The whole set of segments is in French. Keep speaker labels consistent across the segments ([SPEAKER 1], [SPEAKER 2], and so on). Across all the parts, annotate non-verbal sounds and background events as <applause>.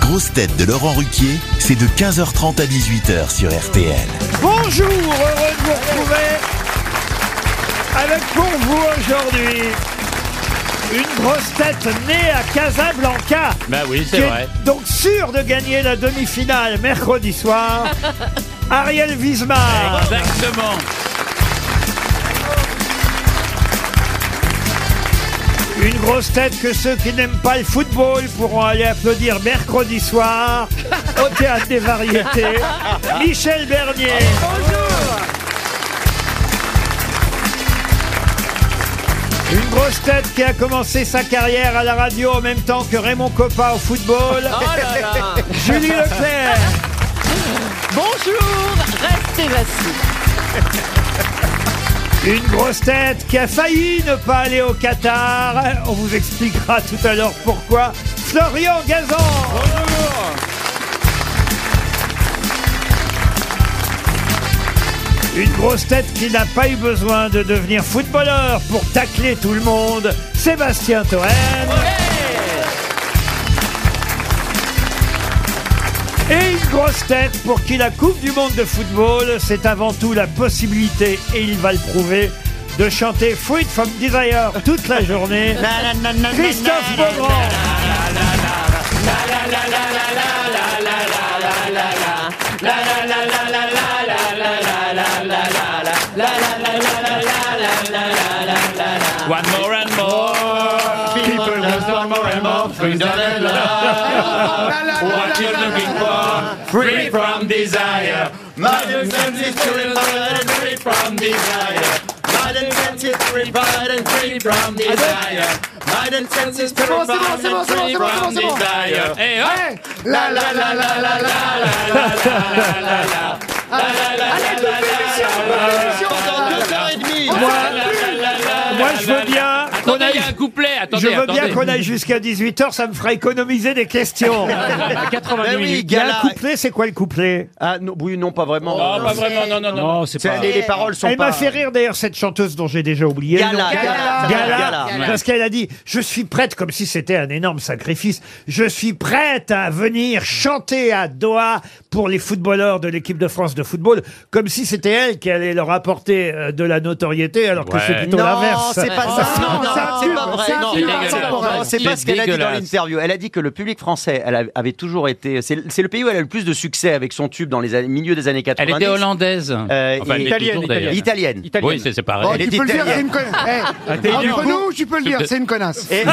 [SPEAKER 1] grosses têtes de Laurent Ruquier, c'est de 15h30 à 18h sur RTL.
[SPEAKER 2] Bonjour, heureux de vous retrouver avec pour vous aujourd'hui une grosse tête née à Casablanca.
[SPEAKER 3] Bah oui, c'est
[SPEAKER 2] qui est
[SPEAKER 3] vrai.
[SPEAKER 2] Donc sûre de gagner la demi-finale mercredi soir.
[SPEAKER 3] <laughs>
[SPEAKER 2] Ariel Wismar.
[SPEAKER 3] Exactement.
[SPEAKER 2] Une grosse tête que ceux qui n'aiment pas le football pourront aller applaudir mercredi soir au Théâtre des Variétés.
[SPEAKER 3] <laughs>
[SPEAKER 2] Michel Bernier. Bonjour Une grosse tête qui a commencé sa carrière à la radio en même temps que Raymond Coppa au
[SPEAKER 3] Oh
[SPEAKER 2] football. Julie Leclerc.
[SPEAKER 4] Bonjour, restez assis.
[SPEAKER 2] Une grosse tête qui a failli ne pas aller au Qatar. On vous expliquera tout à l'heure pourquoi. Florian Gazan. Une grosse tête qui n'a pas eu besoin de devenir footballeur pour tacler tout le monde. Sébastien Toen. Et une grosse tête pour qui la Coupe du Monde de football, c'est avant tout la possibilité, et il va le prouver, de chanter Fruit from Desire toute la journée. Christophe Beaugrand.
[SPEAKER 3] One more and more. People just want more and more. Freedom and love. What you're looking for. Free from desire. Modern sense is free and free from desire. Modern sense is free and free from desire. Modern sense is purified and free from desire. Hey, hey. La la la la la la la la la la la.
[SPEAKER 2] Moi, je veux bien qu'on
[SPEAKER 3] Attendez, il y
[SPEAKER 2] aille,
[SPEAKER 3] a un couplet. Attendez,
[SPEAKER 2] je veux bien
[SPEAKER 3] attendez.
[SPEAKER 2] qu'on aille jusqu'à 18h, ça me fera économiser
[SPEAKER 3] <laughs>
[SPEAKER 2] des questions.
[SPEAKER 5] Ben oui,
[SPEAKER 2] Il y a
[SPEAKER 5] gala.
[SPEAKER 2] un couplet, c'est quoi le couplet
[SPEAKER 5] Ah non, oui, non, pas vraiment.
[SPEAKER 6] Oh,
[SPEAKER 3] Non, Oh, pas vraiment, non, non, non. non.
[SPEAKER 5] C'est- les, les paroles sont
[SPEAKER 2] Elle
[SPEAKER 5] pas.
[SPEAKER 2] m'a fait rire d'ailleurs cette chanteuse dont j'ai déjà oublié. le
[SPEAKER 5] Gala,
[SPEAKER 2] nom.
[SPEAKER 5] gala, ça
[SPEAKER 2] Gala,
[SPEAKER 5] va, gala.
[SPEAKER 2] parce qu'elle a dit je suis prête comme si c'était un énorme sacrifice. Je suis prête à venir chanter à Doha pour les footballeurs de l'équipe de France de football, comme si c'était elle qui allait leur apporter euh, de la notoriété, alors que
[SPEAKER 3] Ouais.
[SPEAKER 2] c'est plutôt
[SPEAKER 5] Non,
[SPEAKER 2] l'inverse.
[SPEAKER 5] c'est pas ça.
[SPEAKER 2] Oh,
[SPEAKER 5] Non, non,
[SPEAKER 2] ça
[SPEAKER 5] c'est
[SPEAKER 2] tue,
[SPEAKER 5] pas vrai.
[SPEAKER 2] ça
[SPEAKER 5] Non,
[SPEAKER 2] tue.
[SPEAKER 3] c'est dégueulasse.
[SPEAKER 5] Non, c'est pas
[SPEAKER 3] C'est
[SPEAKER 5] ce qu'elle a dit dans
[SPEAKER 3] dégueulasse.
[SPEAKER 5] l'interview. Elle a dit que le public français elle a- avait toujours été. C'est c'est le pays où elle a le plus de succès avec son tube dans les années- milieu des années 90.
[SPEAKER 3] Elle était hollandaise.
[SPEAKER 5] Euh,
[SPEAKER 3] Enfin, elle l'est
[SPEAKER 5] italienne,
[SPEAKER 3] toujours, d'ailleurs.
[SPEAKER 5] italienne.
[SPEAKER 3] Oui, c'est c'est
[SPEAKER 7] Oh,
[SPEAKER 3] pareil.
[SPEAKER 5] Elle
[SPEAKER 7] tu
[SPEAKER 5] est
[SPEAKER 7] peux le dire,
[SPEAKER 5] italienne.
[SPEAKER 7] c'est une connasse. Eh, Entre nous, tu peux le dire,
[SPEAKER 3] de-
[SPEAKER 7] c'est une connasse. Ah.
[SPEAKER 5] Et-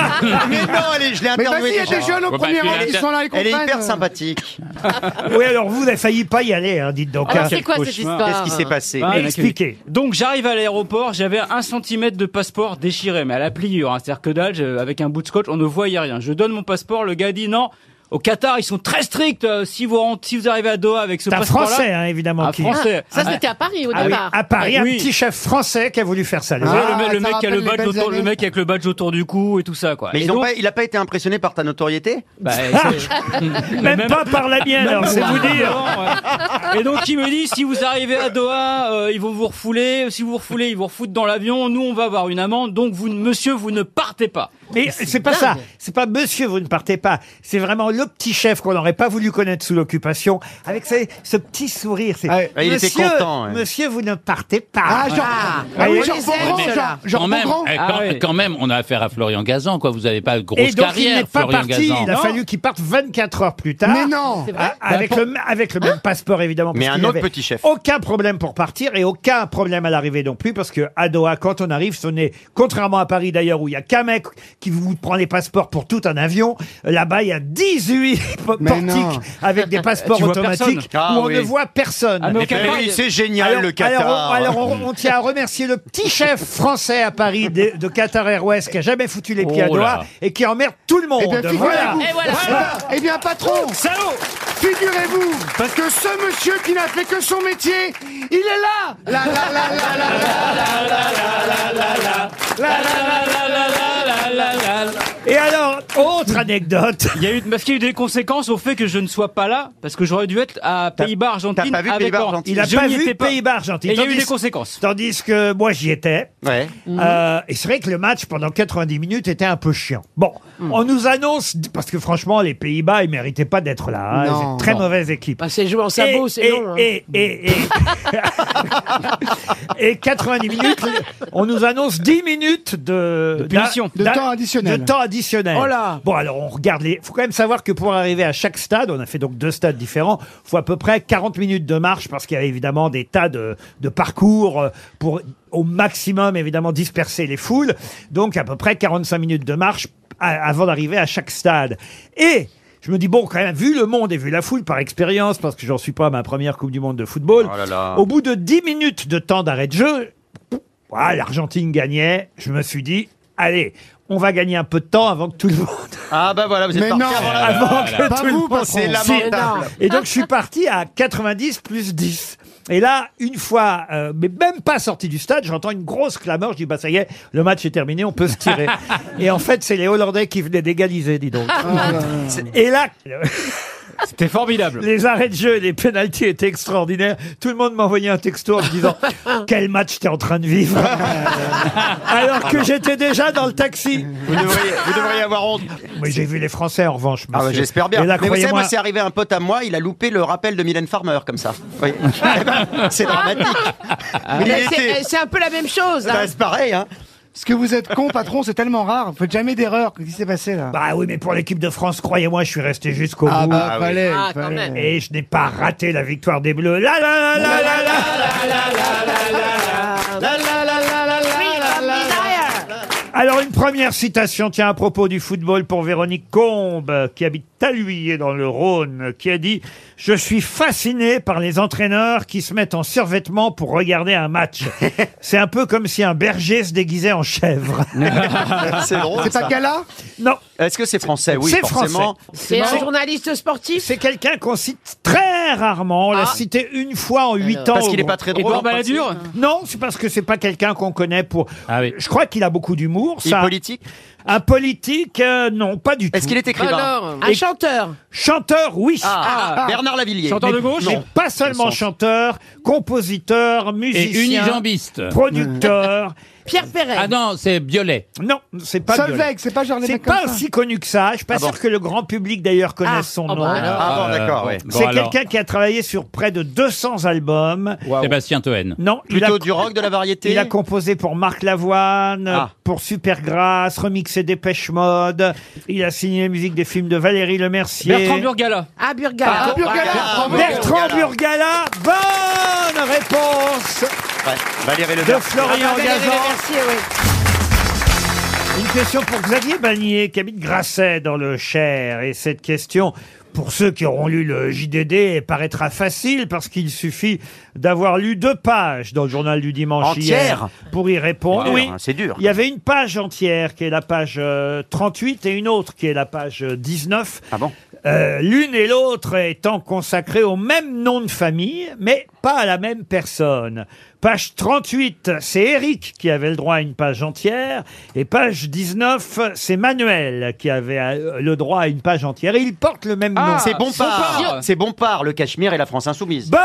[SPEAKER 5] mais non, elle est- je l'ai
[SPEAKER 7] Mais vas-y,
[SPEAKER 5] interviewée
[SPEAKER 7] il y a des
[SPEAKER 5] déjà.
[SPEAKER 7] jeunes au
[SPEAKER 3] bah,
[SPEAKER 7] premier
[SPEAKER 3] tu
[SPEAKER 7] rang
[SPEAKER 3] l'as
[SPEAKER 7] qui
[SPEAKER 3] inter-
[SPEAKER 7] sont là, ils
[SPEAKER 5] Elle est
[SPEAKER 7] comprennent.
[SPEAKER 5] hyper sympathique.
[SPEAKER 2] <laughs> Oui, alors vous, vous avez failli pas y aller, hein, dites donc. hein.
[SPEAKER 4] Alors c'est quoi cette histoire
[SPEAKER 5] Qu'est-ce qui s'est passé
[SPEAKER 6] Ah, d'accord.
[SPEAKER 2] Expliquez.
[SPEAKER 6] Donc j'arrive à l'aéroport, j'avais un centimètre de passeport déchiré, mais à la pliure, hein. c'est-à-dire que dalle, je- avec un bout de scotch, on ne voyait rien. Je donne mon passeport, le gars dit non. Au Qatar, ils sont très stricts. euh, si vous rentrez- si vous arrivez à Doha avec ce
[SPEAKER 2] C'est un
[SPEAKER 6] passeport-là,
[SPEAKER 2] Français, hein, évidemment.
[SPEAKER 6] un
[SPEAKER 2] qui-
[SPEAKER 6] Français.
[SPEAKER 4] Ça
[SPEAKER 6] Ah,
[SPEAKER 4] c'était à Paris au
[SPEAKER 2] Ah oui,
[SPEAKER 4] départ.
[SPEAKER 2] à Paris, un
[SPEAKER 6] Oui.
[SPEAKER 2] petit chef français qui a voulu faire ça. les
[SPEAKER 6] ouais,
[SPEAKER 2] autres.
[SPEAKER 6] le, me-
[SPEAKER 7] Ah,
[SPEAKER 6] le
[SPEAKER 7] ça
[SPEAKER 6] mec qui a le
[SPEAKER 7] rappelle les
[SPEAKER 6] badge
[SPEAKER 7] belles
[SPEAKER 6] autour, le
[SPEAKER 7] années.
[SPEAKER 6] mec avec le badge autour du cou et tout ça quoi.
[SPEAKER 5] Mais
[SPEAKER 6] Et
[SPEAKER 5] ils ont
[SPEAKER 6] donc,
[SPEAKER 5] pas- il a pas été impressionné par ta notoriété
[SPEAKER 6] bah,
[SPEAKER 2] Ah,
[SPEAKER 6] c'est-
[SPEAKER 2] même,
[SPEAKER 6] <laughs> même-
[SPEAKER 2] pas par la mienne, alors, c'est vous dire.
[SPEAKER 6] Non, ouais. Et donc il me dit si vous arrivez à Doha, euh, ils vont vous refouler. Si vous vous refoulez, ils vous refoutent dans l'avion. Nous, on va avoir une amende. Donc vous, monsieur, vous ne partez pas.
[SPEAKER 2] Mais c'est pas ça. C'est pas monsieur, vous ne partez pas. C'est vraiment le petit chef qu'on n'aurait pas voulu connaître sous l'occupation, avec ce, ce petit sourire. C'est,
[SPEAKER 7] Ah ouais,
[SPEAKER 5] il était
[SPEAKER 2] monsieur,
[SPEAKER 5] content, ouais.
[SPEAKER 2] monsieur, vous ne partez pas.
[SPEAKER 7] Ah, genre. Ah
[SPEAKER 2] Ah,
[SPEAKER 7] oui, genre
[SPEAKER 4] oui,
[SPEAKER 7] Beaugrand,
[SPEAKER 4] c'est-
[SPEAKER 7] genre-
[SPEAKER 3] quand
[SPEAKER 7] genre
[SPEAKER 3] même,
[SPEAKER 7] Beaugrand.
[SPEAKER 3] eh, quand,
[SPEAKER 6] Ah ouais.
[SPEAKER 3] quand même, on a affaire à Florian Gazan, quoi. Vous n'avez pas grosse
[SPEAKER 2] Et donc,
[SPEAKER 3] carrière,
[SPEAKER 2] il n'est pas
[SPEAKER 3] Florian
[SPEAKER 2] parti.
[SPEAKER 3] Gazan.
[SPEAKER 2] Il a
[SPEAKER 6] Non.
[SPEAKER 2] fallu qu'il parte 24 heures plus tard.
[SPEAKER 7] Mais non.
[SPEAKER 2] Ah, Avec,
[SPEAKER 3] Bah,
[SPEAKER 2] le, m- avec le
[SPEAKER 3] Ah.
[SPEAKER 2] même passeport, évidemment.
[SPEAKER 5] Mais
[SPEAKER 2] parce
[SPEAKER 5] un
[SPEAKER 2] qu'il
[SPEAKER 5] autre
[SPEAKER 2] avait
[SPEAKER 5] petit chef.
[SPEAKER 2] Aucun problème pour partir et aucun problème à l'arrivée non plus, parce que à Doha, quand on arrive, ce n'est, contrairement à Paris d'ailleurs, où il y a qu'un mec qui vous prend les passeports pour tout un avion, là-bas, il y a 18 <laughs> po-
[SPEAKER 7] Mais non.
[SPEAKER 2] portiques avec
[SPEAKER 5] <laughs>
[SPEAKER 2] des passeports
[SPEAKER 6] Tu vois
[SPEAKER 2] automatiques
[SPEAKER 5] personne. Ah
[SPEAKER 2] où on
[SPEAKER 5] oui. Eh ben
[SPEAKER 2] ne voit personne.
[SPEAKER 6] Ah, mais au Qatar,
[SPEAKER 5] Oui,
[SPEAKER 6] il-
[SPEAKER 5] c'est génial
[SPEAKER 2] alors,
[SPEAKER 5] le Qatar.
[SPEAKER 2] alors, on- alors, on, on tient à remercier le petit chef français à Paris de, de Qatar Airways qui a jamais foutu les pieds à
[SPEAKER 3] Oh là.
[SPEAKER 2] Doha et qui emmerde tout le monde.
[SPEAKER 7] Eh bien,
[SPEAKER 2] bah, voilà.
[SPEAKER 7] figurez-vous.
[SPEAKER 4] Et voilà.
[SPEAKER 7] Eh bien, patron,
[SPEAKER 2] Salaud
[SPEAKER 7] figurez-vous que ce monsieur qui n'a fait que son métier, il est là. La la la la la la.
[SPEAKER 3] La,
[SPEAKER 2] Et alors, autre anecdote.
[SPEAKER 6] Il y a eu, parce qu'il y a eu des conséquences au fait que je ne sois pas là, parce que j'aurais dû être à Pays-Bas Argentine.
[SPEAKER 5] pas vu
[SPEAKER 6] avec
[SPEAKER 5] Pays-Bas,
[SPEAKER 6] Orange.
[SPEAKER 5] Argentine
[SPEAKER 2] Il a
[SPEAKER 6] Je
[SPEAKER 2] pas
[SPEAKER 6] n'y
[SPEAKER 2] vu
[SPEAKER 6] étais pas.
[SPEAKER 2] Pays-Bas Argentine.
[SPEAKER 6] Et il y a eu
[SPEAKER 2] Tandis-
[SPEAKER 6] des conséquences.
[SPEAKER 2] Tandis que moi, j'y étais.
[SPEAKER 5] Ouais.
[SPEAKER 8] Mhm.
[SPEAKER 2] Euh, et c'est vrai que le match pendant 90 minutes était un peu chiant. Bon,
[SPEAKER 8] Mhm.
[SPEAKER 2] on nous annonce, parce que franchement, les Pays-Bas, ils méritaient pas d'être là. hein. C'est une très mauvaise équipe.
[SPEAKER 8] Ah, c'est joué en sabot, c'est
[SPEAKER 2] et,
[SPEAKER 8] long. hein.
[SPEAKER 2] et,
[SPEAKER 8] <laughs>
[SPEAKER 2] et, et- et 90 minutes, on nous annonce 10 minutes de,
[SPEAKER 6] De punition.
[SPEAKER 7] De
[SPEAKER 2] d'un- d'un-
[SPEAKER 7] temps additionnel.
[SPEAKER 2] De temps additionnel.
[SPEAKER 8] Oh là
[SPEAKER 2] Bon, alors on regarde les. faut quand même savoir que pour arriver à chaque stade, on a fait donc deux stades différents, faut à peu près 40 minutes de marche parce qu'il y a évidemment des tas de, de parcours euh, pour au maximum évidemment disperser les foules. Donc à peu près 45 minutes de marche a- avant d'arriver à chaque stade. Et je me dis bon quand même vu le monde et vu la foule par expérience parce que j'en suis pas à ma première Coupe du monde de football.
[SPEAKER 5] Oh là là.
[SPEAKER 2] Au bout de 10 minutes de temps d'arrêt de jeu, ah, l'Argentine gagnait, je me suis dit allez, on va gagner un peu de temps avant que tout le monde
[SPEAKER 5] Ah bah voilà, vous êtes
[SPEAKER 7] Mais
[SPEAKER 5] parti
[SPEAKER 7] non.
[SPEAKER 5] avant la-
[SPEAKER 2] avant que
[SPEAKER 7] Pas
[SPEAKER 2] tout le
[SPEAKER 7] vous,
[SPEAKER 2] monde-
[SPEAKER 7] par
[SPEAKER 5] C'est
[SPEAKER 7] contre.
[SPEAKER 8] C'est
[SPEAKER 5] lamentable.
[SPEAKER 8] énorme.
[SPEAKER 2] Et donc, je suis parti à 90 plus 10. Et là, une fois, euh, mais même pas sorti du stade, j'entends une grosse clameur. Je dis, bah ça y est, le match est terminé, on peut se
[SPEAKER 5] <laughs>
[SPEAKER 2] tirer. et en fait, c'est les Hollandais qui venaient d'égaliser, dis donc.
[SPEAKER 5] Ah.
[SPEAKER 2] et
[SPEAKER 5] <laughs>
[SPEAKER 2] là, le-
[SPEAKER 6] C'était formidable.
[SPEAKER 2] les arrêts de jeu et les pénalties étaient extraordinaires. Tout le monde m'envoyait un texto en me
[SPEAKER 5] <laughs>
[SPEAKER 2] disant, quel match t'es en train de vivre Alors que j'étais déjà dans le taxi.
[SPEAKER 5] Vous devriez, vous devriez avoir honte.
[SPEAKER 2] Mais j'ai vu les Français, en revanche,
[SPEAKER 5] Ah bah,
[SPEAKER 2] monsieur.
[SPEAKER 5] J'espère bien.
[SPEAKER 2] Et là,
[SPEAKER 5] Mais vous savez,
[SPEAKER 2] croyez-moi-
[SPEAKER 5] moi, c'est arrivé à un pote à moi, il a loupé le rappel de Mylène Farmer comme ça. Oui. <laughs> Eh ben, c'est dramatique. Mais il
[SPEAKER 8] Mais c'est-
[SPEAKER 5] était-
[SPEAKER 8] eh, C'est un peu la même chose. hein.
[SPEAKER 5] Bah, c'est pareil, hein.
[SPEAKER 7] Ce que vous êtes con, patron, c'est tellement rare. Vous faites jamais d'erreur. Qu'est-ce qui s'est passé là
[SPEAKER 2] Bah oui, mais pour l'équipe de France, croyez-moi, je suis resté jusqu'au bout.
[SPEAKER 5] bah, oui.
[SPEAKER 7] fallait,
[SPEAKER 8] Ah, quand
[SPEAKER 7] fallait.
[SPEAKER 8] même.
[SPEAKER 2] Et je n'ai pas raté la victoire des Bleus. Là, là, là, là, là, là. Alors, une première citation, tiens, à propos du football pour Véronique Combe, qui habite Taluyer dans le Rhône, qui a dit « Je suis fasciné par les entraîneurs qui se mettent en survêtement pour regarder un
[SPEAKER 5] <laughs>
[SPEAKER 2] match. C'est un peu comme si un berger se déguisait en chèvre.
[SPEAKER 5] <laughs> C'est drôle.
[SPEAKER 7] C'est pas
[SPEAKER 5] ça.
[SPEAKER 7] Gala »
[SPEAKER 2] Non,
[SPEAKER 5] Est-ce que c'est français Oui,
[SPEAKER 2] c'est français.
[SPEAKER 5] forcément.
[SPEAKER 8] C'est un journaliste sportif.
[SPEAKER 2] C'est quelqu'un qu'on cite très rarement. On l'a
[SPEAKER 8] Ah.
[SPEAKER 2] cité une fois en huit ans.
[SPEAKER 5] Parce
[SPEAKER 2] au
[SPEAKER 5] qu'il est
[SPEAKER 2] moins.
[SPEAKER 5] pas très drôle. hein,
[SPEAKER 6] Édouard
[SPEAKER 5] en principe.
[SPEAKER 6] Balladur
[SPEAKER 2] Non, c'est parce que c'est pas quelqu'un qu'on connaît pour.
[SPEAKER 6] Ah oui.
[SPEAKER 2] Je crois qu'il a beaucoup d'humour.
[SPEAKER 5] Il
[SPEAKER 2] ça.
[SPEAKER 5] est politique.
[SPEAKER 2] Un politique, euh, non, pas du tout.
[SPEAKER 5] Est-ce qu'il est écrivain
[SPEAKER 8] Alors, un chanteur.
[SPEAKER 2] Chanteur, oui.
[SPEAKER 5] Ah, Bernard Lavillier.
[SPEAKER 6] Chanteur de gauche
[SPEAKER 2] Mais pas seulement chanteur, compositeur,
[SPEAKER 9] Et
[SPEAKER 2] musicien,
[SPEAKER 9] unijambiste.
[SPEAKER 2] producteur.
[SPEAKER 8] Pierre Perret.
[SPEAKER 9] Ah non, c'est Violet.
[SPEAKER 2] Non, c'est pas. Violet.
[SPEAKER 7] Solveig, c'est pas genre les
[SPEAKER 2] C'est
[SPEAKER 7] mecs comme
[SPEAKER 2] pas
[SPEAKER 7] ça.
[SPEAKER 2] aussi connu que ça. Je suis pas
[SPEAKER 5] Ah bon
[SPEAKER 2] sûr que le grand public d'ailleurs connaisse
[SPEAKER 8] Ah,
[SPEAKER 2] son
[SPEAKER 8] oh
[SPEAKER 2] nom.
[SPEAKER 8] bah alors.
[SPEAKER 5] Ah bon, d'accord, oui.
[SPEAKER 2] c'est quelqu'un qui a travaillé sur près de 200 albums. Eh ben,
[SPEAKER 9] Sébastien Toen.
[SPEAKER 2] Ah Non, il a-
[SPEAKER 5] Plutôt du rock, de la variété.
[SPEAKER 2] Il a composé pour Marc Lavoine,
[SPEAKER 5] Ah.
[SPEAKER 2] pour Supergrass, remixé Dépêche Mode. Il a signé la musique des films de Valérie Lemercier.
[SPEAKER 6] Bertrand Burgala.
[SPEAKER 8] Ah, Burgala.
[SPEAKER 5] Burgala.
[SPEAKER 2] Bertrand Burgala. Bonne réponse
[SPEAKER 5] Ouais. Valérie
[SPEAKER 2] de
[SPEAKER 5] Lebert.
[SPEAKER 2] Florian Gazan.
[SPEAKER 8] Ah, Merci, oui.
[SPEAKER 2] Une question pour Xavier Bagnier, qui habite Grasset dans le Cher. Et cette question, pour ceux qui auront lu le JDD, paraîtra facile parce qu'il suffit d'avoir lu deux pages dans le journal du dimanche hier
[SPEAKER 5] Entière
[SPEAKER 2] pour y répondre.
[SPEAKER 5] Dur,
[SPEAKER 2] Oui.
[SPEAKER 5] hein, C'est dur.
[SPEAKER 2] Il y avait une page entière qui est la page euh, 38 et une autre qui est la page euh, 19.
[SPEAKER 5] Ah bon
[SPEAKER 2] Euh, L'une et l'autre étant consacrées au même nom de famille, mais pas à la même personne. Page 38, c'est Eric qui avait le droit à une page entière. Et page 19, c'est Manuel qui avait euh, le droit à une page entière. Et ils portent le même nom.
[SPEAKER 5] C'est bon
[SPEAKER 6] Bompard.
[SPEAKER 5] par. C'est bon par le Cachemire et la France insoumise.
[SPEAKER 2] Bonne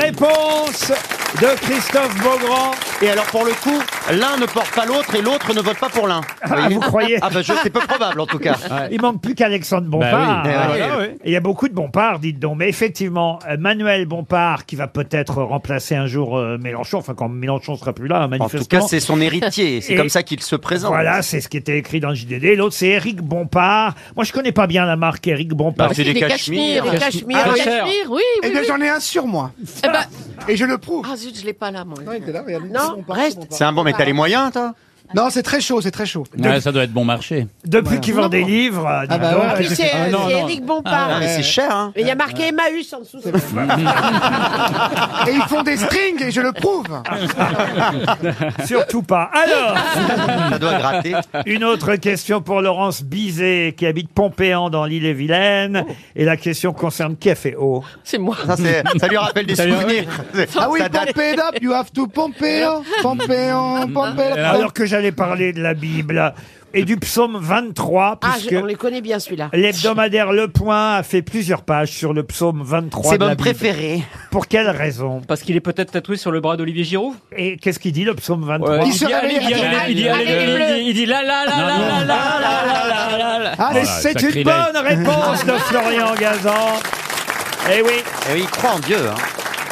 [SPEAKER 2] réponse de Christophe Beaugrand.
[SPEAKER 5] Et alors pour le coup, l'un ne porte pas l'autre et l'autre ne vote pas pour l'un.
[SPEAKER 2] Ah, vous croyez
[SPEAKER 5] Ah bah je- c'est peu probable en tout
[SPEAKER 2] <laughs>
[SPEAKER 5] cas.
[SPEAKER 2] Il manque plus qu'Alexandre Bompard.
[SPEAKER 5] oui. Eh oui.
[SPEAKER 2] Voilà, oui. Il y a beaucoup de Bompard, dites donc. Mais effectivement, euh, Manuel Bompard, qui va peut-être remplacer un jour euh, Mélenchon, enfin quand Mélenchon sera plus là, hein,
[SPEAKER 5] En
[SPEAKER 2] manifestement.
[SPEAKER 5] tout cas, c'est son
[SPEAKER 2] <laughs>
[SPEAKER 5] héritier.
[SPEAKER 2] Et-
[SPEAKER 5] C'est comme ça qu'il se présente.
[SPEAKER 2] Voilà, c'est ce qui était écrit dans le JDD. L'autre, c'est Éric Bompard. Moi, je connais pas bien la marque Éric Bompard.
[SPEAKER 5] Bah, c'est des
[SPEAKER 4] Les
[SPEAKER 5] cachemires.
[SPEAKER 4] cachemires.
[SPEAKER 8] Les cachemires.
[SPEAKER 6] Ah,
[SPEAKER 4] Les
[SPEAKER 6] cher.
[SPEAKER 4] cachemires,
[SPEAKER 7] Et
[SPEAKER 4] oui, oui,
[SPEAKER 7] Eh bien,
[SPEAKER 4] oui.
[SPEAKER 7] j'en ai un sur moi.
[SPEAKER 4] Eh ben,
[SPEAKER 7] Et je le prouve.
[SPEAKER 4] ah zut, je l'ai pas là, moi. Bah,
[SPEAKER 7] Non, il était là, regardez.
[SPEAKER 8] Non,
[SPEAKER 7] C'est bon, pas-
[SPEAKER 8] reste.
[SPEAKER 7] c'est bon, pas.
[SPEAKER 5] C'est un bon, mais t'as les moyens, toi
[SPEAKER 7] Non, c'est très chaud, c'est très chaud.
[SPEAKER 9] Ouais, ça doit être bon marché.
[SPEAKER 2] Depuis qu'il vend
[SPEAKER 8] Non.
[SPEAKER 2] des livres. euh, dis
[SPEAKER 7] bah
[SPEAKER 2] donc,
[SPEAKER 7] ouais.
[SPEAKER 8] Puis
[SPEAKER 2] euh,
[SPEAKER 8] Ah,
[SPEAKER 9] Ah,
[SPEAKER 8] c'est
[SPEAKER 6] non,
[SPEAKER 8] c'est
[SPEAKER 6] non.
[SPEAKER 8] Éric Bompard.
[SPEAKER 5] Ah, mais c'est cher, hein
[SPEAKER 8] Mais il y a marqué Emmaüs en dessous.
[SPEAKER 7] <laughs> Et ils font des strings et je le
[SPEAKER 5] <laughs>
[SPEAKER 7] prouve.
[SPEAKER 2] surtout pas. Alors,
[SPEAKER 5] <laughs> Ça doit gratter.
[SPEAKER 2] une autre question pour Laurence Bizet, qui habite Pompéan dans l'île-et-Vilaine.
[SPEAKER 8] Oh.
[SPEAKER 2] Et la question concerne qui a fait haut
[SPEAKER 4] C'est moi.
[SPEAKER 5] Ça, c'est- ça lui rappelle des souvenirs.
[SPEAKER 7] Ah oui,
[SPEAKER 5] ça
[SPEAKER 7] pump
[SPEAKER 5] date.
[SPEAKER 7] it up, you have to pump it up. Pump it on, pump it up.
[SPEAKER 2] Alors que allez parler de la Bible et du psaume 23,
[SPEAKER 8] Ah,
[SPEAKER 2] puisque
[SPEAKER 8] je- on les connaît bien celui-là.
[SPEAKER 2] l'hebdomadaire Le Point a fait plusieurs pages sur le psaume 23.
[SPEAKER 8] C'est
[SPEAKER 2] de la
[SPEAKER 8] mon
[SPEAKER 2] Bible.
[SPEAKER 8] préféré.
[SPEAKER 2] Pour quelle raison
[SPEAKER 6] Parce qu'il est peut-être tatoué sur le bras d'Olivier Giroud
[SPEAKER 2] Et qu'est-ce qu'il dit le psaume 23
[SPEAKER 6] Il dit allez, il dit allez, il dit allez, il dit- il dit la la la la la la la la la la.
[SPEAKER 2] Ah,
[SPEAKER 9] Voilà,
[SPEAKER 2] c'est une
[SPEAKER 9] sacrilège.
[SPEAKER 2] bonne réponse de Florian Gazan. Eh oui,
[SPEAKER 5] Et oui, il croit en Dieu. Hein.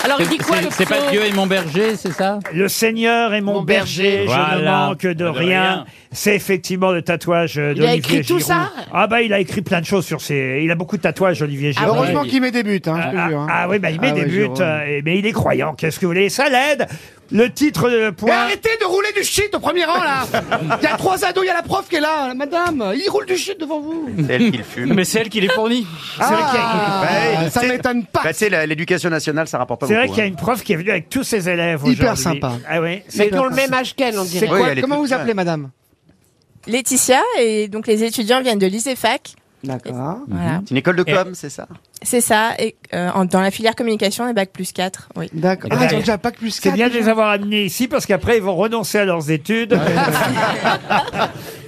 [SPEAKER 4] Alors, il dit quoi,
[SPEAKER 9] C'est-
[SPEAKER 4] le
[SPEAKER 9] C'est pas
[SPEAKER 4] psaume
[SPEAKER 9] Dieu et mon berger, c'est ça
[SPEAKER 2] le Seigneur est mon,
[SPEAKER 8] Mon
[SPEAKER 2] berger,
[SPEAKER 8] berger.
[SPEAKER 2] je ne
[SPEAKER 9] Voilà.
[SPEAKER 2] manque de,
[SPEAKER 9] De
[SPEAKER 2] rien.
[SPEAKER 9] rien.
[SPEAKER 2] C'est effectivement le tatouage euh,
[SPEAKER 8] Il a
[SPEAKER 2] d'Olivier
[SPEAKER 8] écrit tout
[SPEAKER 2] Giroud.
[SPEAKER 8] ça
[SPEAKER 2] Ah bah il a écrit plein de choses sur ses... Il a beaucoup de tatouages, Olivier Giroud.
[SPEAKER 7] Heureusement qu'il met des buts, hein, je te
[SPEAKER 2] Ah,
[SPEAKER 7] jure. hein.
[SPEAKER 2] ah oui, bah, il met
[SPEAKER 7] Ah
[SPEAKER 2] des
[SPEAKER 7] ouais,
[SPEAKER 2] buts,
[SPEAKER 7] Jérôme.
[SPEAKER 2] euh, et- mais il est croyant. Qu'est-ce que vous voulez Ça l'aide. Le titre de
[SPEAKER 7] Mais
[SPEAKER 2] point.
[SPEAKER 7] arrêtez de rouler du shit au premier rang, là Il y a trois ados, il y a la prof qui est là, madame Il roule du shit devant vous
[SPEAKER 5] C'est elle qui le fume.
[SPEAKER 6] Mais c'est elle qui les fournit.
[SPEAKER 2] C'est vrai qu'il y a-
[SPEAKER 7] Ah, Ça m'étonne pas
[SPEAKER 5] Bah, tu sais, la- l'éducation nationale, ça rapporte pas
[SPEAKER 2] c'est vrai
[SPEAKER 5] beaucoup.
[SPEAKER 2] qu'il y a
[SPEAKER 5] hein.
[SPEAKER 2] une prof qui est venue avec tous ses élèves
[SPEAKER 7] Hyper
[SPEAKER 2] aujourd'hui.
[SPEAKER 7] sympa.
[SPEAKER 2] Ah oui.
[SPEAKER 8] Mais qui ont le même âge qu'elle, on
[SPEAKER 7] C'est
[SPEAKER 8] dirait.
[SPEAKER 5] Oui,
[SPEAKER 7] quoi
[SPEAKER 5] elle est
[SPEAKER 7] Comment
[SPEAKER 5] toute
[SPEAKER 7] vous
[SPEAKER 5] jeune.
[SPEAKER 7] appelez, madame
[SPEAKER 10] Laetitia et donc les étudiants viennent de l'ISEFAC.
[SPEAKER 7] D'accord.
[SPEAKER 10] Voilà.
[SPEAKER 5] C'est une école de com, c'est ça
[SPEAKER 10] C'est ça, et euh, en- dans la filière communication et bac plus 4. Oui.
[SPEAKER 7] D'accord. Ah, ils ont déjà pas que plus
[SPEAKER 2] C'est
[SPEAKER 7] quatre,
[SPEAKER 2] bien de les
[SPEAKER 7] déjà.
[SPEAKER 2] avoir amenés ici parce qu'après ils vont renoncer à
[SPEAKER 7] <laughs>
[SPEAKER 2] leurs études. <laughs>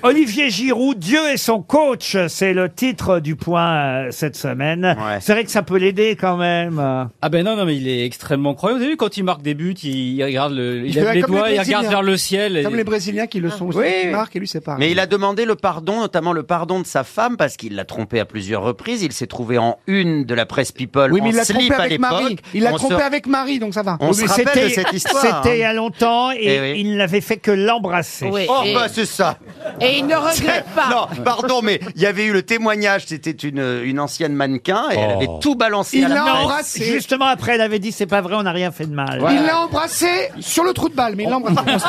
[SPEAKER 2] Olivier Giroud, Dieu et son coach, c'est le titre du point euh, cette semaine.
[SPEAKER 5] Ouais.
[SPEAKER 2] C'est vrai que ça peut l'aider quand même.
[SPEAKER 6] Ah ben non, non, mais il est extrêmement croyant. Vous avez vu, quand il marque des buts, il, il regarde le, il
[SPEAKER 7] Il
[SPEAKER 6] lève
[SPEAKER 7] fait
[SPEAKER 6] les
[SPEAKER 7] comme les
[SPEAKER 6] doigts, il regarde
[SPEAKER 7] Brésiliens.
[SPEAKER 6] vers le ciel. et- Ah.
[SPEAKER 7] Comme les Brésiliens qui le sont aussi.
[SPEAKER 5] Oui, oui.
[SPEAKER 7] Marc et lui, c'est pareil.
[SPEAKER 5] Mais il a demandé le pardon, notamment le pardon de sa femme, parce qu'il l'a trompé à plusieurs reprises. Il s'est trouvé en une de la presse People
[SPEAKER 7] Oui, mais
[SPEAKER 5] en
[SPEAKER 7] il l'a trompé
[SPEAKER 5] slip à
[SPEAKER 7] avec Marie.
[SPEAKER 5] l'époque.
[SPEAKER 7] Il l'a
[SPEAKER 5] On se-
[SPEAKER 7] trompé avec Marie, donc ça va.
[SPEAKER 5] On
[SPEAKER 2] Oui,
[SPEAKER 5] se
[SPEAKER 2] mais
[SPEAKER 5] rappelle
[SPEAKER 2] c'était-
[SPEAKER 5] de cette histoire.
[SPEAKER 2] C'était il y
[SPEAKER 5] hein.
[SPEAKER 2] a longtemps et
[SPEAKER 5] Eh oui.
[SPEAKER 2] il n'avait fait que l'embrasser.
[SPEAKER 8] Oui,
[SPEAKER 5] Oh
[SPEAKER 8] et,
[SPEAKER 5] bah c'est ça
[SPEAKER 8] et il
[SPEAKER 7] <laughs>
[SPEAKER 8] ne regrette pas.
[SPEAKER 5] Non, pardon, mais il y avait eu le témoignage, c'était une, une ancienne mannequin, et elle
[SPEAKER 9] Oh.
[SPEAKER 5] avait tout balancé
[SPEAKER 7] Il
[SPEAKER 5] à la
[SPEAKER 7] l'a
[SPEAKER 5] presse.
[SPEAKER 7] embrassé.
[SPEAKER 2] Justement après, elle avait dit c'est pas vrai, on n'a rien fait de mal. <laughs>
[SPEAKER 7] Il l'a embrassé sur le trou de balle, mais il l'a embrassé.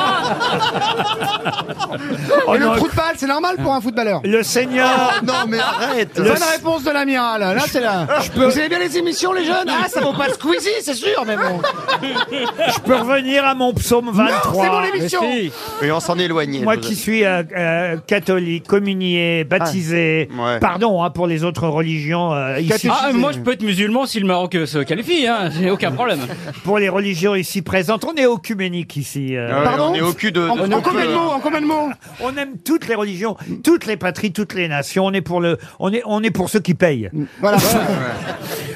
[SPEAKER 2] Oh
[SPEAKER 7] Et le
[SPEAKER 2] non,
[SPEAKER 7] trou de balle, c'est normal pour un footballeur. Oh,
[SPEAKER 2] le Seigneur. Ah,
[SPEAKER 5] Non mais arrête
[SPEAKER 2] Le-
[SPEAKER 7] Bonne réponse de l'amiral. Ah, Là, c'est là. Vous aimez bien les émissions, les jeunes Ah, ça vaut pas Squeezie, c'est sûr, mais bon.
[SPEAKER 2] <laughs> Je peux revenir à mon psaume
[SPEAKER 7] C'est
[SPEAKER 2] 23.
[SPEAKER 7] mon
[SPEAKER 6] Mais
[SPEAKER 7] émission.
[SPEAKER 6] si.
[SPEAKER 5] Et on s'en est éloigné.
[SPEAKER 2] Moi
[SPEAKER 5] je vous-
[SPEAKER 2] qui suis euh, euh, catholique, communié, baptisé,
[SPEAKER 5] Ah, ouais.
[SPEAKER 2] pardon hein, pour les autres religions euh, ici,
[SPEAKER 6] Ah, moi je peux être musulman si le Maroc euh, se qualifie, hein. J'ai aucun problème.
[SPEAKER 2] pour les religions ici présentes, on est œcuménique ici. euh.
[SPEAKER 5] Ah ouais,
[SPEAKER 7] Pardon
[SPEAKER 5] On est au cul de...
[SPEAKER 7] En,
[SPEAKER 5] de-
[SPEAKER 7] en combien de mots En combien de mots
[SPEAKER 2] On aime toutes les religions, toutes les patries, toutes les nations. On est pour le, on est, on est pour ceux qui payent.
[SPEAKER 7] Voilà.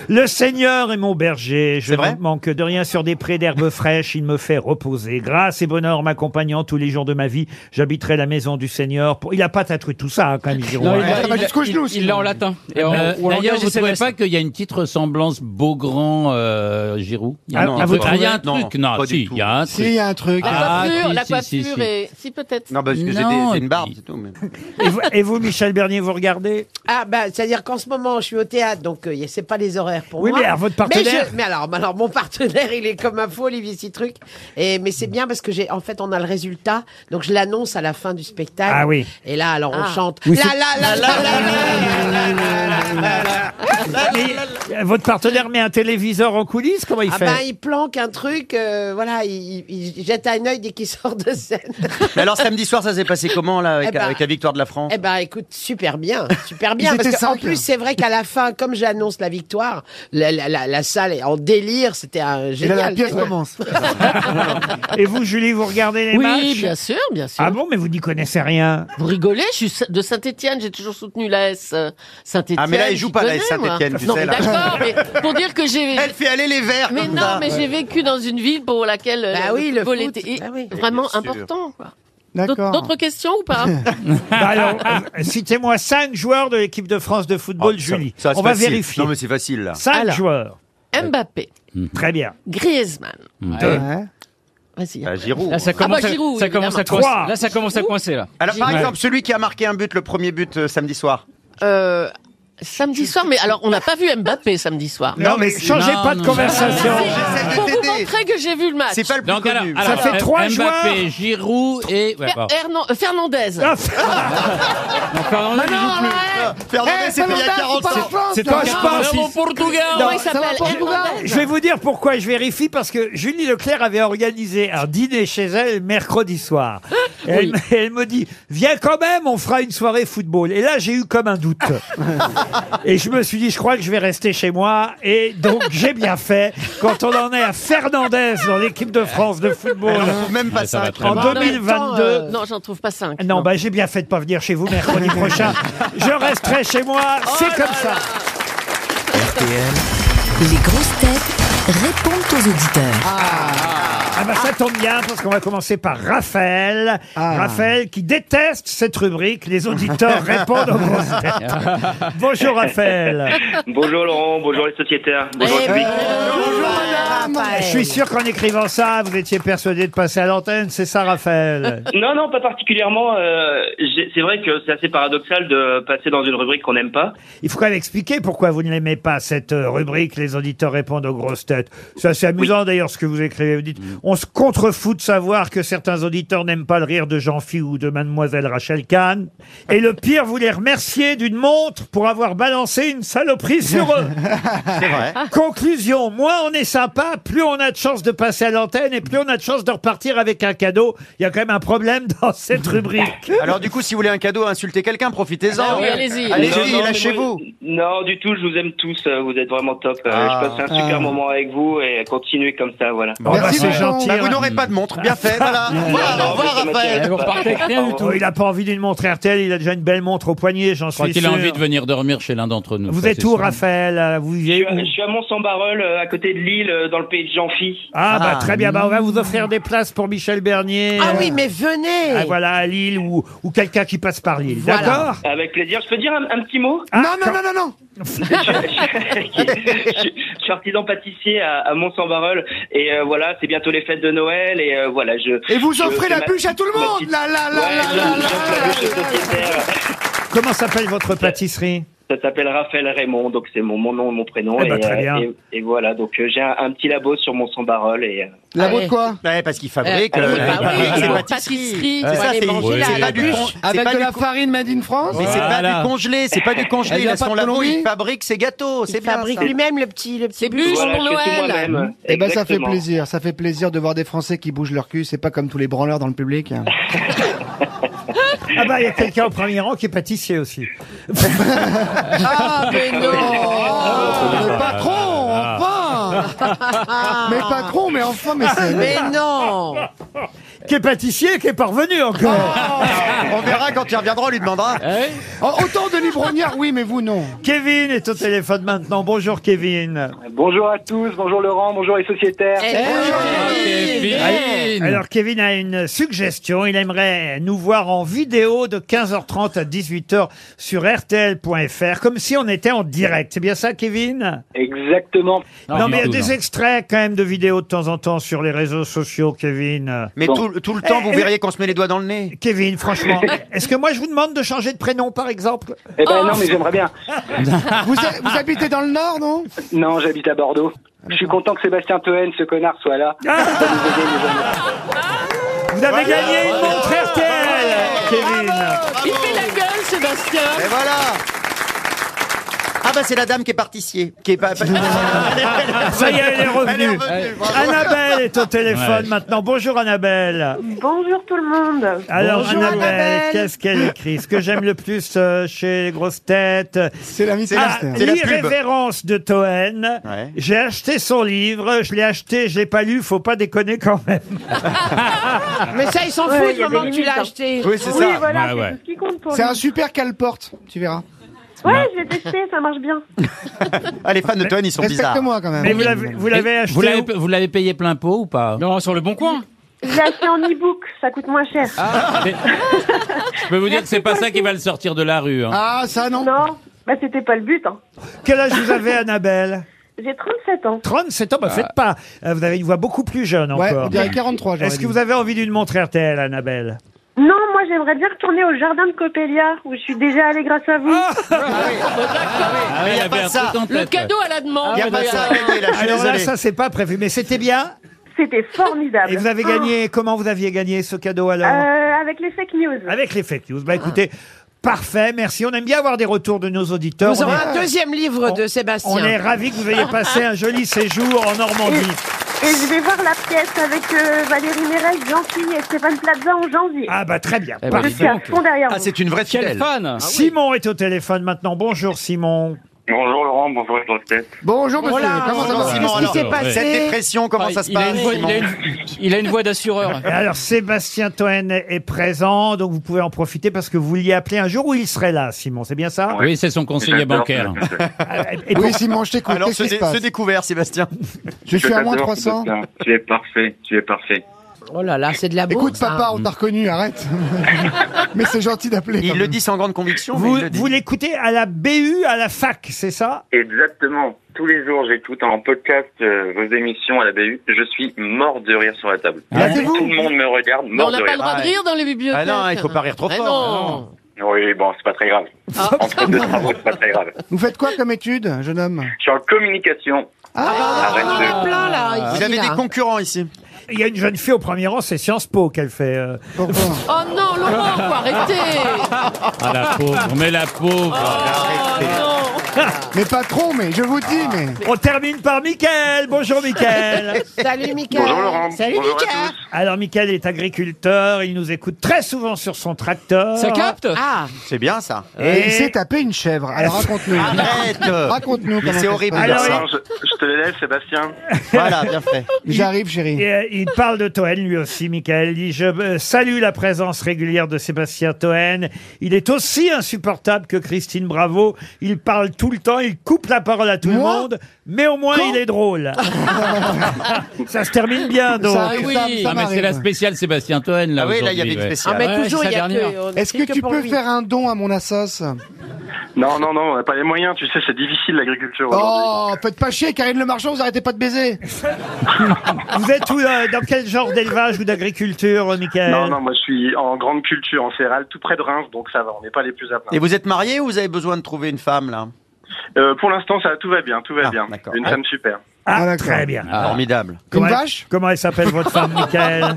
[SPEAKER 2] Le Seigneur est mon berger, je
[SPEAKER 5] C'est vrai
[SPEAKER 2] ne manque de rien sur des prés d'herbes fraîches, il me fait reposer. Grâce et bonheur m'accompagnant tous les jours de ma vie, j'habiterai la maison du Seigneur. Pour... Il a pas tatoué tout ça hein, quand même, Giroud.
[SPEAKER 6] Non, il
[SPEAKER 2] hein.
[SPEAKER 7] ça
[SPEAKER 6] l'a-
[SPEAKER 7] va
[SPEAKER 6] il l'a-
[SPEAKER 7] jusqu'aux
[SPEAKER 6] il-
[SPEAKER 7] genoux,
[SPEAKER 6] Il l'a en
[SPEAKER 7] sinon.
[SPEAKER 6] latin. Et en-
[SPEAKER 9] Euh,
[SPEAKER 6] ou en
[SPEAKER 9] D'ailleurs,
[SPEAKER 6] langage
[SPEAKER 9] vous ne trouvez
[SPEAKER 6] SMS.
[SPEAKER 9] pas qu'il y a une petite ressemblance Beaugrand euh, Giroud Il y a
[SPEAKER 2] Ah,
[SPEAKER 9] un
[SPEAKER 2] non,
[SPEAKER 9] petit
[SPEAKER 2] vous
[SPEAKER 9] truc- ah, il y a un
[SPEAKER 5] trouvez
[SPEAKER 9] truc.
[SPEAKER 5] Non,
[SPEAKER 9] Non,
[SPEAKER 5] pas du
[SPEAKER 9] si,
[SPEAKER 5] tout.
[SPEAKER 9] il y a un
[SPEAKER 7] Si, il
[SPEAKER 9] truc.
[SPEAKER 7] y a un truc.
[SPEAKER 9] Ah,
[SPEAKER 4] La coiffure,
[SPEAKER 9] si,
[SPEAKER 4] la
[SPEAKER 9] si, si,
[SPEAKER 4] coiffure
[SPEAKER 9] si.
[SPEAKER 4] et... Si, peut-être.
[SPEAKER 5] Non, parce que j'ai des-
[SPEAKER 9] Non,
[SPEAKER 5] j'ai
[SPEAKER 9] et
[SPEAKER 5] une barbe,
[SPEAKER 9] puis-
[SPEAKER 5] c'est tout. mais-
[SPEAKER 2] et, vous, et vous, Michel Bernier, vous regardez
[SPEAKER 8] Ah bah c'est-à-dire qu'en ce moment je suis au théâtre donc euh, y- c'est pas les horaires pour
[SPEAKER 2] Oui,
[SPEAKER 8] moi.
[SPEAKER 2] mais alors, votre
[SPEAKER 8] Mais je-
[SPEAKER 2] partenaire-
[SPEAKER 8] Mais, alors, mais alors, mon <laughs> partenaire il est comme un fou Olivier Citruc et mais c'est bien parce que j'ai en fait on a le résultat donc je l'annonce à la fin du spectacle.
[SPEAKER 2] Ah oui.
[SPEAKER 8] Et là alors on
[SPEAKER 4] Ah.
[SPEAKER 8] chante la la la la la la, la, la, la, la, la.
[SPEAKER 2] Mais, euh, Votre partenaire met un téléviseur en coulisses Comment il
[SPEAKER 8] Ah
[SPEAKER 2] fait
[SPEAKER 8] ben il planque un truc euh, voilà il, il- il jette un œil dès qu'il <laughs> sort de scène.
[SPEAKER 5] Mais alors samedi soir, ça s'est passé comment là avec,
[SPEAKER 8] Eh ben-
[SPEAKER 5] avec la victoire de la France
[SPEAKER 8] Eh ben, écoute, super bien, super bien.
[SPEAKER 7] Ils
[SPEAKER 8] parce
[SPEAKER 7] étaient
[SPEAKER 8] que, en
[SPEAKER 7] cinq,
[SPEAKER 8] plus,
[SPEAKER 7] hein.
[SPEAKER 8] c'est vrai qu'à la fin, comme j'annonce la victoire, la, la- la- la salle est en délire. C'était un
[SPEAKER 7] Et là,
[SPEAKER 8] génial.
[SPEAKER 7] la pièce commence.
[SPEAKER 2] Et vous, Julie, vous <laughs> regardez les
[SPEAKER 4] Oui,
[SPEAKER 2] matchs
[SPEAKER 4] bien sûr, bien sûr.
[SPEAKER 2] Ah bon, mais vous n'y
[SPEAKER 4] <laughs>
[SPEAKER 2] connaissez rien.
[SPEAKER 4] Vous rigolez, je suis de Saint-Etienne, j'ai toujours soutenu la S euh, Saint-Etienne.
[SPEAKER 5] Ah mais là, ils jouent pas la Saint-Etienne, tu
[SPEAKER 4] Non,
[SPEAKER 5] sais
[SPEAKER 4] mais
[SPEAKER 5] là.
[SPEAKER 4] d'accord, mais pour dire que j'ai...
[SPEAKER 5] Elle fait aller les verts
[SPEAKER 4] Mais
[SPEAKER 5] comme
[SPEAKER 4] non,
[SPEAKER 5] ça.
[SPEAKER 4] mais j'ai vécu dans une ville pour laquelle euh,
[SPEAKER 8] Bah oui, le
[SPEAKER 4] football
[SPEAKER 8] foot,
[SPEAKER 4] était
[SPEAKER 8] bah oui.
[SPEAKER 4] vraiment
[SPEAKER 5] Bien sûr.
[SPEAKER 4] important. quoi. D'autres
[SPEAKER 7] D'accord.
[SPEAKER 4] d'autres questions ou
[SPEAKER 5] <laughs>
[SPEAKER 4] pas
[SPEAKER 2] Bah alors, euh, citez-moi cinq joueurs de l'équipe de France de football,
[SPEAKER 5] Ah, ça-
[SPEAKER 2] Julie.
[SPEAKER 5] ça, c'est
[SPEAKER 2] On va
[SPEAKER 5] facile.
[SPEAKER 2] vérifier.
[SPEAKER 5] Non mais c'est facile là.
[SPEAKER 2] Cinq
[SPEAKER 4] Alors.
[SPEAKER 2] joueurs.
[SPEAKER 4] Mbappé,
[SPEAKER 8] ben,
[SPEAKER 2] Très bien.
[SPEAKER 4] Griezmann.
[SPEAKER 7] Ouais.
[SPEAKER 4] Vas-y.
[SPEAKER 5] Bah, Giroud.
[SPEAKER 6] Là, ça commence,
[SPEAKER 4] bah,
[SPEAKER 6] à,
[SPEAKER 4] Giroud,
[SPEAKER 6] ça commence à
[SPEAKER 4] évidemment.
[SPEAKER 6] coincer.
[SPEAKER 2] Trois.
[SPEAKER 6] Là, ça commence à
[SPEAKER 4] Giroud.
[SPEAKER 6] coincer, là.
[SPEAKER 5] Alors par
[SPEAKER 6] Ouais.
[SPEAKER 5] exemple, celui qui a marqué un but, le premier but euh, samedi soir.
[SPEAKER 4] Euh, samedi soir, mais alors on n'a pas vu Mbappé samedi soir.
[SPEAKER 2] Non, mais changez
[SPEAKER 9] Non,
[SPEAKER 2] pas de
[SPEAKER 9] non.
[SPEAKER 2] conversation.
[SPEAKER 5] J'essaie de
[SPEAKER 4] Pour vous
[SPEAKER 5] t'aider.
[SPEAKER 4] montrer que j'ai vu le match.
[SPEAKER 5] C'est pas le plus
[SPEAKER 9] Donc, alors,
[SPEAKER 5] connu.
[SPEAKER 9] alors,
[SPEAKER 2] Ça fait trois
[SPEAKER 9] Mbappé,
[SPEAKER 2] joueurs.
[SPEAKER 9] Giroud et... ouais,
[SPEAKER 4] Fer-
[SPEAKER 9] bon.
[SPEAKER 4] Hernan- euh, Fernandez.
[SPEAKER 2] Ah,
[SPEAKER 6] Fernandez, il joue plus.
[SPEAKER 5] Fernandez,
[SPEAKER 7] Eh,
[SPEAKER 5] c'était il y a
[SPEAKER 7] Samantha,
[SPEAKER 5] 40
[SPEAKER 7] tu parles en France,
[SPEAKER 6] c'est
[SPEAKER 7] là.
[SPEAKER 6] un
[SPEAKER 2] je pense-
[SPEAKER 6] Fernandez.
[SPEAKER 4] Mon portugais. Comment il
[SPEAKER 7] Ça va,
[SPEAKER 4] s'appelle
[SPEAKER 7] Portugal
[SPEAKER 4] Hernandez
[SPEAKER 2] Je vais vous dire pourquoi je vérifie, parce que Julie Leclerc avait organisé un dîner chez elle mercredi soir. Et elle, m- elle me dit, viens quand même, on fera une soirée football. Et là, j'ai eu comme un doute. et je me suis dit, je crois que je vais rester chez moi. Et donc, j'ai bien fait. Quand on en est à faire Hernandez dans l'équipe de France de football.
[SPEAKER 4] On en trouve
[SPEAKER 5] même
[SPEAKER 4] pas
[SPEAKER 5] cinq.
[SPEAKER 2] En 2022.
[SPEAKER 4] Non, euh, j'en trouve pas 5.
[SPEAKER 2] Non, bah j'ai bien fait de pas venir chez vous mercredi prochain. Je resterai chez moi, c'est
[SPEAKER 11] Oh
[SPEAKER 2] comme ça.
[SPEAKER 11] Les grosses têtes répondent aux auditeurs.
[SPEAKER 2] Ah bah ça tombe bien parce qu'on va commencer par Raphaël.
[SPEAKER 11] Ah.
[SPEAKER 2] Raphaël qui déteste cette rubrique. Les auditeurs
[SPEAKER 11] <laughs>
[SPEAKER 2] répondent aux grosses têtes.
[SPEAKER 5] <laughs>
[SPEAKER 2] Bonjour Raphaël. Eh ben.
[SPEAKER 12] bonjour Laurent, bonjour les sociétaires, bonjour le public.
[SPEAKER 2] Je suis sûr qu'en écrivant ça, vous étiez persuadé de passer à l'antenne. C'est ça Raphaël.
[SPEAKER 12] Non, non, pas particulièrement. euh, j'ai- c'est vrai que c'est assez paradoxal de passer dans une rubrique qu'on n'aime pas.
[SPEAKER 2] Il faut quand même expliquer pourquoi vous ne l'aimez pas, cette euh, rubrique, les auditeurs répondent aux grosses têtes. C'est assez amusant d'ailleurs ce que vous écrivez. Vous dites,
[SPEAKER 5] Mm.
[SPEAKER 2] on se contrefout de savoir que certains auditeurs n'aiment pas le rire de Jean-Phi ou de Mademoiselle Rachel Kahn. Et le pire, vous les remerciez d'une montre pour avoir balancé une saloperie sur eux.
[SPEAKER 5] <laughs> C'est vrai.
[SPEAKER 2] Conclusion, moins on est sympa, plus on a de chances de passer à l'antenne et plus on a de chances de repartir avec un cadeau. Il y a quand même un problème dans cette rubrique.
[SPEAKER 5] Alors du coup, si vous voulez un cadeau, insulter quelqu'un, profitez-en.
[SPEAKER 12] Ah oui, allez-y. Non, non,
[SPEAKER 5] Allez-y,
[SPEAKER 12] mais
[SPEAKER 5] lâchez-vous.
[SPEAKER 12] Non, du tout, je vous aime tous, euh, vous êtes vraiment top. euh,
[SPEAKER 5] Ah.
[SPEAKER 12] je passe un super
[SPEAKER 5] Ah.
[SPEAKER 12] moment avec vous et continuez comme ça, voilà.
[SPEAKER 5] Merci,
[SPEAKER 2] bah, c'est
[SPEAKER 5] Laurent.
[SPEAKER 2] gentil,
[SPEAKER 5] Bah, vous
[SPEAKER 2] hein.
[SPEAKER 5] n'aurez pas de montre, bien fait. Voilà.
[SPEAKER 2] <laughs> Non,
[SPEAKER 5] Voilà,
[SPEAKER 2] non,
[SPEAKER 5] au revoir,
[SPEAKER 12] mais ça
[SPEAKER 5] Raphaël.
[SPEAKER 12] m'intéresse pas.
[SPEAKER 2] Oh, il a pas envie d'une montre RTL, il a déjà une belle montre au poignet, j'en
[SPEAKER 9] Je crois
[SPEAKER 2] suis
[SPEAKER 9] qu'il a
[SPEAKER 2] sûr.
[SPEAKER 9] envie de venir dormir chez l'un d'entre nous.
[SPEAKER 2] Vous
[SPEAKER 9] ça,
[SPEAKER 2] êtes
[SPEAKER 9] c'est
[SPEAKER 2] où,
[SPEAKER 9] sûr.
[SPEAKER 2] Raphaël Vous vivez
[SPEAKER 12] Je
[SPEAKER 2] où
[SPEAKER 12] suis à Mont-Saint-Barreul, euh, à côté de Lille, euh, dans le pays de Jean-Phi.
[SPEAKER 2] ah, bah très bien, bah, on va vous offrir des places pour Michel Bernier.
[SPEAKER 12] Ah oui,
[SPEAKER 13] mais venez
[SPEAKER 2] ah, Voilà, à Lille ou, ou quelqu'un qui passe par Lille, d'accord Ah,
[SPEAKER 12] Avec plaisir. Je peux dire un, un petit mot
[SPEAKER 7] Ah,
[SPEAKER 2] Non, non, non, non, Ah,
[SPEAKER 12] Je suis artisan pâtissier à, à Mont-Saint-Barreul et euh, voilà, c'est bientôt les fêtes de Noël et euh, voilà, je.
[SPEAKER 7] Et vous
[SPEAKER 12] je
[SPEAKER 7] offrez
[SPEAKER 12] fais
[SPEAKER 7] la
[SPEAKER 12] ma-
[SPEAKER 7] bûche à tout le
[SPEAKER 12] ma
[SPEAKER 7] monde
[SPEAKER 12] petite-
[SPEAKER 7] La la la
[SPEAKER 12] Ouais,
[SPEAKER 7] la
[SPEAKER 12] je-
[SPEAKER 7] la
[SPEAKER 12] je
[SPEAKER 7] la
[SPEAKER 12] offre la bûche aux
[SPEAKER 13] <laughs>
[SPEAKER 12] sociétaires.
[SPEAKER 2] Comment s'appelle votre pâtisserie
[SPEAKER 12] Ça s'appelle Raphaël Raymond, donc c'est mon, mon nom, mon prénom.
[SPEAKER 2] Eh ben, très
[SPEAKER 12] euh,
[SPEAKER 2] bien.
[SPEAKER 12] et- et voilà, donc euh, j'ai un, un petit labo sur Mont-Saint-Barreul et. euh,
[SPEAKER 7] Labo de quoi
[SPEAKER 5] Ouais, parce qu'il fabrique
[SPEAKER 12] Euh,
[SPEAKER 5] euh,
[SPEAKER 12] bah oui,
[SPEAKER 5] il fabrique
[SPEAKER 12] c'est
[SPEAKER 5] des
[SPEAKER 12] bon,
[SPEAKER 5] pâtisseries.
[SPEAKER 12] pâtisserie, faut aller manger la-
[SPEAKER 5] c'est
[SPEAKER 12] la
[SPEAKER 5] pas du con-
[SPEAKER 12] bûche.
[SPEAKER 5] c'est
[SPEAKER 7] Avec
[SPEAKER 5] pas
[SPEAKER 7] de
[SPEAKER 5] du
[SPEAKER 7] la
[SPEAKER 5] con-
[SPEAKER 7] farine made in France
[SPEAKER 5] Mais c'est pas du congelé, c'est pas du congelé.
[SPEAKER 7] Elle
[SPEAKER 5] Il
[SPEAKER 7] vient
[SPEAKER 5] a
[SPEAKER 7] pas
[SPEAKER 5] son
[SPEAKER 7] de
[SPEAKER 5] labo,
[SPEAKER 7] Colombie
[SPEAKER 5] il fabrique ses gâteaux. C'est
[SPEAKER 13] Il fabrique lui-même le petit, le petit bûche
[SPEAKER 12] Voilà, je fais tout moi-même.
[SPEAKER 7] Eh ben ça fait
[SPEAKER 12] Exactement.
[SPEAKER 7] plaisir, ça fait plaisir de voir des Français qui bougent leur cul, c'est pas comme tous les branleurs dans le public.
[SPEAKER 2] Ah bah, il y a quelqu'un au premier rang qui est pâtissier aussi.
[SPEAKER 7] ah mais non Mais patron,
[SPEAKER 5] Oh.
[SPEAKER 2] <laughs>
[SPEAKER 7] enfin Mais patron, mais enfin, mais c'est...
[SPEAKER 13] Mais non
[SPEAKER 2] Qui est pâtissier, qui est parvenu encore
[SPEAKER 5] Ah,
[SPEAKER 2] Eh
[SPEAKER 5] On verra quand il reviendra, on lui demandera. Oh,
[SPEAKER 7] Autant de Brognard, oui, mais vous non.
[SPEAKER 2] Kevin est au téléphone maintenant. Bonjour Kevin.
[SPEAKER 14] Bonjour à tous, bonjour Laurent, bonjour les sociétaires.
[SPEAKER 2] Eh, Ah, Alors, Alors Kevin a une suggestion, il aimerait nous voir en vidéo de 15h30 à 18h sur rtl.fr comme si on était en direct. C'est bien ça Kevin
[SPEAKER 14] Exactement.
[SPEAKER 2] Non, mais il y a des extraits quand même de vidéos de temps en temps sur les réseaux sociaux Kevin.
[SPEAKER 5] Mais tout, tout le temps,
[SPEAKER 2] Eh,
[SPEAKER 5] vous
[SPEAKER 2] eh,
[SPEAKER 5] verriez qu'on se met les doigts dans le nez.
[SPEAKER 2] Kevin,
[SPEAKER 5] <laughs>
[SPEAKER 2] franchement, est-ce que moi je vous demande de changer de prénom par exemple Oh.
[SPEAKER 14] Eh ben non, mais j'aimerais
[SPEAKER 2] <laughs>
[SPEAKER 14] bien.
[SPEAKER 7] Vous, ha- vous habitez dans le Nord, non
[SPEAKER 14] Non, j'habite à Bordeaux. Je suis content que Sébastien Toen, ce connard, soit là.
[SPEAKER 7] Ah.
[SPEAKER 2] Vous avez gagné une montre RTL, Kevin.
[SPEAKER 4] Il fait la gueule, Sébastien.
[SPEAKER 5] Et voilà Ah bah c'est la dame qui est pâtissier. Qui
[SPEAKER 2] <laughs>
[SPEAKER 5] est pas...
[SPEAKER 2] Ça y est, elle est revenue.
[SPEAKER 5] bravo.
[SPEAKER 2] Annabelle est au téléphone
[SPEAKER 5] Ouais.
[SPEAKER 2] maintenant. Bonjour Annabelle.
[SPEAKER 8] Bonjour tout le monde.
[SPEAKER 2] Alors
[SPEAKER 8] Bonjour,
[SPEAKER 2] Annabelle, qu'est-ce qu'elle écrit Ce que j'aime le plus euh, chez les grosses têtes, c'est la
[SPEAKER 7] c'est la- c'est la pub.
[SPEAKER 2] l'irrévérence de Toen. J'ai acheté son livre, je l'ai acheté, je l'ai pas lu, faut pas déconner quand même.
[SPEAKER 13] Mais ça, ils s'en
[SPEAKER 8] Ouais,
[SPEAKER 13] foutent
[SPEAKER 8] il
[SPEAKER 13] du
[SPEAKER 8] y a
[SPEAKER 13] moment
[SPEAKER 8] des
[SPEAKER 13] que tu l'as
[SPEAKER 8] limites, hein.
[SPEAKER 13] acheté.
[SPEAKER 2] Oui, c'est
[SPEAKER 8] Oui,
[SPEAKER 2] ça.
[SPEAKER 9] Ah
[SPEAKER 8] voilà,
[SPEAKER 2] Ouais,
[SPEAKER 8] c'est
[SPEAKER 2] ouais.
[SPEAKER 8] tout ce qui compte pour
[SPEAKER 7] C'est
[SPEAKER 8] lui.
[SPEAKER 7] un super cale-porte, tu verras.
[SPEAKER 8] Ouais, je vais tester, ça marche bien.
[SPEAKER 5] Ah, les fans de Toen, ils sont bizarres.
[SPEAKER 7] Respecte-moi, quand même.
[SPEAKER 5] Mais
[SPEAKER 9] Mais
[SPEAKER 5] vous l'avez- vous l'avez acheté
[SPEAKER 9] Vous l'avez, vous l'avez payé plein pot ou pas
[SPEAKER 15] Non, sur le bon coin.
[SPEAKER 8] Je l'ai acheté en e-book, ça coûte moins cher.
[SPEAKER 7] Ah,
[SPEAKER 9] Je peux vous dire que c'est pas ça qui va le sortir de la rue. hein.
[SPEAKER 7] Ah, ça non
[SPEAKER 8] Non, bah c'était pas le but. Hein.
[SPEAKER 2] Quel âge vous avez Annabelle
[SPEAKER 8] <laughs> J'ai 37 ans.
[SPEAKER 2] 37 ans, bah faites pas. Euh, Vous avez une voix beaucoup plus jeune
[SPEAKER 7] Ouais,
[SPEAKER 2] encore.
[SPEAKER 7] on dirait 43, j'aurais
[SPEAKER 2] Est-ce
[SPEAKER 7] dit.
[SPEAKER 2] que vous avez envie d'une montre RTL, Annabelle
[SPEAKER 8] Non, moi j'aimerais bien retourner au jardin de Coppelia, où je suis déjà allée grâce à vous.
[SPEAKER 9] Ah ouais,
[SPEAKER 5] y a
[SPEAKER 9] elle
[SPEAKER 5] pas
[SPEAKER 9] avait un
[SPEAKER 5] ça.
[SPEAKER 9] truc en
[SPEAKER 4] Le
[SPEAKER 9] tête,
[SPEAKER 4] cadeau à la demande.
[SPEAKER 5] Il a pas ça à gagner, là, je suis
[SPEAKER 2] Alors là,
[SPEAKER 5] désolé.
[SPEAKER 2] ça c'est pas prévu, mais c'était bien.
[SPEAKER 8] C'était formidable.
[SPEAKER 2] Et vous avez gagné, comment vous aviez gagné ce cadeau
[SPEAKER 8] Oh.
[SPEAKER 2] alors
[SPEAKER 8] Euh, Avec les fake news.
[SPEAKER 2] Avec les fake news. Bah écoutez, parfait, merci. On aime bien avoir des retours de nos auditeurs.
[SPEAKER 13] Vous
[SPEAKER 2] on,
[SPEAKER 13] aurez
[SPEAKER 2] est,
[SPEAKER 13] un deuxième livre de Sébastien.
[SPEAKER 2] on est ravis que vous ayez passé un joli séjour en Normandie.
[SPEAKER 8] <laughs> Et je vais voir la pièce avec euh, Valérie Mérez, Jean-Pierre et Stéphane Plaza en janvier.
[SPEAKER 2] Ah bah très bien,
[SPEAKER 8] Eh ben,
[SPEAKER 2] parfait.
[SPEAKER 8] dis donc. Je suis à fond derrière Ah, vous.
[SPEAKER 5] c'est une vraie
[SPEAKER 2] Quel
[SPEAKER 5] fidèle.
[SPEAKER 2] fan Simon est au téléphone maintenant. Bonjour Simon.
[SPEAKER 16] Bonjour Laurent,
[SPEAKER 12] Laurent, bonjour les grosses têtes.
[SPEAKER 7] Bonjour monsieur, comment ça va Qu'est-ce qui s'est passé Ah,
[SPEAKER 6] il a une voix- il a une- Il a une voix d'assureur.
[SPEAKER 2] Et Alors Sébastien Toen est présent, donc vous pouvez en profiter parce que vous vouliez appeler un jour où il serait là, Simon, c'est bien ça
[SPEAKER 9] Oui, c'est son conseiller
[SPEAKER 2] J'adore
[SPEAKER 9] bancaire.
[SPEAKER 2] Et
[SPEAKER 7] Oui,
[SPEAKER 2] pour-
[SPEAKER 7] Simon, je t'écoute.
[SPEAKER 5] Alors,
[SPEAKER 7] Qu'est-ce
[SPEAKER 5] ce,
[SPEAKER 7] qui se
[SPEAKER 5] dé-
[SPEAKER 7] passe
[SPEAKER 5] ce découvert, Sébastien.
[SPEAKER 7] Je suis à
[SPEAKER 12] t'adore,
[SPEAKER 7] moins
[SPEAKER 12] <laughs>
[SPEAKER 7] 300.
[SPEAKER 12] Sébastien. Tu es parfait, tu es parfait.
[SPEAKER 8] Oh là là, c'est de la bourse. hein.
[SPEAKER 7] Écoute, papa, on t'a reconnu, arrête. mais c'est gentil d'appeler. quand même.
[SPEAKER 5] sans grande conviction.
[SPEAKER 2] Vous, vous l'écoutez à la BU, à la fac, c'est ça
[SPEAKER 12] Exactement. Tous les jours, j'écoute en podcast euh, vos émissions à la BU. Je suis mort de rire sur la table. Tout le monde me regarde,
[SPEAKER 4] Mais
[SPEAKER 12] mort
[SPEAKER 4] on n'a
[SPEAKER 12] de
[SPEAKER 4] pas
[SPEAKER 12] rire.
[SPEAKER 4] le droit de rire dans les bibliothèques. Mais non.
[SPEAKER 12] Oui, bon, c'est pas très grave.
[SPEAKER 4] Ah.
[SPEAKER 12] Entre deux travaux, c'est pas très grave.
[SPEAKER 7] Vous faites quoi comme étude, jeune homme
[SPEAKER 12] Je suis en communication.
[SPEAKER 4] Ah,
[SPEAKER 12] Arrête de-
[SPEAKER 8] plein,
[SPEAKER 9] Ah.
[SPEAKER 8] là, ici, Vous avez là. des
[SPEAKER 2] concurrents ici. Il y a une jeune fille au premier rang, c'est Sciences Po qu'elle fait. euh.
[SPEAKER 4] Oh non, Laurent, faut arrêter
[SPEAKER 9] Ah la pauvre, Ah, mais la pauvre.
[SPEAKER 7] Mais pas trop, mais je vous dis, mais.
[SPEAKER 2] On termine par Mickaël. Bonjour
[SPEAKER 13] <laughs>
[SPEAKER 2] Mickaël.
[SPEAKER 8] Salut Mickaël. Bonjour, Laurent. Salut, Bonjour à Mickaël.
[SPEAKER 2] Alors Mickaël est agriculteur, il nous écoute très souvent sur son tracteur.
[SPEAKER 7] Ça capte
[SPEAKER 8] Ah.
[SPEAKER 5] C'est bien ça.
[SPEAKER 7] Et il s'est tapé une chèvre. Alors raconte-nous.
[SPEAKER 8] Ah,
[SPEAKER 5] Arrête.
[SPEAKER 7] Raconte-nous.
[SPEAKER 5] Mais
[SPEAKER 7] comment
[SPEAKER 5] c'est
[SPEAKER 7] ça se
[SPEAKER 5] horrible,
[SPEAKER 7] passe.
[SPEAKER 5] Alors,
[SPEAKER 12] Non, je, je te l'élève, Sébastien.
[SPEAKER 5] Voilà, bien fait.
[SPEAKER 7] J'arrive, chérie.
[SPEAKER 2] Et, euh, il parle de Toen lui aussi, Michael. dit Je euh, salue la présence régulière de Sébastien Toen. Il est aussi insupportable que Christine Bravo. Il parle tout le temps, il coupe la parole à tout le monde, mais au moins il
[SPEAKER 7] <laughs>
[SPEAKER 2] est drôle. ça se termine bien donc.
[SPEAKER 7] Ça arrive, ça- ça
[SPEAKER 9] Ah, mais c'est la spéciale Sébastien Toen là
[SPEAKER 2] Ah oui, là, il
[SPEAKER 9] aujourd'hui,
[SPEAKER 2] y avait une
[SPEAKER 9] ouais.
[SPEAKER 2] spéciale. Ah, mais
[SPEAKER 9] Ouais,
[SPEAKER 2] toujours,
[SPEAKER 9] c'est
[SPEAKER 2] il y
[SPEAKER 9] la
[SPEAKER 2] a que-
[SPEAKER 9] dernière.
[SPEAKER 2] on-
[SPEAKER 7] Est-ce que
[SPEAKER 2] C'est que
[SPEAKER 7] tu
[SPEAKER 2] pour
[SPEAKER 7] peux
[SPEAKER 2] lui.
[SPEAKER 7] faire un don à mon assos
[SPEAKER 12] Non, non, non, on n'a pas les moyens. Tu sais, c'est difficile l'agriculture aujourd'hui.
[SPEAKER 7] Oh, faites pas chier, Karine Le Marchand, vous arrêtez pas de baiser.
[SPEAKER 9] Ah
[SPEAKER 2] Vous êtes où, euh, dans quel genre d'élevage ou d'agriculture, euh, Michael
[SPEAKER 12] Non, non, moi je suis en grande culture, en céréales, tout près de Reims, donc ça va, on n'est pas les plus à plaindre.
[SPEAKER 5] Et vous êtes marié ou vous avez besoin de trouver une femme là
[SPEAKER 12] Euh, Pour l'instant, ça tout va bien, tout va bien. Une
[SPEAKER 5] Ah.
[SPEAKER 12] femme super.
[SPEAKER 2] Ah, très bien. Ah,
[SPEAKER 5] Formidable.
[SPEAKER 2] Comment
[SPEAKER 7] Une
[SPEAKER 2] elle-
[SPEAKER 7] vache
[SPEAKER 2] Comment elle s'appelle votre femme, Michael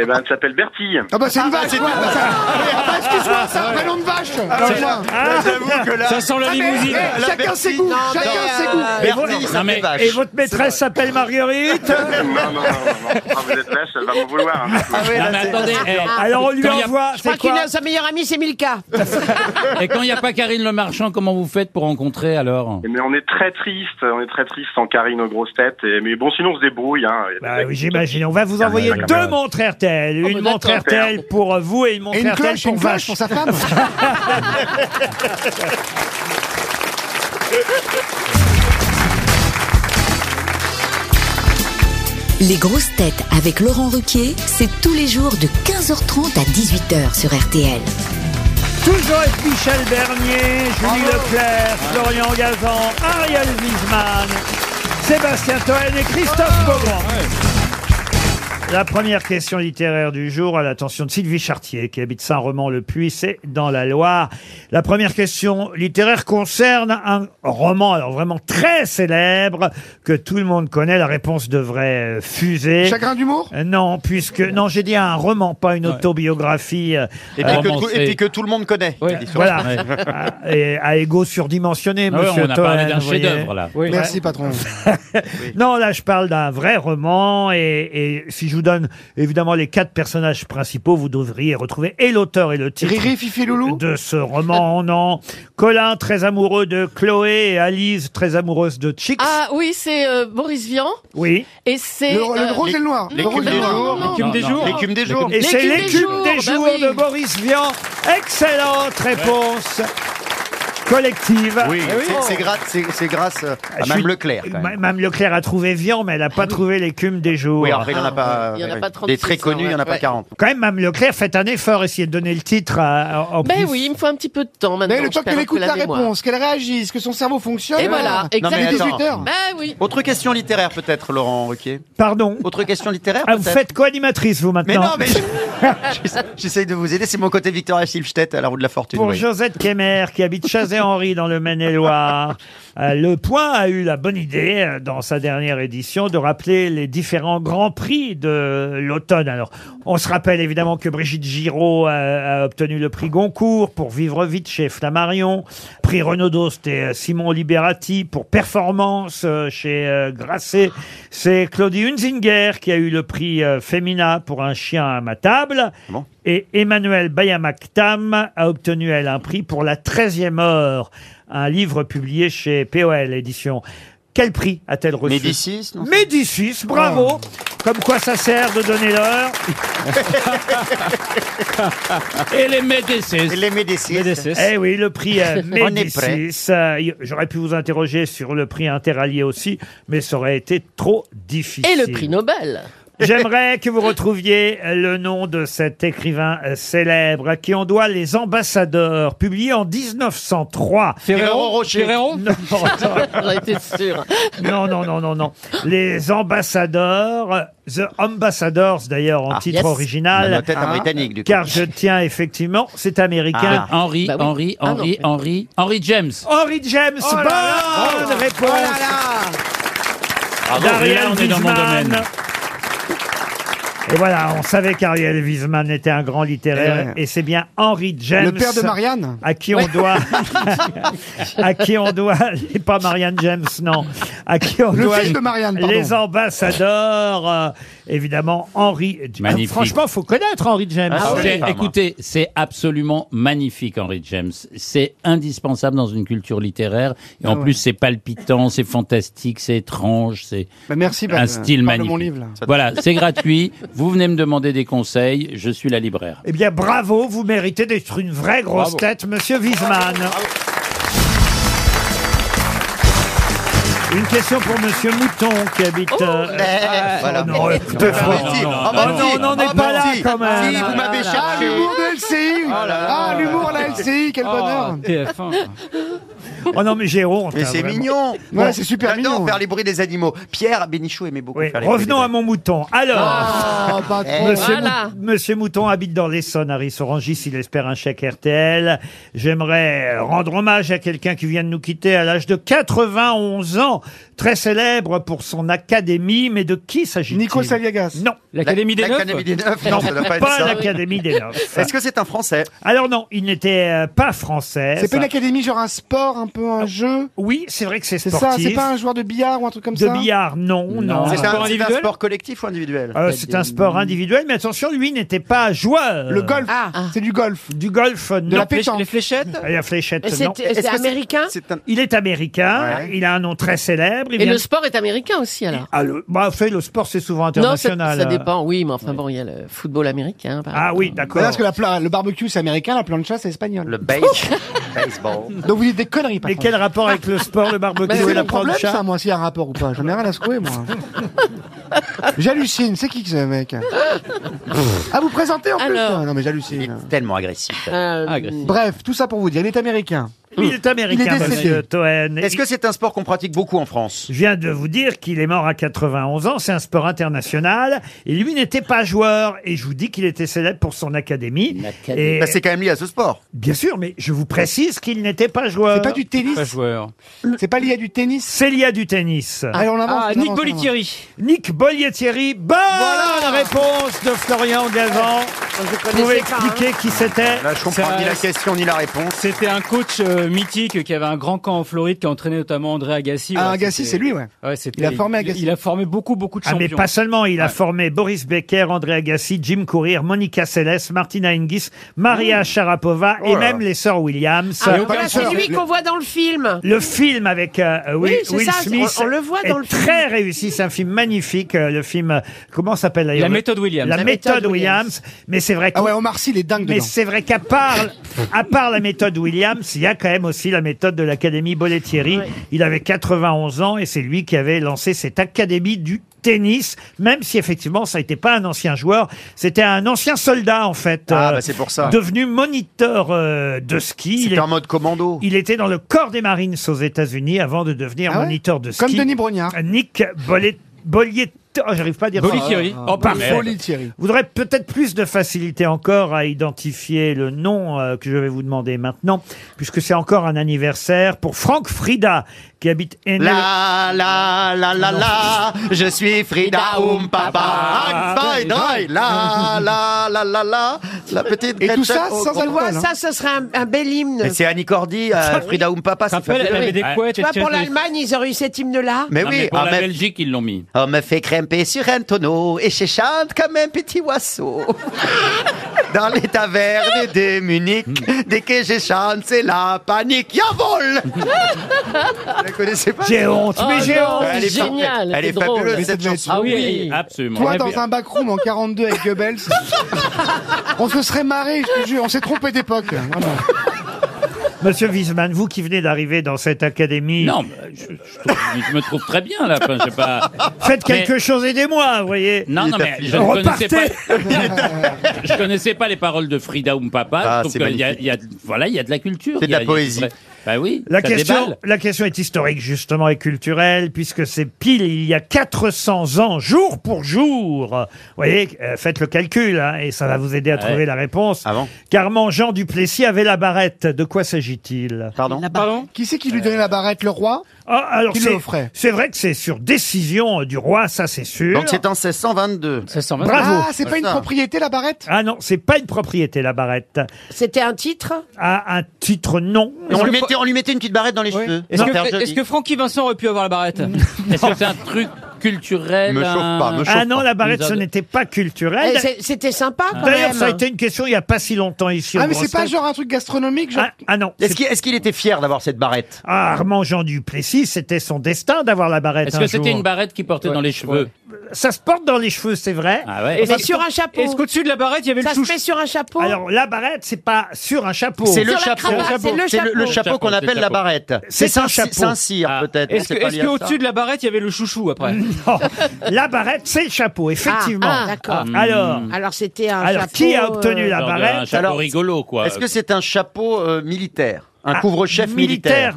[SPEAKER 12] Eh ben, elle s'appelle Bertille.
[SPEAKER 7] Ah bah c'est une vache, ouais, bah, ça- Ah bah, excuse-moi, c'est un prénom de vache.
[SPEAKER 2] Ah,
[SPEAKER 7] Excuse-moi.
[SPEAKER 5] J'avoue que là.
[SPEAKER 6] Ça sent la
[SPEAKER 7] Ah, mais,
[SPEAKER 6] limousine.
[SPEAKER 7] eh, chacun ses goûts, chacun
[SPEAKER 13] euh,
[SPEAKER 7] ses goûts.
[SPEAKER 2] Et vo- et votre maîtresse
[SPEAKER 7] <laughs>
[SPEAKER 2] s'appelle Marguerite
[SPEAKER 12] Non, non, non, non, non. Quand vous êtes lâche, elle va m'en vouloir. hein.
[SPEAKER 2] Ah
[SPEAKER 9] Non,
[SPEAKER 7] Ah,
[SPEAKER 9] mais attendez, eh,
[SPEAKER 2] Alors on lui
[SPEAKER 9] quand il y a-
[SPEAKER 2] envoie,
[SPEAKER 8] Je
[SPEAKER 2] c'est
[SPEAKER 8] crois
[SPEAKER 2] quoi
[SPEAKER 8] que sa meilleure amie, c'est Milka.
[SPEAKER 9] <laughs> Et quand il n'y a pas Karine Le Marchand, comment vous faites pour rencontrer alors
[SPEAKER 12] Mais on est très triste, on est très triste sans Karine aux grosses têtes. Et, mais bon, sinon on se débrouille. Hein. Il y a des
[SPEAKER 2] Bah
[SPEAKER 12] techniques.
[SPEAKER 2] oui, j'imagine. On va vous envoyer
[SPEAKER 12] Ah,
[SPEAKER 2] deux
[SPEAKER 12] d'accord.
[SPEAKER 2] montres RTL. Une
[SPEAKER 12] bah,
[SPEAKER 2] montre
[SPEAKER 12] d'accord.
[SPEAKER 2] RTL pour euh, vous et une montre
[SPEAKER 7] Oh, Et une
[SPEAKER 2] RTL
[SPEAKER 7] cloche,
[SPEAKER 2] pour
[SPEAKER 7] une
[SPEAKER 2] vache.
[SPEAKER 7] cloche pour sa femme.
[SPEAKER 17] Les grosses têtes avec Laurent Ruquier, c'est tous les jours de 15h30 à 18h sur RTL.
[SPEAKER 2] Toujours avec Michel Bernier, Julie Leclerc, Florian Gazan, Ariel Wiesman, <laughs> Sébastien Toen et
[SPEAKER 7] Ah,
[SPEAKER 2] Christophe Beaugrand. La première question littéraire du jour à l'attention de Sylvie Chartier, qui habite Saint-Romand-le-Puy, c'est dans la Loire. La première question littéraire concerne un roman, alors vraiment très célèbre, que tout le monde connaît. La réponse devrait euh, fuser.
[SPEAKER 7] Chagrin d'humour
[SPEAKER 2] Euh, Non, puisque non, j'ai dit un roman, pas une autobiographie. euh,
[SPEAKER 5] Et puis,
[SPEAKER 2] euh,
[SPEAKER 5] que tout, et puis que tout le monde connaît.
[SPEAKER 2] Voilà, à, <laughs> et à égo surdimensionné,
[SPEAKER 9] Ah ouais,
[SPEAKER 2] monsieur
[SPEAKER 9] On a parlé
[SPEAKER 2] Toen,
[SPEAKER 9] d'un
[SPEAKER 2] vous voyez.
[SPEAKER 9] chef-d'œuvre là.
[SPEAKER 2] Ouais.
[SPEAKER 7] Merci patron.
[SPEAKER 2] Non, là, je parle d'un vrai roman. Et, et si je vous donne évidemment les quatre personnages principaux, vous devriez retrouver et l'auteur et le titre
[SPEAKER 7] Riri, Fifi, Loulou
[SPEAKER 2] de ce roman. Non, Colin, très amoureux de Chloé, et Alice, très amoureuse de Chix.
[SPEAKER 4] Ah oui, c'est euh, Boris Vian.
[SPEAKER 2] Oui.
[SPEAKER 4] Et c'est.
[SPEAKER 7] Le, le
[SPEAKER 4] euh,
[SPEAKER 7] rose et le noir. Le
[SPEAKER 5] L'écume
[SPEAKER 7] rose et
[SPEAKER 5] des
[SPEAKER 7] le noir.
[SPEAKER 5] jours.
[SPEAKER 6] L'écume des jours.
[SPEAKER 5] L'écume des jours.
[SPEAKER 2] Et c'est
[SPEAKER 4] L'écume des
[SPEAKER 2] l'écume des
[SPEAKER 4] jours,
[SPEAKER 2] jours
[SPEAKER 4] bah oui.
[SPEAKER 2] de Boris Vian. Excellente réponse collective.
[SPEAKER 5] Oui, c'est- c'est grâce, c'est- c'est grâce euh, à Mme Leclerc. quand même. Ah
[SPEAKER 2] Ma- Mme Leclerc a trouvé Vian, mais elle n'a pas trouvé l'écume des jours.
[SPEAKER 5] Oui, après, il n'y en a pas.
[SPEAKER 4] il y en a
[SPEAKER 5] oui.
[SPEAKER 4] pas 36,
[SPEAKER 5] Des très connus, il n'y en a pas
[SPEAKER 4] ouais.
[SPEAKER 5] 40.
[SPEAKER 2] Quand même, Mme Leclerc, faites un effort, essayez de donner le titre à- en- en
[SPEAKER 4] Ben
[SPEAKER 2] plus.
[SPEAKER 4] oui, il me faut un petit peu de temps maintenant.
[SPEAKER 7] Mais le
[SPEAKER 4] je
[SPEAKER 7] temps
[SPEAKER 4] perds
[SPEAKER 7] qu'elle
[SPEAKER 4] un peu
[SPEAKER 7] écoute la,
[SPEAKER 4] mémoire.
[SPEAKER 7] réponse, qu'elle réagisse, que son cerveau fonctionne.
[SPEAKER 4] Et voilà,
[SPEAKER 7] Il est
[SPEAKER 4] exactement.
[SPEAKER 5] Non, mais
[SPEAKER 7] 18 heures.
[SPEAKER 4] Ben oui.
[SPEAKER 5] Autre question littéraire, peut-être, Laurent Ruquier.
[SPEAKER 2] Pardon.
[SPEAKER 5] Autre question littéraire,
[SPEAKER 2] Ah, vous
[SPEAKER 5] peut-être.
[SPEAKER 2] faites co-animatrice, vous, maintenant
[SPEAKER 5] Mais non,
[SPEAKER 2] <laughs>
[SPEAKER 5] mais je- j'essa- <laughs> j'essaye de vous aider. C'est mon côté Victoria Silvstedt à la roue de la fortune.
[SPEAKER 2] Pour
[SPEAKER 5] oui.
[SPEAKER 2] Josette Kemer, qui habite Chazé-Henri dans le Maine-et-Loire, euh, Le Point a eu la bonne idée, euh, dans sa dernière édition, de rappeler les différents grands prix de l'automne. Alors, on se rappelle évidemment que Brigitte Giraud euh, a, a obtenu le prix Goncourt pour Vivre vite chez Flammarion, prix Renaudot, c'était euh, Simon Liberati pour Performance euh, chez euh, Grasset. C'est Claudie Hunzinger qui a eu le prix euh, Femina pour Un chien à ma table.
[SPEAKER 5] Bon.
[SPEAKER 2] Et Emmanuel Bayamaktam a obtenu, elle, un prix pour La 13e heure, un livre publié chez POL Édition. Quel prix a-t-elle reçu
[SPEAKER 5] Médicis, non Oh.
[SPEAKER 2] Médicis, bravo Comme quoi ça sert de donner
[SPEAKER 5] <laughs>
[SPEAKER 2] l'heure.
[SPEAKER 9] Et les Médicis. Et
[SPEAKER 5] les Médicis.
[SPEAKER 2] Eh oui, le prix <laughs> euh,
[SPEAKER 7] <laughs>
[SPEAKER 5] On est prêt.
[SPEAKER 2] Médicis. euh, y- J'aurais pu vous interroger sur le prix Interallié aussi, mais ça aurait été trop difficile.
[SPEAKER 4] Et le prix Nobel.
[SPEAKER 2] J'aimerais que vous retrouviez euh, le nom de cet écrivain euh, célèbre à qui on doit les ambassadeurs, publié en 1903.
[SPEAKER 3] Ferrero Rocher. Ferrero
[SPEAKER 2] Non, <laughs>
[SPEAKER 3] J'aurais été
[SPEAKER 2] sûr. Non, non, non, non, non. Les ambassadeurs, euh, The Ambassadors d'ailleurs en titre
[SPEAKER 5] Ah, yes.
[SPEAKER 2] original. Ah.
[SPEAKER 5] La tête en britannique, du coup.
[SPEAKER 2] Car je tiens effectivement, c'est américain.
[SPEAKER 9] Ah. Henry, Bah oui. Henry, Ah non. Henry, Henry, Henry James.
[SPEAKER 2] Henry James,
[SPEAKER 3] Oh là
[SPEAKER 2] bonne
[SPEAKER 3] là.
[SPEAKER 2] réponse.
[SPEAKER 7] Oh
[SPEAKER 9] Bravo.
[SPEAKER 2] d'Ariel
[SPEAKER 9] Là, on est dans mon
[SPEAKER 2] Wiesmann.
[SPEAKER 9] domaine.
[SPEAKER 2] Et voilà, on savait qu'Ariel Wiesman était un grand littéraire,
[SPEAKER 7] Eh
[SPEAKER 2] et c'est bien Henry James.
[SPEAKER 7] Le père de Marianne
[SPEAKER 2] À qui on doit, à qui
[SPEAKER 7] <laughs>
[SPEAKER 2] on doit, et pas Marianne James, non, à qui on
[SPEAKER 7] Le
[SPEAKER 2] doit
[SPEAKER 7] fils de Marianne, pardon.
[SPEAKER 2] les ambassadeurs, euh, évidemment Henry.
[SPEAKER 9] Magnifique.
[SPEAKER 2] Franchement, faut connaître Henry James.
[SPEAKER 9] Ah, c'est- écoutez, c'est absolument magnifique, Henry James. C'est indispensable dans une culture littéraire. Et en
[SPEAKER 7] Ah ouais.
[SPEAKER 9] plus, c'est palpitant, c'est fantastique, c'est étrange, c'est
[SPEAKER 7] Bah, merci,
[SPEAKER 9] un
[SPEAKER 7] Pat.
[SPEAKER 9] style
[SPEAKER 7] Parle de
[SPEAKER 9] magnifique.
[SPEAKER 7] mon livre, là.
[SPEAKER 9] Voilà, c'est gratuit. Vous venez me demander des conseils, je suis la libraire.
[SPEAKER 2] Eh bien, bravo, vous méritez d'être une vraie
[SPEAKER 9] Bravo.
[SPEAKER 2] grosse tête, monsieur Wiesmann. Une question pour Monsieur Mouton qui habite. euh, euh,
[SPEAKER 3] Oh, voilà.
[SPEAKER 2] non, écoutez,
[SPEAKER 3] Ah, bah,
[SPEAKER 2] Franck,
[SPEAKER 3] si.
[SPEAKER 2] non,
[SPEAKER 3] Ah, bah,
[SPEAKER 2] non,
[SPEAKER 3] si.
[SPEAKER 2] on n'en est
[SPEAKER 3] Ah,
[SPEAKER 2] pas
[SPEAKER 3] bah,
[SPEAKER 2] là
[SPEAKER 3] si.
[SPEAKER 2] quand même.
[SPEAKER 3] Si, vous
[SPEAKER 7] <laughs>
[SPEAKER 3] m'avez
[SPEAKER 7] Ah,
[SPEAKER 3] cherché.
[SPEAKER 7] l'humour de LCI Ah, l'humour de la LCI, quel bonheur
[SPEAKER 2] Oh non, mais j'ai honte.
[SPEAKER 5] Mais
[SPEAKER 2] hein,
[SPEAKER 5] c'est
[SPEAKER 2] vraiment.
[SPEAKER 5] mignon.
[SPEAKER 2] Bon,
[SPEAKER 5] Ouais, c'est super mignon. faire les bruits des animaux. Pierre Bénichou aimait beaucoup
[SPEAKER 2] oui,
[SPEAKER 5] faire les bruits.
[SPEAKER 2] Eh, Revenons à mon mouton. Alors,
[SPEAKER 5] Ah, pas trop.
[SPEAKER 2] Monsieur,
[SPEAKER 5] Voilà.
[SPEAKER 2] Mou- Monsieur Mouton habite dans l'Essonne, Harris Orangis, il espère un chèque RTL. J'aimerais rendre hommage à quelqu'un qui vient de nous quitter à l'âge de 91 ans, très célèbre pour son académie, mais de qui s'agit-il
[SPEAKER 7] Nico Saliagas.
[SPEAKER 2] Non.
[SPEAKER 7] L'Académie des Neufs
[SPEAKER 5] L'Académie des Neufs,
[SPEAKER 2] Non,
[SPEAKER 5] non, ça doit pas être
[SPEAKER 2] pas
[SPEAKER 5] ça.
[SPEAKER 2] l'Académie des Neufs.
[SPEAKER 5] Est-ce que c'est un Français
[SPEAKER 2] Alors non, il n'était euh, pas français.
[SPEAKER 7] C'est pas une académie, genre un sport, un peu un jeu
[SPEAKER 2] Oui, c'est vrai que c'est
[SPEAKER 7] C'est ça,
[SPEAKER 2] sportif.
[SPEAKER 7] c'est pas un joueur de billard ou un truc comme
[SPEAKER 2] De
[SPEAKER 7] ça
[SPEAKER 2] billard, non, non.
[SPEAKER 5] C'est un, c'est un sport collectif ou individuel
[SPEAKER 2] Euh, c'est un sport individuel, mais attention, lui n'était pas joueur.
[SPEAKER 7] Le golf,
[SPEAKER 2] c'est du golf. Du golf, non.
[SPEAKER 7] la pétanque. Les
[SPEAKER 2] fléchettes Ah. La fléchette,
[SPEAKER 4] Et c'est-
[SPEAKER 2] non.
[SPEAKER 4] c'est Est-ce que c'est- américain
[SPEAKER 2] Il est américain, il a un nom très célèbre. il
[SPEAKER 4] Et
[SPEAKER 2] vient-
[SPEAKER 4] le sport est américain aussi, alors.
[SPEAKER 2] Ah, le- bah, en fait, le sport, c'est souvent
[SPEAKER 4] Non, ça,
[SPEAKER 2] international.
[SPEAKER 7] euh,
[SPEAKER 4] ça dépend, oui, mais enfin bon, il y a le football américain. par
[SPEAKER 2] Ah
[SPEAKER 4] exemple.
[SPEAKER 2] oui, d'accord.
[SPEAKER 7] Parce que la pla- le barbecue c'est américain, la plancha c'est espagnol. Le
[SPEAKER 5] baseball.
[SPEAKER 7] <laughs> Donc vous dites des conneries, par
[SPEAKER 2] Mais quel rapport avec le sport, le barbecue
[SPEAKER 7] Mais
[SPEAKER 2] et
[SPEAKER 7] c'est
[SPEAKER 2] la
[SPEAKER 7] mon problème,
[SPEAKER 2] plancha
[SPEAKER 7] ça, moi, s'il y a un rapport ou pas. J'en ai rien à secouer,
[SPEAKER 2] <laughs>
[SPEAKER 7] moi. J'hallucine, c'est qui que ce mec Ah, vous présentez en plus
[SPEAKER 5] Ah,
[SPEAKER 7] hein Non, mais j'hallucine.
[SPEAKER 5] Tellement agressif.
[SPEAKER 4] Euh,
[SPEAKER 7] Bref, tout ça pour vous dire, il est américain.
[SPEAKER 2] Il est américain,
[SPEAKER 7] Il est décédé.
[SPEAKER 2] monsieur Toen.
[SPEAKER 5] Est-ce que c'est un sport qu'on pratique beaucoup en France
[SPEAKER 2] Je viens de vous dire qu'il est mort à 91 ans, c'est un sport international, et lui n'était pas joueur, et je vous dis qu'il était célèbre pour son académie. Et-
[SPEAKER 5] Bah, C'est quand même lié à ce sport.
[SPEAKER 2] Bien sûr, mais je vous précise qu'il n'était pas joueur.
[SPEAKER 7] C'est pas du tennis Pas
[SPEAKER 2] joueur.
[SPEAKER 7] C'est pas lié à du tennis
[SPEAKER 2] C'est lié à du tennis.
[SPEAKER 7] Allez, on avance, Ah, on Nick avance, on avance. Bollettieri.
[SPEAKER 2] Nick Bollettieri. Bonne la réponse de Florian Gazan. Vous pouvez expliquer qui c'était
[SPEAKER 5] Là, je comprends ni la question ni la réponse.
[SPEAKER 6] C'était un coach euh, mythique qui avait un grand camp en Floride qui entraînait notamment André Agassi.
[SPEAKER 7] Ah,
[SPEAKER 6] Ouais,
[SPEAKER 7] Agassi,
[SPEAKER 6] c'était-
[SPEAKER 7] c'est lui, ouais.
[SPEAKER 6] c'était-
[SPEAKER 7] Il a formé Agassi.
[SPEAKER 6] Il a formé beaucoup, beaucoup de
[SPEAKER 2] Ah,
[SPEAKER 6] champions.
[SPEAKER 2] mais pas seulement, il a
[SPEAKER 6] Ouais.
[SPEAKER 2] formé Boris Becker, André Agassi, Jim Courier, Monica Seles, Martina Hingis, Maria Sharapova
[SPEAKER 8] Oh
[SPEAKER 2] et
[SPEAKER 8] là
[SPEAKER 2] même les sœurs Williams.
[SPEAKER 8] Ah, voilà, c'est lui qu'on voit dans le film.
[SPEAKER 2] Le film avec euh, Will,
[SPEAKER 8] Oui, c'est
[SPEAKER 2] Will
[SPEAKER 8] ça, c'est-
[SPEAKER 2] Smith.
[SPEAKER 8] on- on le voit dans
[SPEAKER 2] est
[SPEAKER 8] le film.
[SPEAKER 2] Très réussi, c'est un film magnifique. euh, Le film, euh, comment s'appelle d'ailleurs
[SPEAKER 6] La méthode Williams.
[SPEAKER 2] La,
[SPEAKER 6] La
[SPEAKER 2] méthode,
[SPEAKER 6] méthode
[SPEAKER 2] Williams. Mais c'est vrai que.
[SPEAKER 7] Ah ouais, Omar Sy, il est dingue
[SPEAKER 2] mais
[SPEAKER 7] dedans.
[SPEAKER 2] c'est vrai qu'à part, à part la méthode Williams, il y a quand même aussi la méthode de l'Académie Bollettieri. Il avait 91 ans et c'est lui qui avait lancé cette Académie du tennis, même si effectivement ça n'était pas un ancien joueur, c'était un ancien soldat en fait.
[SPEAKER 5] Ah,
[SPEAKER 2] euh,
[SPEAKER 5] bah, c'est pour ça.
[SPEAKER 2] Devenu moniteur euh, de ski. Il
[SPEAKER 5] C'était
[SPEAKER 2] est-
[SPEAKER 5] en mode commando.
[SPEAKER 2] il était dans le corps des Marines aux États-Unis avant de devenir
[SPEAKER 7] Ah ouais
[SPEAKER 2] moniteur de ski.
[SPEAKER 7] Comme Denis Brognard.
[SPEAKER 2] Nick Bollet, Bolliet- oh, j'arrive pas à dire ça.
[SPEAKER 6] Bollietieri.
[SPEAKER 18] Ah.
[SPEAKER 2] Oh, parfait.
[SPEAKER 7] Bollietieri.
[SPEAKER 2] Vous aurez peut-être plus de facilité encore à identifier le nom euh, que je vais vous demander maintenant, puisque c'est encore un anniversaire pour Franck Frida, qui habite Enel-
[SPEAKER 5] La la la la la, je suis Frida Um Papa. Bye
[SPEAKER 2] Ah,
[SPEAKER 5] bye. La la la la la, la petite.
[SPEAKER 8] Et tout
[SPEAKER 5] Gretchen
[SPEAKER 8] ça
[SPEAKER 5] au
[SPEAKER 8] sans
[SPEAKER 5] grand-
[SPEAKER 8] alcool. Ça, ce serait un, un bel
[SPEAKER 2] hein.
[SPEAKER 8] hymne.
[SPEAKER 5] hein. Mais c'est Annie Cordy, euh, Frida Um Papa. c'est
[SPEAKER 8] Oui.
[SPEAKER 5] fabuleux.
[SPEAKER 8] Tu vois, pour l'Allemagne, ils auraient eu cet hymne-là.
[SPEAKER 5] Mais oui,
[SPEAKER 9] pour
[SPEAKER 5] ah,
[SPEAKER 9] la
[SPEAKER 5] mais-
[SPEAKER 9] Belgique, ils l'ont mis.
[SPEAKER 5] On me fait crème grimper sur un tonneau et je chante comme un petit <laughs> oiseau. Dans les tavernes de Munich, dès que je chante, c'est la panique. Yavol Vous la connaissez pas Ah,
[SPEAKER 2] J'ai honte,
[SPEAKER 13] Ah,
[SPEAKER 2] mais j'ai honte.
[SPEAKER 5] Elle est parfaite. Elle est fabuleuse cette chanson.
[SPEAKER 7] Ah
[SPEAKER 9] absolument.
[SPEAKER 7] Toi,
[SPEAKER 2] Eh
[SPEAKER 7] dans un backroom en 42 avec Goebbels, on se serait marré, je te jure. On s'est trompé d'époque. vraiment.
[SPEAKER 2] Monsieur Wiesmann, vous qui venez d'arriver dans cette académie.
[SPEAKER 9] Non, mais je, je trouve- je me trouve très bien là. Enfin, je sais pas.
[SPEAKER 2] <laughs> Faites
[SPEAKER 9] Mais-
[SPEAKER 2] quelque chose, aidez-moi, vous voyez.
[SPEAKER 9] Non, non, mais je ne connaissais pas. je connaissais pas les paroles de Frida Umpapa.
[SPEAKER 5] Ah,
[SPEAKER 9] donc
[SPEAKER 5] c'est
[SPEAKER 9] il y a, il y a- voilà, il y a de la culture.
[SPEAKER 5] C'est de la
[SPEAKER 9] Il y a- il y a-
[SPEAKER 5] poésie.
[SPEAKER 9] Bah oui.
[SPEAKER 2] La
[SPEAKER 9] ça
[SPEAKER 2] question,
[SPEAKER 9] déballe.
[SPEAKER 2] la question est historique justement et culturelle puisque c'est pile il y a 400 ans jour pour jour. Vous voyez, euh, faites le calcul hein, et ça va vous aider à
[SPEAKER 5] Ouais.
[SPEAKER 2] trouver la réponse. Carmen Jean Duplessis avait la barrette. De quoi s'agit-il Pardon.
[SPEAKER 7] Pardon Qui c'est qui lui donnait la barrette Le roi
[SPEAKER 2] Ah, alors
[SPEAKER 7] Qui
[SPEAKER 2] c'est-
[SPEAKER 7] l'offrait
[SPEAKER 2] C'est vrai que c'est sur décision euh, du roi, ça c'est sûr.
[SPEAKER 5] Donc c'est en 1622.
[SPEAKER 6] 1622.
[SPEAKER 2] Bravo.
[SPEAKER 7] Ah, c'est pas une propriété la barrette
[SPEAKER 2] Ah non, c'est pas une propriété la barrette.
[SPEAKER 8] C'était un titre Eh,
[SPEAKER 2] Ah, un titre non.
[SPEAKER 5] On lui, mettait, on lui mettait une petite barrette dans les cheveux.
[SPEAKER 6] Est-ce
[SPEAKER 5] Non.
[SPEAKER 6] que,
[SPEAKER 5] Faire
[SPEAKER 6] est-ce
[SPEAKER 5] joli.
[SPEAKER 6] que Francky Vincent aurait pu avoir la barrette <laughs> Est-ce que c'est un truc culturel
[SPEAKER 5] Me chauffe un- pas, me
[SPEAKER 2] Ah non, la barrette, ce n'était pas culturel.
[SPEAKER 8] Eh, c'est- C'était sympa quand même.
[SPEAKER 2] D'ailleurs, ça a été une question il n'y a pas si longtemps ici.
[SPEAKER 7] Ah, mais
[SPEAKER 2] aux
[SPEAKER 7] c'est
[SPEAKER 2] grosses
[SPEAKER 7] pas
[SPEAKER 2] têtes.
[SPEAKER 7] genre un truc gastronomique genre...
[SPEAKER 2] Ah, ah non.
[SPEAKER 5] Est-ce qu'il est-ce qu'il était fier d'avoir cette barrette
[SPEAKER 2] Ah, Armand Jean Duplessis, c'était son destin d'avoir la barrette.
[SPEAKER 9] Est-ce
[SPEAKER 2] un
[SPEAKER 9] que c'était
[SPEAKER 2] jour.
[SPEAKER 9] une barrette qui portait dans les cheveux
[SPEAKER 2] Ça se porte dans les cheveux, c'est vrai.
[SPEAKER 9] Ah ouais.
[SPEAKER 8] Mais sur un chapeau.
[SPEAKER 6] Est-ce qu'au-dessus de la barrette, il y avait
[SPEAKER 8] Ça
[SPEAKER 6] le
[SPEAKER 8] se
[SPEAKER 6] chouchou
[SPEAKER 8] fait sur un chapeau.
[SPEAKER 2] Alors, la barrette, c'est pas sur un chapeau.
[SPEAKER 5] C'est le
[SPEAKER 8] Sur la
[SPEAKER 5] chapeau.
[SPEAKER 8] cravate, c'est le
[SPEAKER 5] C'est le, le
[SPEAKER 8] chapeau.
[SPEAKER 5] chapeau qu'on
[SPEAKER 9] C'est le
[SPEAKER 5] appelle la
[SPEAKER 9] chapeau.
[SPEAKER 5] barrette.
[SPEAKER 2] C'est un
[SPEAKER 5] Saint-
[SPEAKER 2] chapeau.
[SPEAKER 5] Saint-Cyr peut-être.
[SPEAKER 6] Ah. Est-ce
[SPEAKER 5] C'est
[SPEAKER 6] que-
[SPEAKER 5] pas
[SPEAKER 6] est-ce
[SPEAKER 5] lié à ça.
[SPEAKER 6] qu'au-dessus de la barrette, il y avait le chouchou après
[SPEAKER 2] <laughs> Non. la barrette, c'est le chapeau, effectivement.
[SPEAKER 8] Ah, ah, d'accord.
[SPEAKER 6] Mm.
[SPEAKER 8] Mm.
[SPEAKER 2] Alors,
[SPEAKER 8] Alors c'était un
[SPEAKER 2] alors
[SPEAKER 8] chapeau. euh,
[SPEAKER 2] qui a obtenu la
[SPEAKER 9] Genre d'un
[SPEAKER 2] barrette
[SPEAKER 9] chapeau
[SPEAKER 5] Alors,
[SPEAKER 9] rigolo, quoi.
[SPEAKER 5] Est-ce que c'est un chapeau euh, militaire Un
[SPEAKER 2] Ah,
[SPEAKER 5] couvre-chef militaire,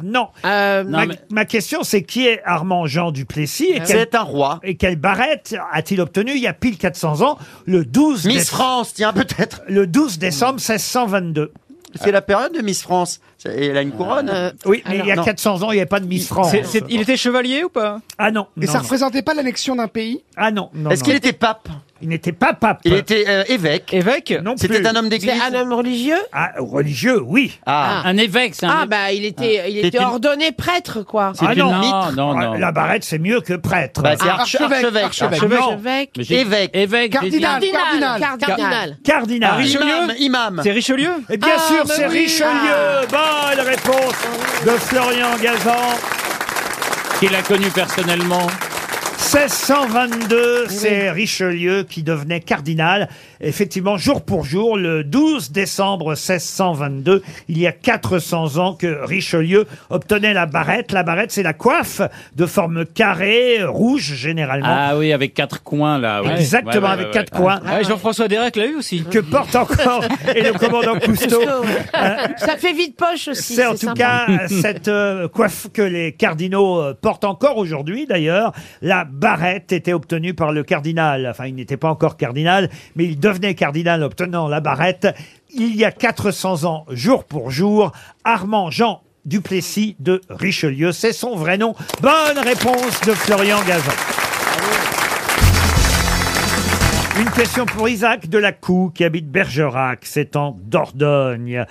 [SPEAKER 2] Militaire, non.
[SPEAKER 8] euh, Ah
[SPEAKER 9] Non,
[SPEAKER 2] ma,
[SPEAKER 9] mais-
[SPEAKER 2] ma question, c'est qui est Armand Jean Duplessis et quelle,
[SPEAKER 5] C'est un roi.
[SPEAKER 2] et quelle barrette a-t-il obtenu il y a pile 400 ans, le 12,
[SPEAKER 5] Miss
[SPEAKER 2] déce-
[SPEAKER 5] France, tiens, peut-être.
[SPEAKER 2] le 12 décembre 1622
[SPEAKER 5] C'est la période de Miss France. C'est- Et elle a une couronne.
[SPEAKER 8] Euh,
[SPEAKER 2] Oui, mais il y a
[SPEAKER 5] non.
[SPEAKER 2] 400 ans, il n'y avait pas de Miss France.
[SPEAKER 6] C'est- c'est- Il était chevalier ou pas
[SPEAKER 2] Ah non,
[SPEAKER 7] Et
[SPEAKER 2] non,
[SPEAKER 7] ça
[SPEAKER 2] non.
[SPEAKER 7] représentait pas l'annexion d'un pays
[SPEAKER 2] Ah non, non,
[SPEAKER 5] Est-ce
[SPEAKER 2] non.
[SPEAKER 5] qu'il était pape
[SPEAKER 2] Il n'était pas pape.
[SPEAKER 5] Il était euh, évêque.
[SPEAKER 6] Évêque
[SPEAKER 2] Non
[SPEAKER 5] C'était
[SPEAKER 2] plus.
[SPEAKER 5] un homme d'église.
[SPEAKER 8] C'est un homme religieux
[SPEAKER 2] Ah, religieux, oui.
[SPEAKER 5] Ah.
[SPEAKER 9] Un évêque, c'est un.
[SPEAKER 8] Ah bah il était, il
[SPEAKER 5] C'est
[SPEAKER 8] était
[SPEAKER 5] une-
[SPEAKER 8] ordonné prêtre quoi.
[SPEAKER 9] C'est
[SPEAKER 2] Ah
[SPEAKER 9] une-
[SPEAKER 2] non,
[SPEAKER 9] non,
[SPEAKER 2] mitre.
[SPEAKER 9] non, non.
[SPEAKER 2] Ah, La barrette, c'est mieux que prêtre.
[SPEAKER 5] Bah, c'est arche-
[SPEAKER 7] archevêque,
[SPEAKER 5] archevêque.
[SPEAKER 7] archevêque.
[SPEAKER 5] archevêque.
[SPEAKER 8] Évêque.
[SPEAKER 9] Mais j'ai-
[SPEAKER 5] évêque.
[SPEAKER 9] Évêque. j'ai dit-
[SPEAKER 7] Cardinal,
[SPEAKER 8] Eh, Cardinal.
[SPEAKER 7] cardinal.
[SPEAKER 8] Cardinal.
[SPEAKER 2] Cardinal.
[SPEAKER 5] Imam. imam.
[SPEAKER 6] C'est Richelieu
[SPEAKER 2] Et Eh bien
[SPEAKER 8] Ah,
[SPEAKER 2] sûr,
[SPEAKER 8] bah
[SPEAKER 2] c'est
[SPEAKER 8] oui. Ah.
[SPEAKER 2] Richelieu. Bonne réponse de Florian Gazan.
[SPEAKER 9] Qui l'a connu personnellement
[SPEAKER 2] 1622, c'est Richelieu qui devenait cardinal. Effectivement, jour pour jour, le 12 décembre 1622, il y a 400 ans que Richelieu obtenait la barrette. La barrette, c'est la coiffe de forme carrée, euh, rouge généralement.
[SPEAKER 9] Ah oui, avec quatre coins là. Ah, ouais.
[SPEAKER 2] Exactement,
[SPEAKER 9] Ouais, ouais,
[SPEAKER 2] avec
[SPEAKER 9] ouais,
[SPEAKER 2] quatre
[SPEAKER 9] ouais.
[SPEAKER 2] coins.
[SPEAKER 6] Ouais, Jean-François Derek l'a eu aussi.
[SPEAKER 2] Que porte encore et le commandant Cousteau.
[SPEAKER 8] <laughs>
[SPEAKER 2] Euh,
[SPEAKER 8] Ça fait vite poche aussi.
[SPEAKER 2] C'est en tout
[SPEAKER 8] sympa.
[SPEAKER 2] cas <laughs> cette euh, coiffe que les cardinaux euh, portent encore aujourd'hui d'ailleurs. La barrette était obtenue par le cardinal. Enfin, il n'était pas encore cardinal, mais il devenait cardinal obtenant la barrette. Il y a 400 ans, jour pour jour, Armand Jean Duplessis de Richelieu. C'est son vrai nom. Bonne réponse de Florian Gazan. Une question pour Isaac Delacou qui habite Bergerac, c'est en Dordogne.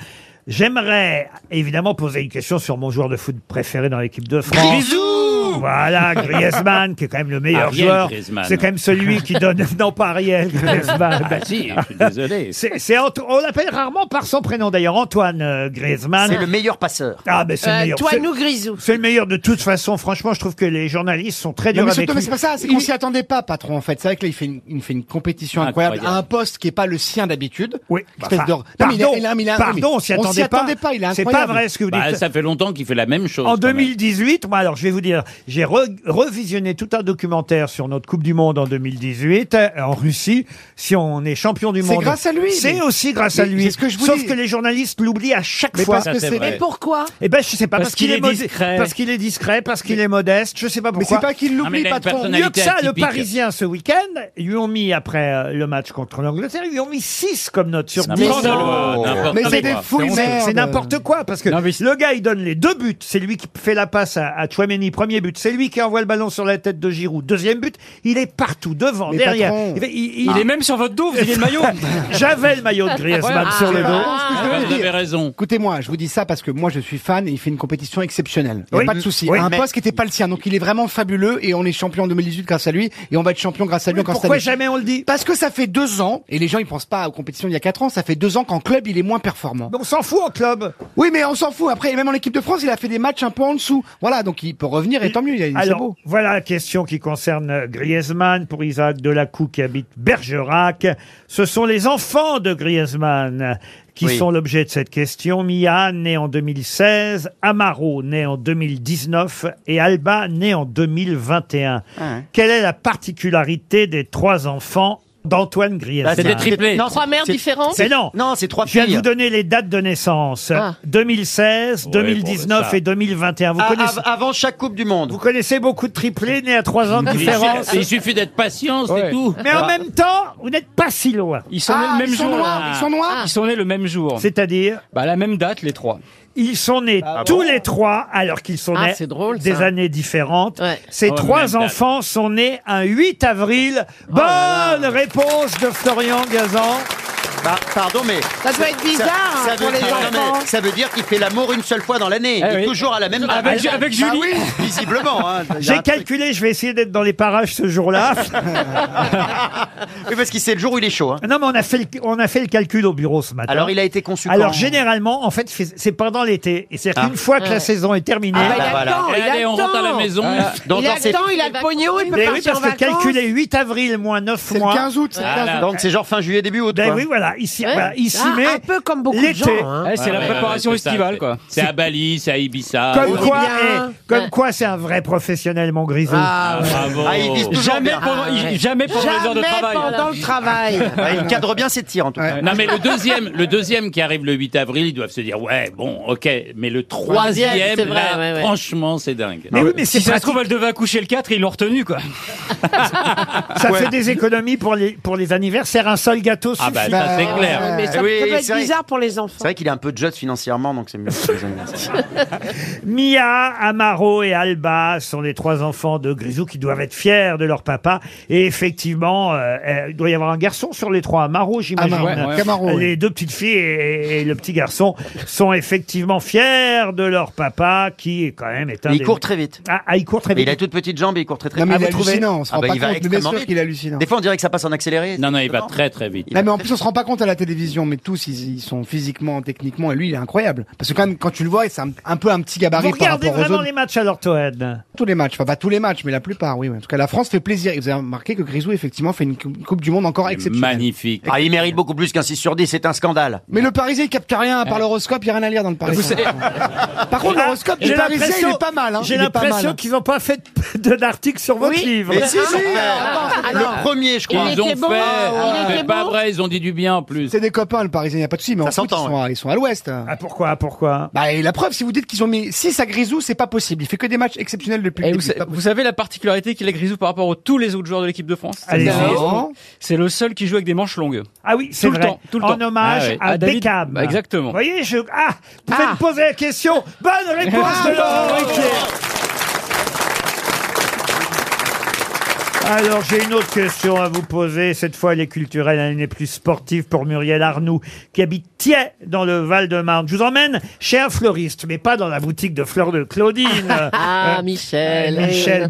[SPEAKER 2] J'aimerais évidemment poser une question sur mon joueur de foot préféré dans l'équipe de France.
[SPEAKER 6] Bisous
[SPEAKER 2] Voilà, Griezmann, qui est quand même le meilleur
[SPEAKER 9] Ariel
[SPEAKER 2] joueur.
[SPEAKER 9] Griezmann.
[SPEAKER 2] C'est quand même celui qui donne. <laughs> Non, pas Ariel <laughs> Griezmann.
[SPEAKER 9] Ah si, je suis désolé.
[SPEAKER 2] C'est, c'est Anto- On l'appelle rarement par son prénom d'ailleurs, Antoine euh, Griezmann.
[SPEAKER 5] C'est le meilleur passeur.
[SPEAKER 2] Ah, mais c'est le
[SPEAKER 8] Euh,
[SPEAKER 2] meilleur.
[SPEAKER 8] toi
[SPEAKER 2] C'est-
[SPEAKER 8] nous grisou.
[SPEAKER 2] c'est le meilleur de toute façon. Franchement, je trouve que les journalistes sont très
[SPEAKER 7] Non,
[SPEAKER 2] durs
[SPEAKER 7] mais
[SPEAKER 2] avec
[SPEAKER 7] surtout, mais
[SPEAKER 2] lui.
[SPEAKER 7] c'est pas ça, c'est qu'on s'y attendait pas, patron, en fait. C'est vrai que là, il fait une, il fait une compétition incroyable,
[SPEAKER 9] Incroyable.
[SPEAKER 7] à un poste qui est pas le sien d'habitude.
[SPEAKER 2] Oui.
[SPEAKER 7] Espèce
[SPEAKER 2] Enfin,
[SPEAKER 7] d'or- Non, mais il a-
[SPEAKER 2] pardon,
[SPEAKER 7] il a- il a- oui, mais
[SPEAKER 2] pardon, on s'y attendait,
[SPEAKER 7] pas. Il est
[SPEAKER 2] C'est
[SPEAKER 7] incroyable.
[SPEAKER 2] pas vrai ce que vous dites.
[SPEAKER 9] Bah, ça fait longtemps qu'il fait la même chose.
[SPEAKER 2] En
[SPEAKER 9] quand même.
[SPEAKER 2] 2018, moi, alors je vais vous dire, j'ai re- revisionné tout un documentaire sur notre Coupe du Monde en 2018 euh, en Russie. Si on est champion du
[SPEAKER 7] C'est
[SPEAKER 2] monde,
[SPEAKER 7] grâce à lui,
[SPEAKER 2] C'est
[SPEAKER 7] mais-
[SPEAKER 2] aussi grâce
[SPEAKER 7] mais
[SPEAKER 2] à lui.
[SPEAKER 7] c'est ce que je vous
[SPEAKER 2] Sauf
[SPEAKER 7] dis.
[SPEAKER 2] que les journalistes l'oublient à chaque
[SPEAKER 7] Mais
[SPEAKER 2] fois.
[SPEAKER 7] parce
[SPEAKER 9] Ça,
[SPEAKER 7] que
[SPEAKER 9] c'est
[SPEAKER 7] c'est
[SPEAKER 9] vrai.
[SPEAKER 8] Mais pourquoi
[SPEAKER 2] Eh ben, je sais pas
[SPEAKER 6] Parce qu'il est
[SPEAKER 2] modé-
[SPEAKER 6] discret.
[SPEAKER 2] parce qu'il est discret, parce qu'il est modeste. Je sais pas
[SPEAKER 7] Mais
[SPEAKER 2] pourquoi.
[SPEAKER 7] c'est pas qu'il
[SPEAKER 9] Ah,
[SPEAKER 7] l'oublie,
[SPEAKER 9] mais il a une
[SPEAKER 7] patron.
[SPEAKER 9] personnalité.
[SPEAKER 2] Mieux que ça, le
[SPEAKER 9] atypique.
[SPEAKER 2] Parisien ce week-end, ils lui ont mis après euh, le match contre l'Angleterre, ils lui ont mis 6 comme note sur 10.
[SPEAKER 9] N'importe quoi,
[SPEAKER 5] non.
[SPEAKER 9] n'importe
[SPEAKER 7] Mais c'est
[SPEAKER 9] quoi.
[SPEAKER 7] des fouilles,
[SPEAKER 2] C'est
[SPEAKER 7] merde.
[SPEAKER 2] n'importe quoi parce que
[SPEAKER 6] Non, mais c'est-
[SPEAKER 2] le gars il donne les deux buts, c'est lui qui fait la passe à, à Chouameni, premier but. but, c'est lui qui envoie le ballon sur la tête de Giroud. Deuxième but, il est partout, devant,
[SPEAKER 6] Mais
[SPEAKER 2] derrière.
[SPEAKER 6] patron.
[SPEAKER 2] Il,
[SPEAKER 6] Il est même sur votre
[SPEAKER 5] <laughs>
[SPEAKER 6] dos, vous aviez le maillot.
[SPEAKER 2] J'avais le maillot de Griezmann sur le dos.
[SPEAKER 9] raison.
[SPEAKER 7] Écoutez-moi, je vous dis ça parce que moi je suis fan et il fait une compétition exceptionnelle. Il y a
[SPEAKER 2] Oui.
[SPEAKER 7] pas de souci.
[SPEAKER 2] Oui,
[SPEAKER 7] un
[SPEAKER 2] mais-
[SPEAKER 7] poste qui n'était pas le sien. Donc il est vraiment fabuleux et on est champion en 2018 grâce à lui et on va être champion grâce à lui.
[SPEAKER 2] Mais
[SPEAKER 7] encore cette
[SPEAKER 2] pourquoi
[SPEAKER 7] année.
[SPEAKER 2] jamais on le dit
[SPEAKER 7] Parce que ça fait deux ans et les gens ils pensent pas aux compétitions d'il y a quatre ans. Ça fait deux ans qu'en club il est moins performant.
[SPEAKER 2] on s'en fout en club.
[SPEAKER 7] Oui, mais on s'en fout. Après, même en équipe de France, il a fait des matchs un peu en dessous. Voilà, donc il peut revenir et tant mieux. il est- C'est
[SPEAKER 2] Alors,
[SPEAKER 7] beau.
[SPEAKER 2] voilà la question qui concerne euh, Griezmann pour Isaac Delacou qui habite Bergerac. Ce sont les enfants de Griezmann qui
[SPEAKER 19] Oui.
[SPEAKER 2] sont l'objet de cette question. Mia, née en 2016, Amaro, née en 2019 et Alba, née en 2021.
[SPEAKER 7] Ah
[SPEAKER 2] Quelle est la particularité des trois enfants d'Antoine
[SPEAKER 4] Bah,
[SPEAKER 2] Griezmann
[SPEAKER 4] c'est des triplés. Non, Trois c'est- mères c'est- différentes
[SPEAKER 2] C'est non.
[SPEAKER 5] Non, c'est trois
[SPEAKER 2] Je viens de
[SPEAKER 5] filles.
[SPEAKER 2] vous donner les dates de naissance.
[SPEAKER 5] Ah.
[SPEAKER 2] 2016,
[SPEAKER 5] Ouais,
[SPEAKER 2] 2019
[SPEAKER 5] bon, bah, ça.
[SPEAKER 2] et 2021. Vous
[SPEAKER 5] Ah,
[SPEAKER 2] connaissez...
[SPEAKER 5] av- Avant chaque Coupe du Monde.
[SPEAKER 2] Vous connaissez beaucoup de triplés nés à trois ans de
[SPEAKER 9] Il
[SPEAKER 2] différence.
[SPEAKER 9] suffit- il suffit d'être patient, c'est tout.
[SPEAKER 2] Mais en même temps, vous n'êtes pas si loin.
[SPEAKER 6] Ah.
[SPEAKER 2] Ah.
[SPEAKER 6] Ils sont
[SPEAKER 8] Ah,
[SPEAKER 6] nés le même jour.
[SPEAKER 2] ils sont noirs
[SPEAKER 6] Ah. Ils sont nés le même jour.
[SPEAKER 2] C'est-à-dire
[SPEAKER 6] Bah, à la même date, les trois.
[SPEAKER 2] Ils sont nés tous les trois, alors qu'ils sont
[SPEAKER 6] Ah,
[SPEAKER 2] nés
[SPEAKER 6] c'est drôle,
[SPEAKER 2] des
[SPEAKER 6] ça.
[SPEAKER 2] années différentes. Ces
[SPEAKER 6] Oh, même
[SPEAKER 2] trois
[SPEAKER 6] date.
[SPEAKER 2] enfants sont nés un 8 avril. Bonne réponse de Florian Gazan.
[SPEAKER 5] Bah, pardon, mais.
[SPEAKER 8] Ça doit être bizarre, hein, pour les
[SPEAKER 5] dire,
[SPEAKER 8] enfants.
[SPEAKER 5] mais ça veut dire qu'il fait l'amour une seule fois dans l'année.
[SPEAKER 2] Eh
[SPEAKER 5] Il est
[SPEAKER 2] oui.
[SPEAKER 5] toujours à la même
[SPEAKER 2] Avec-
[SPEAKER 5] Ah,
[SPEAKER 2] avec
[SPEAKER 5] bah
[SPEAKER 2] Julie.
[SPEAKER 5] oui, visiblement. hein. Il y a
[SPEAKER 2] J'ai
[SPEAKER 5] un truc.
[SPEAKER 2] calculé, je vais essayer d'être dans les parages ce jour-là.
[SPEAKER 5] <laughs> Oui, parce qu'il sait le jour où il est chaud. hein.
[SPEAKER 2] Ah Non, mais on a fait le, on a fait le calcul au bureau ce matin.
[SPEAKER 5] Alors, il a été conçu
[SPEAKER 2] Alors
[SPEAKER 5] quand
[SPEAKER 2] généralement, en fait, c'est c'est pendant l'été. Et c'est-à-dire
[SPEAKER 5] Ah.
[SPEAKER 2] qu'une fois que la
[SPEAKER 5] Ouais.
[SPEAKER 2] saison est terminée,
[SPEAKER 5] Ah, bah, Ah, voilà.
[SPEAKER 8] il
[SPEAKER 9] Allez, on rentre à la
[SPEAKER 8] attend.
[SPEAKER 9] maison.
[SPEAKER 8] Voilà.
[SPEAKER 5] Donc,
[SPEAKER 8] il
[SPEAKER 5] dans
[SPEAKER 8] a
[SPEAKER 5] ces-
[SPEAKER 8] le temps, il a le pognon, il peut
[SPEAKER 2] Mais oui,
[SPEAKER 8] partir
[SPEAKER 2] parce
[SPEAKER 8] en
[SPEAKER 2] que
[SPEAKER 8] vacances.
[SPEAKER 2] calculer 8 avril moins 9 mois.
[SPEAKER 5] Voilà. Donc, c'est genre fin juillet, début août.
[SPEAKER 2] Ben
[SPEAKER 5] quoi.
[SPEAKER 2] oui, voilà, ici,
[SPEAKER 8] Ouais.
[SPEAKER 2] voilà, ici
[SPEAKER 8] Ah,
[SPEAKER 2] mais
[SPEAKER 8] un peu comme beaucoup de
[SPEAKER 2] l'été.
[SPEAKER 8] gens, hein.
[SPEAKER 6] Eh, c'est la préparation
[SPEAKER 9] c'est ça,
[SPEAKER 6] estivale,
[SPEAKER 9] c'est-
[SPEAKER 6] quoi.
[SPEAKER 9] C'est à Bali, c'est à Ibiza.
[SPEAKER 2] Comme
[SPEAKER 9] Ouais.
[SPEAKER 2] quoi,
[SPEAKER 6] bien.
[SPEAKER 2] eh, comme
[SPEAKER 6] Ouais.
[SPEAKER 2] quoi, c'est un vrai professionnel, mon grisou.
[SPEAKER 9] Ah, ouais. Bravo. Ah, il vise toujours
[SPEAKER 6] Jamais
[SPEAKER 9] bien.
[SPEAKER 6] pendant- il- jamais pendant les heures de
[SPEAKER 8] Jamais
[SPEAKER 6] travail.
[SPEAKER 8] pendant le travail.
[SPEAKER 5] Ouais, il cadre bien ses tirs en tout cas.
[SPEAKER 9] Non mais le deuxième, le deuxième qui arrive le 8 avril, ils doivent se dire ouais bon ok, mais le troisième,
[SPEAKER 6] Troisième, c'est vrai,
[SPEAKER 9] là,
[SPEAKER 6] ouais, ouais.
[SPEAKER 9] franchement c'est dingue.
[SPEAKER 2] Mais oui, mais
[SPEAKER 6] si
[SPEAKER 2] c'est
[SPEAKER 6] ça se
[SPEAKER 2] pratique.
[SPEAKER 6] trouve, elle devait accoucher le 4 et ils l'ont retenu, quoi.
[SPEAKER 2] Ça fait des économies pour les, pour les anniversaires. Un seul gâteau suffit.
[SPEAKER 5] Ah, bah, ça, c'est Bah, clair.
[SPEAKER 8] Mais ça,
[SPEAKER 5] Oui,
[SPEAKER 8] ça peut
[SPEAKER 5] c'est
[SPEAKER 8] être
[SPEAKER 5] vrai.
[SPEAKER 8] bizarre pour les enfants.
[SPEAKER 5] C'est vrai qu'il est un peu judge financièrement,
[SPEAKER 9] <laughs>
[SPEAKER 5] donc c'est mieux. pour les anniversaires.
[SPEAKER 2] Mia, Amaro et Alba sont les trois enfants de Grisou qui doivent être fiers de leur papa. Et effectivement, euh, euh, il doit y avoir un garçon sur les trois. Amaro, j'imagine.
[SPEAKER 7] Amaro, ouais, ouais. Amaro, oui.
[SPEAKER 2] Les deux petites filles et, et le petit garçon sont effectivement fiers de leur papa qui, est quand même, est un
[SPEAKER 5] Mais il
[SPEAKER 2] des-
[SPEAKER 5] court très vite.
[SPEAKER 2] Ah, ah, il court très
[SPEAKER 5] Mais
[SPEAKER 2] vite.
[SPEAKER 5] il a toutes petites jambes et il court très très
[SPEAKER 7] Non, mais
[SPEAKER 5] vite. Ah bah,
[SPEAKER 7] il est hallucinant, on se rend pas
[SPEAKER 5] il va
[SPEAKER 7] compte, mais bien
[SPEAKER 5] extrêmement
[SPEAKER 7] sûr
[SPEAKER 5] vite.
[SPEAKER 7] qu'il est hallucinant.
[SPEAKER 5] Des fois, on dirait que ça passe en accéléré.
[SPEAKER 9] Non non il va très très vite.
[SPEAKER 7] Non, mais en plus, on se rend pas compte à la télévision, mais tous, ils, ils sont physiquement, techniquement, et lui, il est incroyable. Parce que quand même, quand tu le vois, c'est un, un peu un petit gabarit
[SPEAKER 2] Vous
[SPEAKER 7] par
[SPEAKER 2] regardez
[SPEAKER 7] rapport aux
[SPEAKER 2] vraiment
[SPEAKER 7] autres. Bah,
[SPEAKER 2] les matchs alors, Toen
[SPEAKER 7] Tous les matchs, enfin pas tous les matchs, mais la plupart, oui. oui. En tout cas, la France fait plaisir. Et Vous avez remarqué que Grisou, effectivement, fait une cou- Coupe du Monde encore exceptionnelle.
[SPEAKER 9] Magnifique.
[SPEAKER 5] Ah, il mérite beaucoup plus qu'un 6 sur 10, c'est un scandale.
[SPEAKER 7] Mais le Parisien, il capte rien, à
[SPEAKER 2] Eh.
[SPEAKER 7] part l'horoscope, il n'y a rien à lire dans le Parisien. Par contre, l'horoscope du
[SPEAKER 2] J'ai
[SPEAKER 7] Parisien, il
[SPEAKER 2] l'impression-
[SPEAKER 7] est pas mal. Hein.
[SPEAKER 2] J'ai
[SPEAKER 7] Il est pas
[SPEAKER 2] l'impression
[SPEAKER 7] mal.
[SPEAKER 2] qu'ils n'ont pas fait de- d'article sur votre livre.
[SPEAKER 5] Mais si, ils ont
[SPEAKER 6] Ah,
[SPEAKER 5] fait. le premier, je crois.
[SPEAKER 9] Ils ont fait, euh, c'est pas vrai, ils ont dit du bien en plus.
[SPEAKER 7] C'est des copains, le Parisien, il n'y a pas de souci, mais en foot, ils, sont à, ils sont à l'ouest.
[SPEAKER 2] Ah pourquoi Pourquoi
[SPEAKER 7] Bah, et la preuve, si vous dites qu'ils ont mis 6 à Grisou, c'est pas possible. Il fait que des matchs exceptionnels depuis le
[SPEAKER 6] Et vous,
[SPEAKER 7] début.
[SPEAKER 6] sa-
[SPEAKER 7] C'est pas possible.
[SPEAKER 6] vous savez la particularité qu'il a Grisou par rapport à tous les autres joueurs de l'équipe de France
[SPEAKER 7] Allez-y.
[SPEAKER 6] C'est-
[SPEAKER 7] Non.
[SPEAKER 6] C'est le seul qui joue avec des manches longues.
[SPEAKER 2] Ah oui, c'est
[SPEAKER 6] Tout le
[SPEAKER 2] vrai.
[SPEAKER 6] temps, tout le
[SPEAKER 2] en
[SPEAKER 6] temps.
[SPEAKER 2] hommage
[SPEAKER 6] Ah ouais.
[SPEAKER 2] à,
[SPEAKER 6] À David-
[SPEAKER 2] Beckham.
[SPEAKER 6] Bah, exactement.
[SPEAKER 2] Vous voyez, je... Ah, vous pouvez me poser la question.
[SPEAKER 6] <laughs>
[SPEAKER 2] Bonne réponse de Laurent Ruquier. Alors, j'ai une autre question à vous poser. Cette fois, elle est culturelle, elle n'est plus sportive pour Muriel Arnoux, qui habite Thiers, dans le Val-de-Marne. Je vous emmène chez un fleuriste, mais pas dans la boutique de fleurs de Claudine.
[SPEAKER 4] <laughs> Ah,
[SPEAKER 2] Euh,
[SPEAKER 4] Michel.
[SPEAKER 2] Michel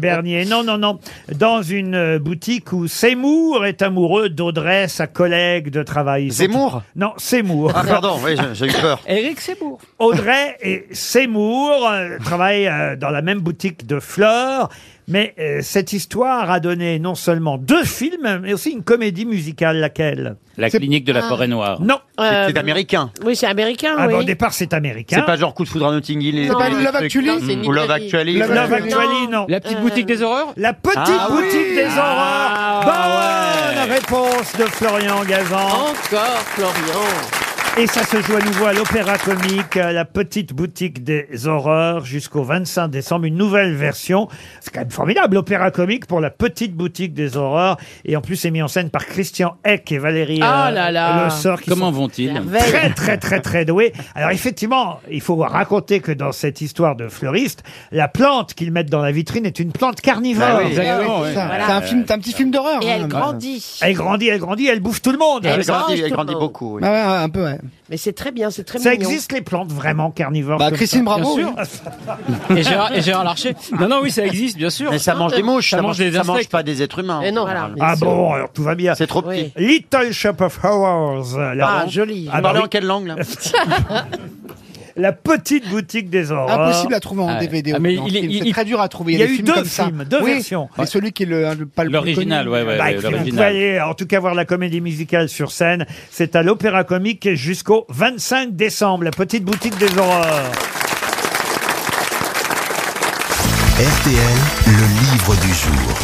[SPEAKER 4] <laughs>
[SPEAKER 2] Bernier. Non, non, non. Dans une euh, boutique où Seymour est amoureux d'Audrey, sa collègue de travail. Ils sont
[SPEAKER 5] Zemmour
[SPEAKER 2] tous- Non, Seymour.
[SPEAKER 5] Ah, pardon, oui, j'ai- j'ai eu peur.
[SPEAKER 6] Eric Seymour.
[SPEAKER 2] Audrey et Seymour euh, travaillent euh, dans la même boutique de fleurs. Mais euh, cette histoire a donné non seulement deux films, mais aussi une comédie musicale, laquelle
[SPEAKER 9] La clinique de la forêt noire.
[SPEAKER 2] Non.
[SPEAKER 8] Euh,
[SPEAKER 5] C'est américain.
[SPEAKER 8] Oui, c'est américain,
[SPEAKER 2] Ah,
[SPEAKER 8] oui.
[SPEAKER 2] bah, au départ, c'est américain.
[SPEAKER 5] C'est pas genre coup de foudre à Notting Hill. et-
[SPEAKER 8] C'est Ah. pas
[SPEAKER 5] et-
[SPEAKER 8] Love Actually
[SPEAKER 5] Non, c'est Ou Love
[SPEAKER 8] Italie.
[SPEAKER 5] Actually.
[SPEAKER 2] Love Actually, non.
[SPEAKER 6] La petite boutique des horreurs
[SPEAKER 2] La petite
[SPEAKER 5] Ah
[SPEAKER 2] boutique
[SPEAKER 5] oui
[SPEAKER 2] des horreurs.
[SPEAKER 6] Ah
[SPEAKER 2] Bonne réponse de Florian Gazan.
[SPEAKER 4] Encore Florian.
[SPEAKER 2] Et ça se joue à nouveau à l'Opéra Comique, à la petite boutique des horreurs, jusqu'au 25 décembre. Une nouvelle version. C'est quand même formidable, l'Opéra Comique pour la petite boutique des horreurs. Et en plus, c'est mis en scène par Christian Eck et Valérie
[SPEAKER 4] Ah
[SPEAKER 2] euh,
[SPEAKER 4] là là.
[SPEAKER 2] Le Sort. qui
[SPEAKER 9] Comment
[SPEAKER 2] sont
[SPEAKER 9] vont-ils
[SPEAKER 2] Très, très, très, très doués. Alors, effectivement, il faut raconter que dans cette histoire de fleuriste, la plante qu'ils mettent dans la vitrine est une plante carnivore.
[SPEAKER 7] Ah oui, exactement, Euh, oui. C'est un film- c'est un petit film d'horreur.
[SPEAKER 8] Et
[SPEAKER 7] hein,
[SPEAKER 8] elle
[SPEAKER 7] même.
[SPEAKER 8] grandit.
[SPEAKER 6] Ah,
[SPEAKER 2] Elle grandit, elle grandit, elle bouffe tout le monde.
[SPEAKER 8] Elle Elle grandit, mange elle tout le grandit monde.
[SPEAKER 2] beaucoup.
[SPEAKER 7] Bah ouais, un peu, ouais.
[SPEAKER 8] Mais c'est très bien, c'est très
[SPEAKER 2] Ça
[SPEAKER 8] mignon.
[SPEAKER 2] existe les plantes vraiment carnivores
[SPEAKER 7] Bah,
[SPEAKER 2] comme
[SPEAKER 7] Christine
[SPEAKER 2] ça
[SPEAKER 7] Bravo,
[SPEAKER 2] Bien
[SPEAKER 7] oui.
[SPEAKER 2] sûr. <laughs>
[SPEAKER 6] Et Gérard, et Gérard Larcher. Non, non, oui, ça existe, bien sûr.
[SPEAKER 5] Mais ça mange des mouches, ça, mange, ça mange
[SPEAKER 6] insectes.
[SPEAKER 5] pas des êtres humains.
[SPEAKER 6] Eh non,
[SPEAKER 5] voilà.
[SPEAKER 2] Ah bon, alors tout va bien. C'est trop petit. Little Shop of Horrors. euh, la-
[SPEAKER 5] Ah, joli.
[SPEAKER 2] Ah,
[SPEAKER 5] Vous
[SPEAKER 2] bah
[SPEAKER 5] parlez
[SPEAKER 2] oui.
[SPEAKER 5] en
[SPEAKER 2] <laughs>
[SPEAKER 5] quelle langue, là
[SPEAKER 2] La petite boutique des horreurs.
[SPEAKER 7] Impossible à trouver en DVD.
[SPEAKER 2] Ah, mais
[SPEAKER 7] en
[SPEAKER 2] il est-
[SPEAKER 7] film.
[SPEAKER 2] il-
[SPEAKER 7] C'est
[SPEAKER 2] il-
[SPEAKER 7] très dur à trouver.
[SPEAKER 2] Il y a
[SPEAKER 7] des
[SPEAKER 2] eu
[SPEAKER 7] films
[SPEAKER 2] deux
[SPEAKER 7] comme ça.
[SPEAKER 2] films, deux
[SPEAKER 7] Oui,
[SPEAKER 2] versions.
[SPEAKER 7] Et celui qui est le, un- le- pas le plus
[SPEAKER 9] L'original,
[SPEAKER 7] connu.
[SPEAKER 9] ouais, ouais,
[SPEAKER 2] Bah,
[SPEAKER 9] ouais,
[SPEAKER 2] écoutez, vous pouvez
[SPEAKER 9] l'original.
[SPEAKER 2] aller, en tout cas, voir la comédie musicale sur scène. C'est à l'Opéra Comique jusqu'au 25 décembre. La petite boutique des horreurs.
[SPEAKER 1] RTL, le livre du jour.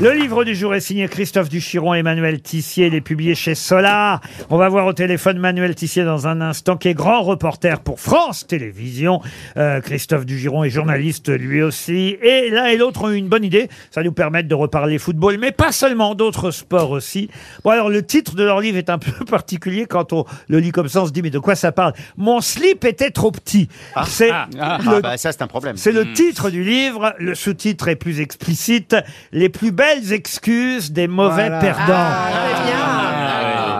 [SPEAKER 2] Le livre du jour est signé Christophe Duchiron et Emmanuel Tissier. Il est publié chez Solar. On va voir au téléphone Manuel Tissier dans un instant, qui est grand reporter pour France Télévisions. Euh, Christophe Duchiron est journaliste lui aussi. Et l'un et l'autre ont eu une bonne idée. Ça nous permet de reparler football, mais pas seulement, d'autres sports aussi. Bon, alors le titre de leur livre est un <laughs> peu particulier. Quand on le lit comme ça, on se dit, mais de quoi ça parle Mon slip était trop petit. C'est
[SPEAKER 5] Ah, ah,
[SPEAKER 2] le-
[SPEAKER 5] ah, bah, ça, c'est un problème.
[SPEAKER 2] c'est le
[SPEAKER 5] Mm.
[SPEAKER 2] titre du livre. Le sous-titre est plus explicite. Les plus belles excuses des mauvais
[SPEAKER 5] Voilà.
[SPEAKER 2] perdants.
[SPEAKER 7] Ah,
[SPEAKER 5] Ah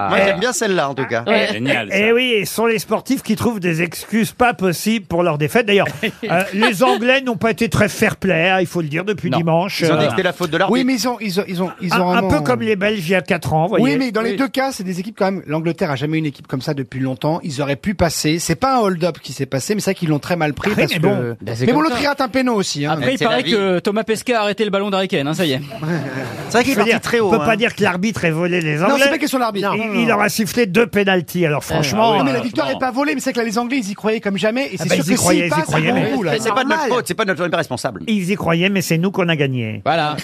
[SPEAKER 8] Ah.
[SPEAKER 5] Moi, j'aime bien celle-là, en tout cas.
[SPEAKER 2] Eh, eh oui, et ce sont les sportifs qui trouvent des excuses pas possibles pour leur défaite. <laughs> D'ailleurs, euh, les Anglais n'ont pas été très fair-play, hein, il faut le dire, depuis dimanche.
[SPEAKER 5] Ils ont dit
[SPEAKER 2] Euh,
[SPEAKER 5] que c'était la faute de l'arbitre.
[SPEAKER 7] Oui, mais ils ont, ils ont, ils ont, ils
[SPEAKER 2] un,
[SPEAKER 7] ont
[SPEAKER 2] un
[SPEAKER 7] vraiment-
[SPEAKER 2] peu comme les Belges il y a 4 ans, vous voyez.
[SPEAKER 7] Oui, mais dans les deux cas, c'est des équipes quand même. L'Angleterre a jamais une équipe comme ça depuis longtemps. Ils auraient pu passer. C'est pas un hold-up qui s'est passé, mais c'est vrai qu'ils l'ont très mal pris.
[SPEAKER 6] Oui,
[SPEAKER 7] parce
[SPEAKER 6] mais
[SPEAKER 7] que-
[SPEAKER 6] bon. Bah, c'est
[SPEAKER 7] mais bon,
[SPEAKER 6] comme
[SPEAKER 7] l'autre
[SPEAKER 6] ça.
[SPEAKER 7] il rate un péno aussi. hein.
[SPEAKER 6] Après, il paraît que Thomas Pesca a arrêté le ballon d'Harry Kane, hein, ça y est.
[SPEAKER 7] C'est vrai qu'il
[SPEAKER 2] Je veux
[SPEAKER 7] est parti
[SPEAKER 2] dire,
[SPEAKER 7] très haut,
[SPEAKER 2] On peut
[SPEAKER 7] hein.
[SPEAKER 2] pas dire que l'arbitre ait volé les
[SPEAKER 7] Non,
[SPEAKER 2] Anglais.
[SPEAKER 7] c'est pas question de l'arbitre.
[SPEAKER 2] Il,
[SPEAKER 7] Non, non, non.
[SPEAKER 2] il aura sifflé deux pénalties. Alors franchement,
[SPEAKER 7] Non, mais
[SPEAKER 2] euh,
[SPEAKER 7] la victoire est pas volée, mais c'est que là, les Anglais, ils y croyaient comme jamais. Et c'est
[SPEAKER 2] Ah bah,
[SPEAKER 7] sûr
[SPEAKER 2] ils y
[SPEAKER 7] que
[SPEAKER 2] croyaient, ils
[SPEAKER 7] s'ils
[SPEAKER 2] y
[SPEAKER 7] passent, c'est
[SPEAKER 2] croyaient,
[SPEAKER 7] bon
[SPEAKER 2] mais-
[SPEAKER 7] coup, là.
[SPEAKER 5] C'est pas de notre faute, c'est pas de notre faute, on est pas responsable.
[SPEAKER 2] Ils y croyaient, mais c'est nous qu'on a gagné. <laughs>
[SPEAKER 6] Voilà.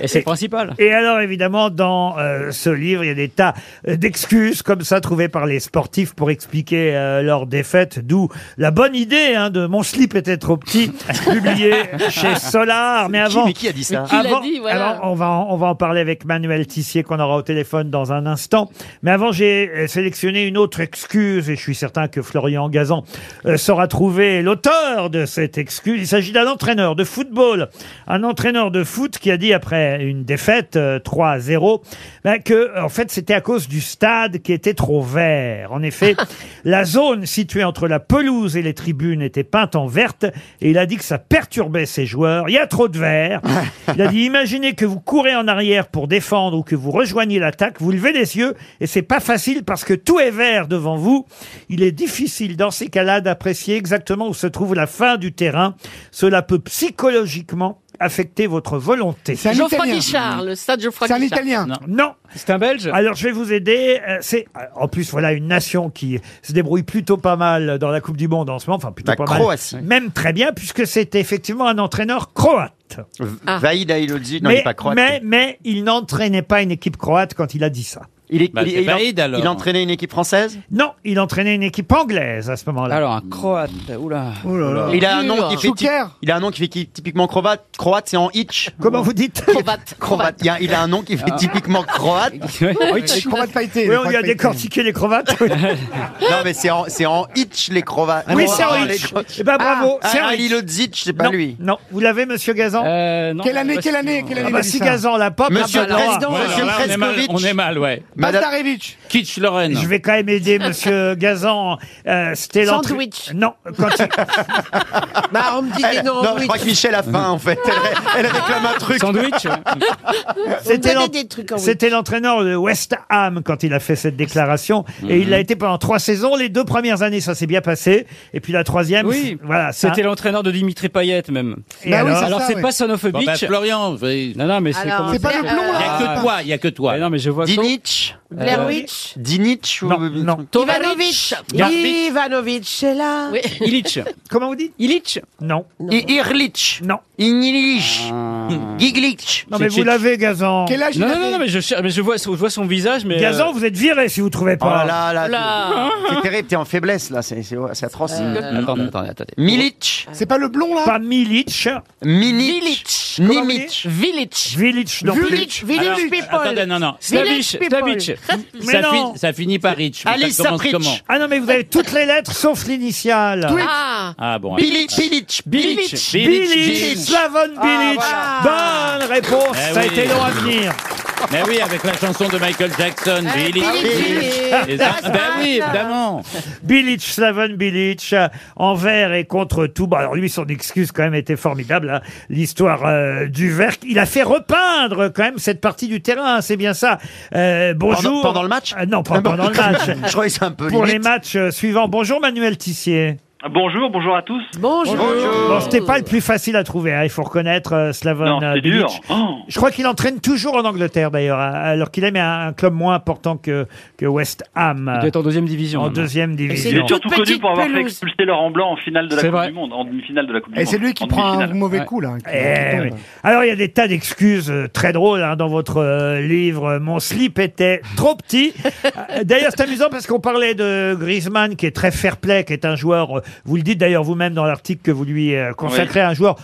[SPEAKER 6] Et c'est le principal.
[SPEAKER 2] Et alors, évidemment, dans euh, ce livre, il y a des tas euh, d'excuses comme ça trouvées par les sportifs pour expliquer euh, leur défaite, d'où la bonne idée hein, de Mon slip était
[SPEAKER 6] <laughs>
[SPEAKER 2] trop petit, publié chez Solar. Mais
[SPEAKER 5] Qui-
[SPEAKER 2] avant,
[SPEAKER 5] mais qui a dit ça
[SPEAKER 4] Qui l'a
[SPEAKER 2] avant-
[SPEAKER 4] dit, voilà.
[SPEAKER 2] alors, on va, en- on va en parler avec Manuel Tissier qu'on aura au téléphone dans un instant. Mais avant, j'ai euh, sélectionné une autre excuse et je suis certain que Florian Gazan euh, saura trouver l'auteur de cette excuse. Il s'agit d'un entraîneur de football, un entraîneur de foot qui a dit après une défaite euh, 3-0 ben, que en fait c'était à cause du stade qui était trop vert. En effet, la zone située entre la pelouse et les tribunes était peinte en verte et il a dit que ça perturbait ses joueurs. Il y a trop de vert. Il a dit imaginez que vous courez en arrière pour défendre ou que vous rejoignez l'attaque, vous levez les yeux et c'est pas facile parce que tout est vert devant vous. Il est difficile dans ces cas-là d'apprécier exactement où se trouve la fin du terrain. Cela peut psychologiquement affecter votre volonté.
[SPEAKER 7] C'est un
[SPEAKER 4] Geoffroy
[SPEAKER 7] Italien.
[SPEAKER 4] Guichard, le stade Geoffroy
[SPEAKER 7] C'est un
[SPEAKER 4] Guichard.
[SPEAKER 7] Italien.
[SPEAKER 2] Non.
[SPEAKER 6] C'est un Belge
[SPEAKER 2] Alors je vais vous aider. Euh, C'est en plus voilà une nation qui se débrouille plutôt pas mal dans la Coupe du Monde en ce moment. Enfin plutôt
[SPEAKER 5] La
[SPEAKER 2] pas
[SPEAKER 5] Croatie.
[SPEAKER 2] mal. Même très bien puisque c'est effectivement un entraîneur croate.
[SPEAKER 5] Vaïda Ilodzi, non, il
[SPEAKER 2] mais,
[SPEAKER 5] est pas croate.
[SPEAKER 2] mais mais il n'entraînait pas une équipe croate quand il a dit ça.
[SPEAKER 5] Il, est,
[SPEAKER 9] Bah,
[SPEAKER 5] il,
[SPEAKER 9] c'est
[SPEAKER 5] il en-
[SPEAKER 9] Vaïd, alors.
[SPEAKER 5] il entraînait une équipe française
[SPEAKER 2] Non, il entraînait une équipe anglaise à ce moment-là.
[SPEAKER 6] Alors, un croate. Oula.
[SPEAKER 2] Oh
[SPEAKER 5] il a, un nom qui fait typ-
[SPEAKER 7] Joker.
[SPEAKER 5] il a un nom qui fait qui- typiquement croate. Croate, c'est en itch.
[SPEAKER 2] Comment vous
[SPEAKER 5] <laughs>
[SPEAKER 2] dites
[SPEAKER 4] Crevate.
[SPEAKER 5] Croate. Il, y a- il a un nom qui fait typiquement croate.
[SPEAKER 7] Je crois pas été.
[SPEAKER 2] Oui, on lui a décortiqué les croates. <laughs>
[SPEAKER 5] Non, mais c'est en, c'est en itch les croates.
[SPEAKER 2] oui,
[SPEAKER 5] Oh,
[SPEAKER 2] c'est
[SPEAKER 5] les
[SPEAKER 2] Henrich.
[SPEAKER 5] croates.
[SPEAKER 2] Eh ben bravo,
[SPEAKER 5] Ah,
[SPEAKER 2] c'est
[SPEAKER 5] ah,
[SPEAKER 2] Henrich.
[SPEAKER 5] Ilodžić, c'est pas
[SPEAKER 2] non,
[SPEAKER 5] lui.
[SPEAKER 2] Non, vous l'avez, monsieur Gazan
[SPEAKER 6] Euh, non,
[SPEAKER 7] Quelle
[SPEAKER 6] je sais
[SPEAKER 7] année,
[SPEAKER 6] pas
[SPEAKER 7] quelle
[SPEAKER 6] si-
[SPEAKER 7] année, quelle année
[SPEAKER 2] Ah
[SPEAKER 7] il a
[SPEAKER 2] bah
[SPEAKER 7] dit
[SPEAKER 2] si
[SPEAKER 7] ça
[SPEAKER 2] Gazan l'a pas,
[SPEAKER 5] Monsieur
[SPEAKER 2] personne l'aura.
[SPEAKER 5] Président,
[SPEAKER 9] Ouais,
[SPEAKER 5] Monsieur
[SPEAKER 9] alors là, on est mal,
[SPEAKER 5] Kreskovic.
[SPEAKER 9] on est mal, ouais.
[SPEAKER 5] Madame-
[SPEAKER 7] Mazdarevich.
[SPEAKER 9] Kitsch Lorraine.
[SPEAKER 2] Je vais quand même
[SPEAKER 5] <laughs>
[SPEAKER 2] aider Monsieur Gazan. Euh, c'était l'entrée-
[SPEAKER 8] Sandwich.
[SPEAKER 2] Non, quand
[SPEAKER 5] <laughs>
[SPEAKER 2] il-
[SPEAKER 8] Bah, on me dit des
[SPEAKER 5] Elle-
[SPEAKER 8] noms
[SPEAKER 5] non,
[SPEAKER 8] en
[SPEAKER 5] je
[SPEAKER 8] bruit.
[SPEAKER 5] crois que Michel a faim en fait. Elle, <laughs> ré- elle réclame un truc.
[SPEAKER 6] Sandwich
[SPEAKER 8] Vous me
[SPEAKER 2] c'était
[SPEAKER 8] donnez
[SPEAKER 2] l'en-
[SPEAKER 8] des trucs en
[SPEAKER 2] c'était l'entraîneur de West Ham quand il a fait cette déclaration et
[SPEAKER 6] Mhm.
[SPEAKER 2] il l'a été pendant trois saisons. Les deux premières années, ça s'est bien passé, et puis la troisième,
[SPEAKER 6] Oui.
[SPEAKER 2] <laughs> voilà, ça-
[SPEAKER 6] C'était l'entraîneur de Dimitri Payet, même.
[SPEAKER 2] Et
[SPEAKER 7] Bah oui,
[SPEAKER 2] alors,
[SPEAKER 7] ça-
[SPEAKER 6] Alors,
[SPEAKER 7] ouais.
[SPEAKER 6] c'est pas
[SPEAKER 9] Bon, bah,
[SPEAKER 6] sonophobique.
[SPEAKER 9] Florian, il
[SPEAKER 6] Non, non, mais c'est
[SPEAKER 8] Alors,
[SPEAKER 6] comme.
[SPEAKER 7] C'est pas le
[SPEAKER 8] Merde.
[SPEAKER 7] plomb,
[SPEAKER 9] n'y a
[SPEAKER 7] là
[SPEAKER 9] que toi, il n'y a que toi.
[SPEAKER 6] Mais non, mais je vois que-
[SPEAKER 5] Dinic.
[SPEAKER 6] Witch.
[SPEAKER 8] Blair
[SPEAKER 6] Euh,
[SPEAKER 8] Witch.
[SPEAKER 5] Dinitch ou... Non,
[SPEAKER 8] Ivanovic.
[SPEAKER 6] Garbic.
[SPEAKER 8] Ivanovic, c'est là.
[SPEAKER 6] Illich.
[SPEAKER 2] Comment vous dites
[SPEAKER 6] Illich
[SPEAKER 2] Non.
[SPEAKER 5] Irlich.
[SPEAKER 2] Non.
[SPEAKER 5] Ignilich. Giglich.
[SPEAKER 2] Non, mais vous l'avez, Gazan.
[SPEAKER 6] Quel âge Ah. non, non, non, non, mais je, cher- mais je vois, son- je vois son visage, mais. euh,
[SPEAKER 2] Gazan, vous êtes viré si vous trouvez pas.
[SPEAKER 5] Oh là là,
[SPEAKER 6] Là.
[SPEAKER 5] c'est terrible, t'es en faiblesse là, c'est c'est- c'est atroce.
[SPEAKER 6] Euh, Attendez, attendez, attendez.
[SPEAKER 5] Milic.
[SPEAKER 7] C'est pas le blond là
[SPEAKER 2] Pas Milic.
[SPEAKER 5] Milic. Nimic.
[SPEAKER 8] Village.
[SPEAKER 2] Village, non.
[SPEAKER 8] Village.
[SPEAKER 9] Alors,
[SPEAKER 8] Village people.
[SPEAKER 9] Attendez, Ah non, non.
[SPEAKER 8] Village
[SPEAKER 9] Slavich,
[SPEAKER 8] people.
[SPEAKER 9] Slavich. <laughs>
[SPEAKER 2] Mais
[SPEAKER 9] Ça,
[SPEAKER 2] non.
[SPEAKER 9] fi- ça finit par Rich. mais
[SPEAKER 2] Alice
[SPEAKER 9] ça commence
[SPEAKER 2] Sapritch.
[SPEAKER 9] comment
[SPEAKER 2] Ah non, mais vous avez toutes les lettres sauf l'initiale.
[SPEAKER 9] Twitch.
[SPEAKER 8] Ah.
[SPEAKER 9] Ah bon.
[SPEAKER 5] Bilic. Bilic.
[SPEAKER 9] Bilic.
[SPEAKER 2] Bilic,
[SPEAKER 9] Bilic.
[SPEAKER 2] Slavon Bilic. Bonne réponse,
[SPEAKER 9] Eh
[SPEAKER 2] ça a
[SPEAKER 9] oui.
[SPEAKER 2] été long à venir.
[SPEAKER 9] Mais oui, avec la chanson de Michael Jackson, Billy. Les- Ben oui, évidemment.
[SPEAKER 2] Bilic, Slaven Bilic, euh, envers et contre tout. Bon, alors lui, son excuse quand même était formidable, hein. l'histoire euh, du verre. Il a fait repeindre euh, quand même cette partie du terrain, hein, c'est bien ça. Euh, bonjour.
[SPEAKER 5] Pendant- pendant le match
[SPEAKER 2] Ah Non, pas
[SPEAKER 5] Ah bon. <laughs>
[SPEAKER 2] pendant le match.
[SPEAKER 5] Je croyais que c'est un peu
[SPEAKER 2] Pour les
[SPEAKER 5] limite.
[SPEAKER 2] matchs euh, suivants. Bonjour Manuel Tissier.
[SPEAKER 20] Bonjour, bonjour à tous.
[SPEAKER 8] Bonjour.
[SPEAKER 2] Bon, c'était pas le plus facile à trouver, hein, il faut reconnaître euh, Slavon
[SPEAKER 20] Non, c'est
[SPEAKER 2] euh, Bilic.
[SPEAKER 20] dur. Oh.
[SPEAKER 2] Je crois qu'il entraîne toujours en Angleterre d'ailleurs, hein, alors qu'il aime un un club moins important que, que West Ham.
[SPEAKER 6] Il doit être en deuxième division.
[SPEAKER 2] En
[SPEAKER 6] maintenant.
[SPEAKER 2] deuxième division.
[SPEAKER 20] Il est surtout connu pour avoir fait
[SPEAKER 7] pelouse.
[SPEAKER 20] expulser Laurent Blanc en finale de la
[SPEAKER 6] C'est
[SPEAKER 20] Coupe
[SPEAKER 6] vrai.
[SPEAKER 20] du Monde, en demi-finale de la Coupe du
[SPEAKER 7] Et
[SPEAKER 20] Monde.
[SPEAKER 7] Eh, c'est lui qui
[SPEAKER 20] en
[SPEAKER 7] prend un
[SPEAKER 20] demi-finale.
[SPEAKER 7] mauvais coup là. hein, qui- qui
[SPEAKER 2] Eh
[SPEAKER 7] tombe.
[SPEAKER 2] oui. Alors il y a des tas d'excuses euh, très drôles hein, dans votre euh, livre. Mon slip était trop
[SPEAKER 7] <laughs>
[SPEAKER 2] petit. Euh, d'ailleurs c'est amusant parce qu'on parlait de Griezmann qui est très fair-play, qui est un joueur. euh, vous le dites d'ailleurs vous-même dans l'article que vous lui euh, consacrez, un joueur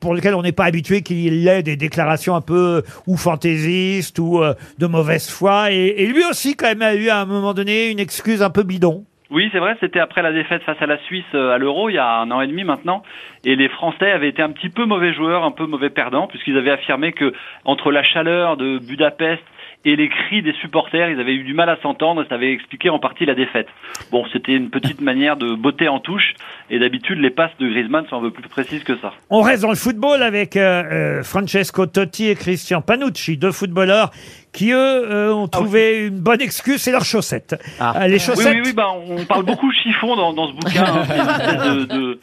[SPEAKER 2] pour lequel on n'est pas habitué qu'il ait des déclarations un peu euh, ou fantaisistes ou euh, de mauvaise foi. Et, et lui aussi quand même a eu à un moment donné une excuse un peu bidon.
[SPEAKER 20] Oui, c'est vrai, c'était après la défaite face à la Suisse euh, à l'Euro, il y a un an et demi maintenant, et les Français avaient été un petit peu mauvais joueurs, un peu mauvais perdants, puisqu'ils avaient affirmé que entre la chaleur de Budapest et les cris des supporters, ils avaient eu du mal à s'entendre, et ça avait expliqué en partie la défaite. Bon, c'était une petite <laughs> manière de botter en touche, et d'habitude, les passes de Griezmann sont un peu plus précises que ça.
[SPEAKER 2] On reste dans le football avec euh, euh, Francesco Totti et Christian Panucci, deux footballeurs qui, eux, euh, ont trouvé une bonne excuse, c'est leurs chaussettes. Euh, les
[SPEAKER 20] Ah Oui,
[SPEAKER 2] chaussettes,
[SPEAKER 20] oui, oui, bah, on parle beaucoup chiffon dans, dans ce bouquin. hein. C'est une espèce de- de-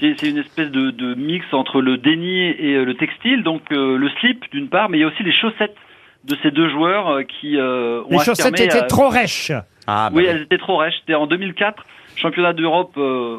[SPEAKER 20] c'est- C'est une espèce de, de mix entre le déni et euh, le textile, donc euh, le slip d'une part, mais il y a aussi les chaussettes de ces deux joueurs euh, qui euh, ont
[SPEAKER 2] les chaussettes
[SPEAKER 20] affirmé,
[SPEAKER 2] étaient
[SPEAKER 20] euh,
[SPEAKER 2] trop rêches.
[SPEAKER 5] Ah, bah
[SPEAKER 20] oui,
[SPEAKER 5] oui.
[SPEAKER 20] elles étaient trop rêches. C'était en 2004, championnat d'Europe, euh,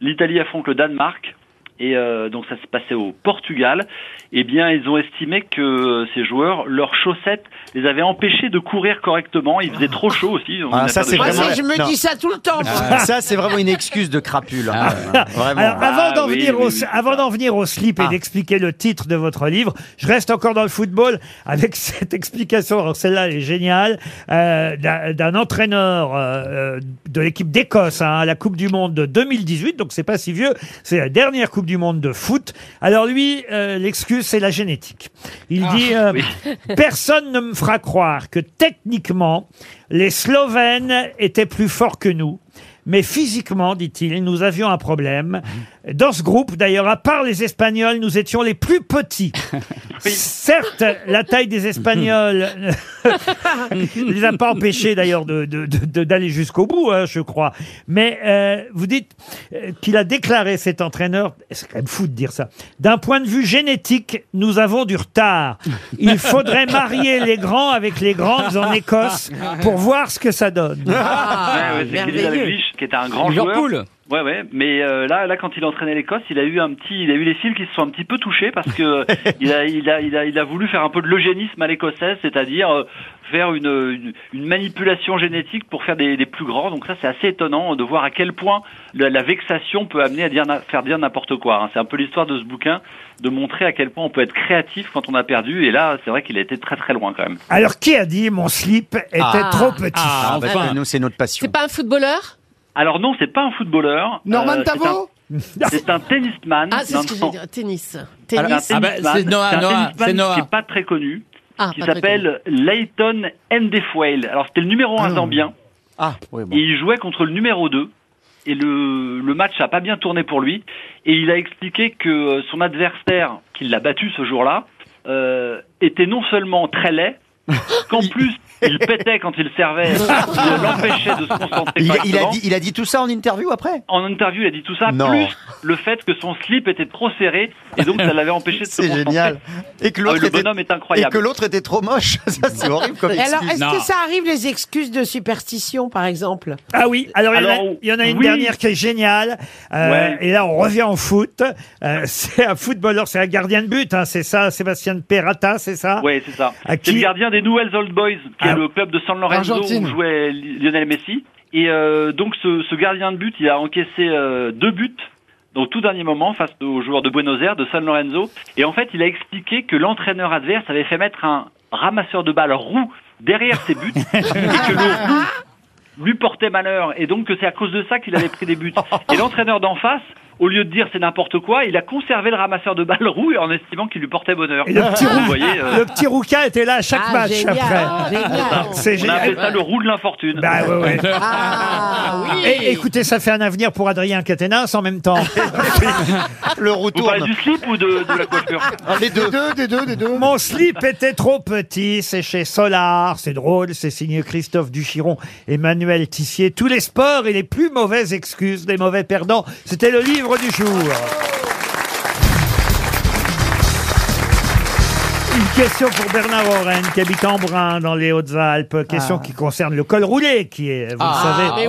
[SPEAKER 20] l'Italie affronte le Danemark. Et euh, donc ça se passait au Portugal. Eh bien, ils ont estimé que euh, ces joueurs, leurs chaussettes, les avaient empêchés de courir correctement. Il faisait trop chaud aussi. On
[SPEAKER 5] Ah,
[SPEAKER 20] n'a
[SPEAKER 5] ça,
[SPEAKER 20] pas de chaussettes.
[SPEAKER 5] c'est
[SPEAKER 8] Moi,
[SPEAKER 5] vraiment-
[SPEAKER 8] c'est- je me
[SPEAKER 5] Non.
[SPEAKER 8] dis ça tout le temps.
[SPEAKER 5] Ah, ça, c'est vraiment une excuse de crapule. hein. Vraiment.
[SPEAKER 2] Alors, avant
[SPEAKER 20] Ah,
[SPEAKER 2] d'en
[SPEAKER 20] oui,
[SPEAKER 2] venir,
[SPEAKER 20] oui, Ah.
[SPEAKER 2] au,
[SPEAKER 20] oui, c'est
[SPEAKER 2] avant d'en venir au slip et d'expliquer le titre de votre livre, je reste encore dans le football avec <laughs> cette explication. Alors celle-là, elle est géniale euh, d'un d'un entraîneur euh, euh, de l'équipe d'Écosse hein, à la Coupe du Monde de 2018. Donc c'est pas si vieux. C'est la dernière Coupe du Monde de foot. Alors lui, euh, l'excuse c'est la génétique. Il
[SPEAKER 20] Ah,
[SPEAKER 2] dit euh, <laughs> personne ne me fera croire que techniquement les Slovènes étaient plus forts que nous. Mais physiquement, dit-il, nous avions un problème. Dans ce groupe, d'ailleurs, à part les Espagnols, nous étions les plus petits. Certes, la taille des Espagnols ne les a pas empêchés, d'ailleurs, de- de- de- de- d'aller jusqu'au bout, hein, je crois. Mais euh, vous dites euh, qu'il a déclaré, cet entraîneur, c'est quand même fou de dire ça, d'un point de vue génétique, nous avons du retard. Il faudrait marier les grands avec les grandes en Écosse pour voir ce que ça donne.
[SPEAKER 20] Ah, Ouais, ouais, c'est Kenny Dalglish, qui était un grand
[SPEAKER 6] Liverpool.
[SPEAKER 20] joueur. Ouais, ouais. Mais euh, là, là, quand il entraînait l'Écosse, il a eu un petit, il a eu les cils qui se sont un petit peu touchés parce que il a, il a, il a, il a voulu faire un peu de l'eugénisme à l'écossaise, c'est-à-dire euh, faire une, une, une manipulation génétique pour faire des, des plus grands. Donc ça, c'est assez étonnant de voir à quel point la, la vexation peut amener à dire, na- faire dire n'importe quoi. hein. C'est un peu l'histoire de ce bouquin, de montrer à quel point on peut être créatif quand on a perdu. Et là, c'est vrai qu'il a été très très loin quand même.
[SPEAKER 2] Alors, qui a dit mon slip était
[SPEAKER 5] Ah.
[SPEAKER 2] trop petit
[SPEAKER 5] Ah, bah,
[SPEAKER 9] enfin.
[SPEAKER 5] nous, c'est notre passion.
[SPEAKER 4] C'est pas un footballeur
[SPEAKER 20] Alors non, c'est pas un footballeur.
[SPEAKER 7] Norman
[SPEAKER 20] Euh, c'est
[SPEAKER 7] Tavo
[SPEAKER 20] un- <laughs> C'est un tennisman.
[SPEAKER 4] Ah, c'est
[SPEAKER 20] Non,
[SPEAKER 4] ce que
[SPEAKER 20] non.
[SPEAKER 4] j'ai dit. Tennis.
[SPEAKER 20] Alors,
[SPEAKER 4] Tennis.
[SPEAKER 20] un
[SPEAKER 9] Ah bah,
[SPEAKER 20] tennisman,
[SPEAKER 9] c'est Noah,
[SPEAKER 20] un
[SPEAKER 9] Noah,
[SPEAKER 20] tennisman
[SPEAKER 9] c'est Noah.
[SPEAKER 20] qui n'est pas très connu,
[SPEAKER 4] Ah,
[SPEAKER 20] qui
[SPEAKER 4] pas très
[SPEAKER 20] s'appelle Leighton Ndefwale. Alors, c'était le numéro 1 zambien,
[SPEAKER 5] Ah, oui, bon.
[SPEAKER 20] et il jouait contre le numéro 2. Et le, le match a pas bien tourné pour lui. Et il a expliqué que son adversaire, qui l'a battu ce jour-là, euh, était non euh, seulement très laid, qu'en plus, il pétait quand il servait, il l'empêchait de se concentrer
[SPEAKER 5] Il, il a
[SPEAKER 20] correctement.
[SPEAKER 5] dit, il a dit tout ça en interview après
[SPEAKER 20] En interview, il a dit tout ça,
[SPEAKER 5] Non.
[SPEAKER 20] plus le fait que son slip était trop serré, et donc ça l'avait empêché de se
[SPEAKER 5] C'est
[SPEAKER 20] concentrer.
[SPEAKER 5] génial. Et que l'autre
[SPEAKER 20] Ah, le
[SPEAKER 5] était-
[SPEAKER 20] bonhomme est
[SPEAKER 5] Et
[SPEAKER 20] incroyable.
[SPEAKER 5] que l'autre était trop moche. <laughs> ça, c'est horrible comme
[SPEAKER 8] Et Alors,
[SPEAKER 5] excuse.
[SPEAKER 8] est-ce que ça arrive les excuses de superstition, par exemple
[SPEAKER 2] Ah oui, alors, il y en a-
[SPEAKER 8] Alors,
[SPEAKER 2] il y en a, une
[SPEAKER 8] oui.
[SPEAKER 2] dernière qui est géniale. Euh,
[SPEAKER 8] Ouais.
[SPEAKER 2] Et là, on revient en foot. Euh, <laughs> c'est un footballeur, c'est un gardien de but, hein, c'est ça, Sébastien Perata, c'est ça
[SPEAKER 20] Ouais, c'est ça.
[SPEAKER 2] À
[SPEAKER 20] C'est
[SPEAKER 2] qui-
[SPEAKER 20] le gardien des Nouvelles Old Boys, qui
[SPEAKER 2] Ah.
[SPEAKER 20] est le club de San Lorenzo
[SPEAKER 2] Argentine.
[SPEAKER 20] où jouait Li- Lionel Messi. Et euh, donc ce, ce gardien de but, il a encaissé euh, deux buts au tout dernier moment face aux joueurs de Buenos Aires, de San Lorenzo. Et en fait, il a expliqué que l'entraîneur adverse avait fait mettre un ramasseur de balles roux derrière ses
[SPEAKER 2] <laughs>
[SPEAKER 20] buts et que le roux lui portait malheur et donc que c'est à cause de ça qu'il avait pris des buts. Et l'entraîneur d'en face, au lieu de dire c'est n'importe quoi, il a conservé le ramasseur de balles roux en estimant qu'il lui portait bonheur.
[SPEAKER 2] Et le petit,
[SPEAKER 20] Vous
[SPEAKER 2] roux-
[SPEAKER 20] voyez, euh,
[SPEAKER 2] le petit Rouquin était là à chaque
[SPEAKER 20] Ah,
[SPEAKER 2] match
[SPEAKER 20] génial,
[SPEAKER 2] après.
[SPEAKER 20] on
[SPEAKER 2] C'est
[SPEAKER 20] a
[SPEAKER 2] génial.
[SPEAKER 20] appelé ça le roux de l'infortune.
[SPEAKER 2] Bah ouais, ouais.
[SPEAKER 20] Ah,
[SPEAKER 2] Et écoutez, ça fait un avenir pour Adrien Quatennens en même temps.
[SPEAKER 5] <laughs> le
[SPEAKER 20] Vous parlez du slip ou de, de la
[SPEAKER 5] <laughs>
[SPEAKER 20] coiffure
[SPEAKER 5] Ah, Les deux.
[SPEAKER 2] des deux, des deux. Mon slip était trop petit, c'est chez Solar, c'est drôle, c'est signé Christophe Duchiron, Emmanuel Tissier. Tous les sports et les plus mauvaises excuses des mauvais perdants, c'était le livre du jour. Une question pour Bernard Oren, qui habite en Brun, dans les Hautes-Alpes. Question qui concerne le col roulé, qui est, vous
[SPEAKER 5] Ah,
[SPEAKER 2] le savez,
[SPEAKER 5] mais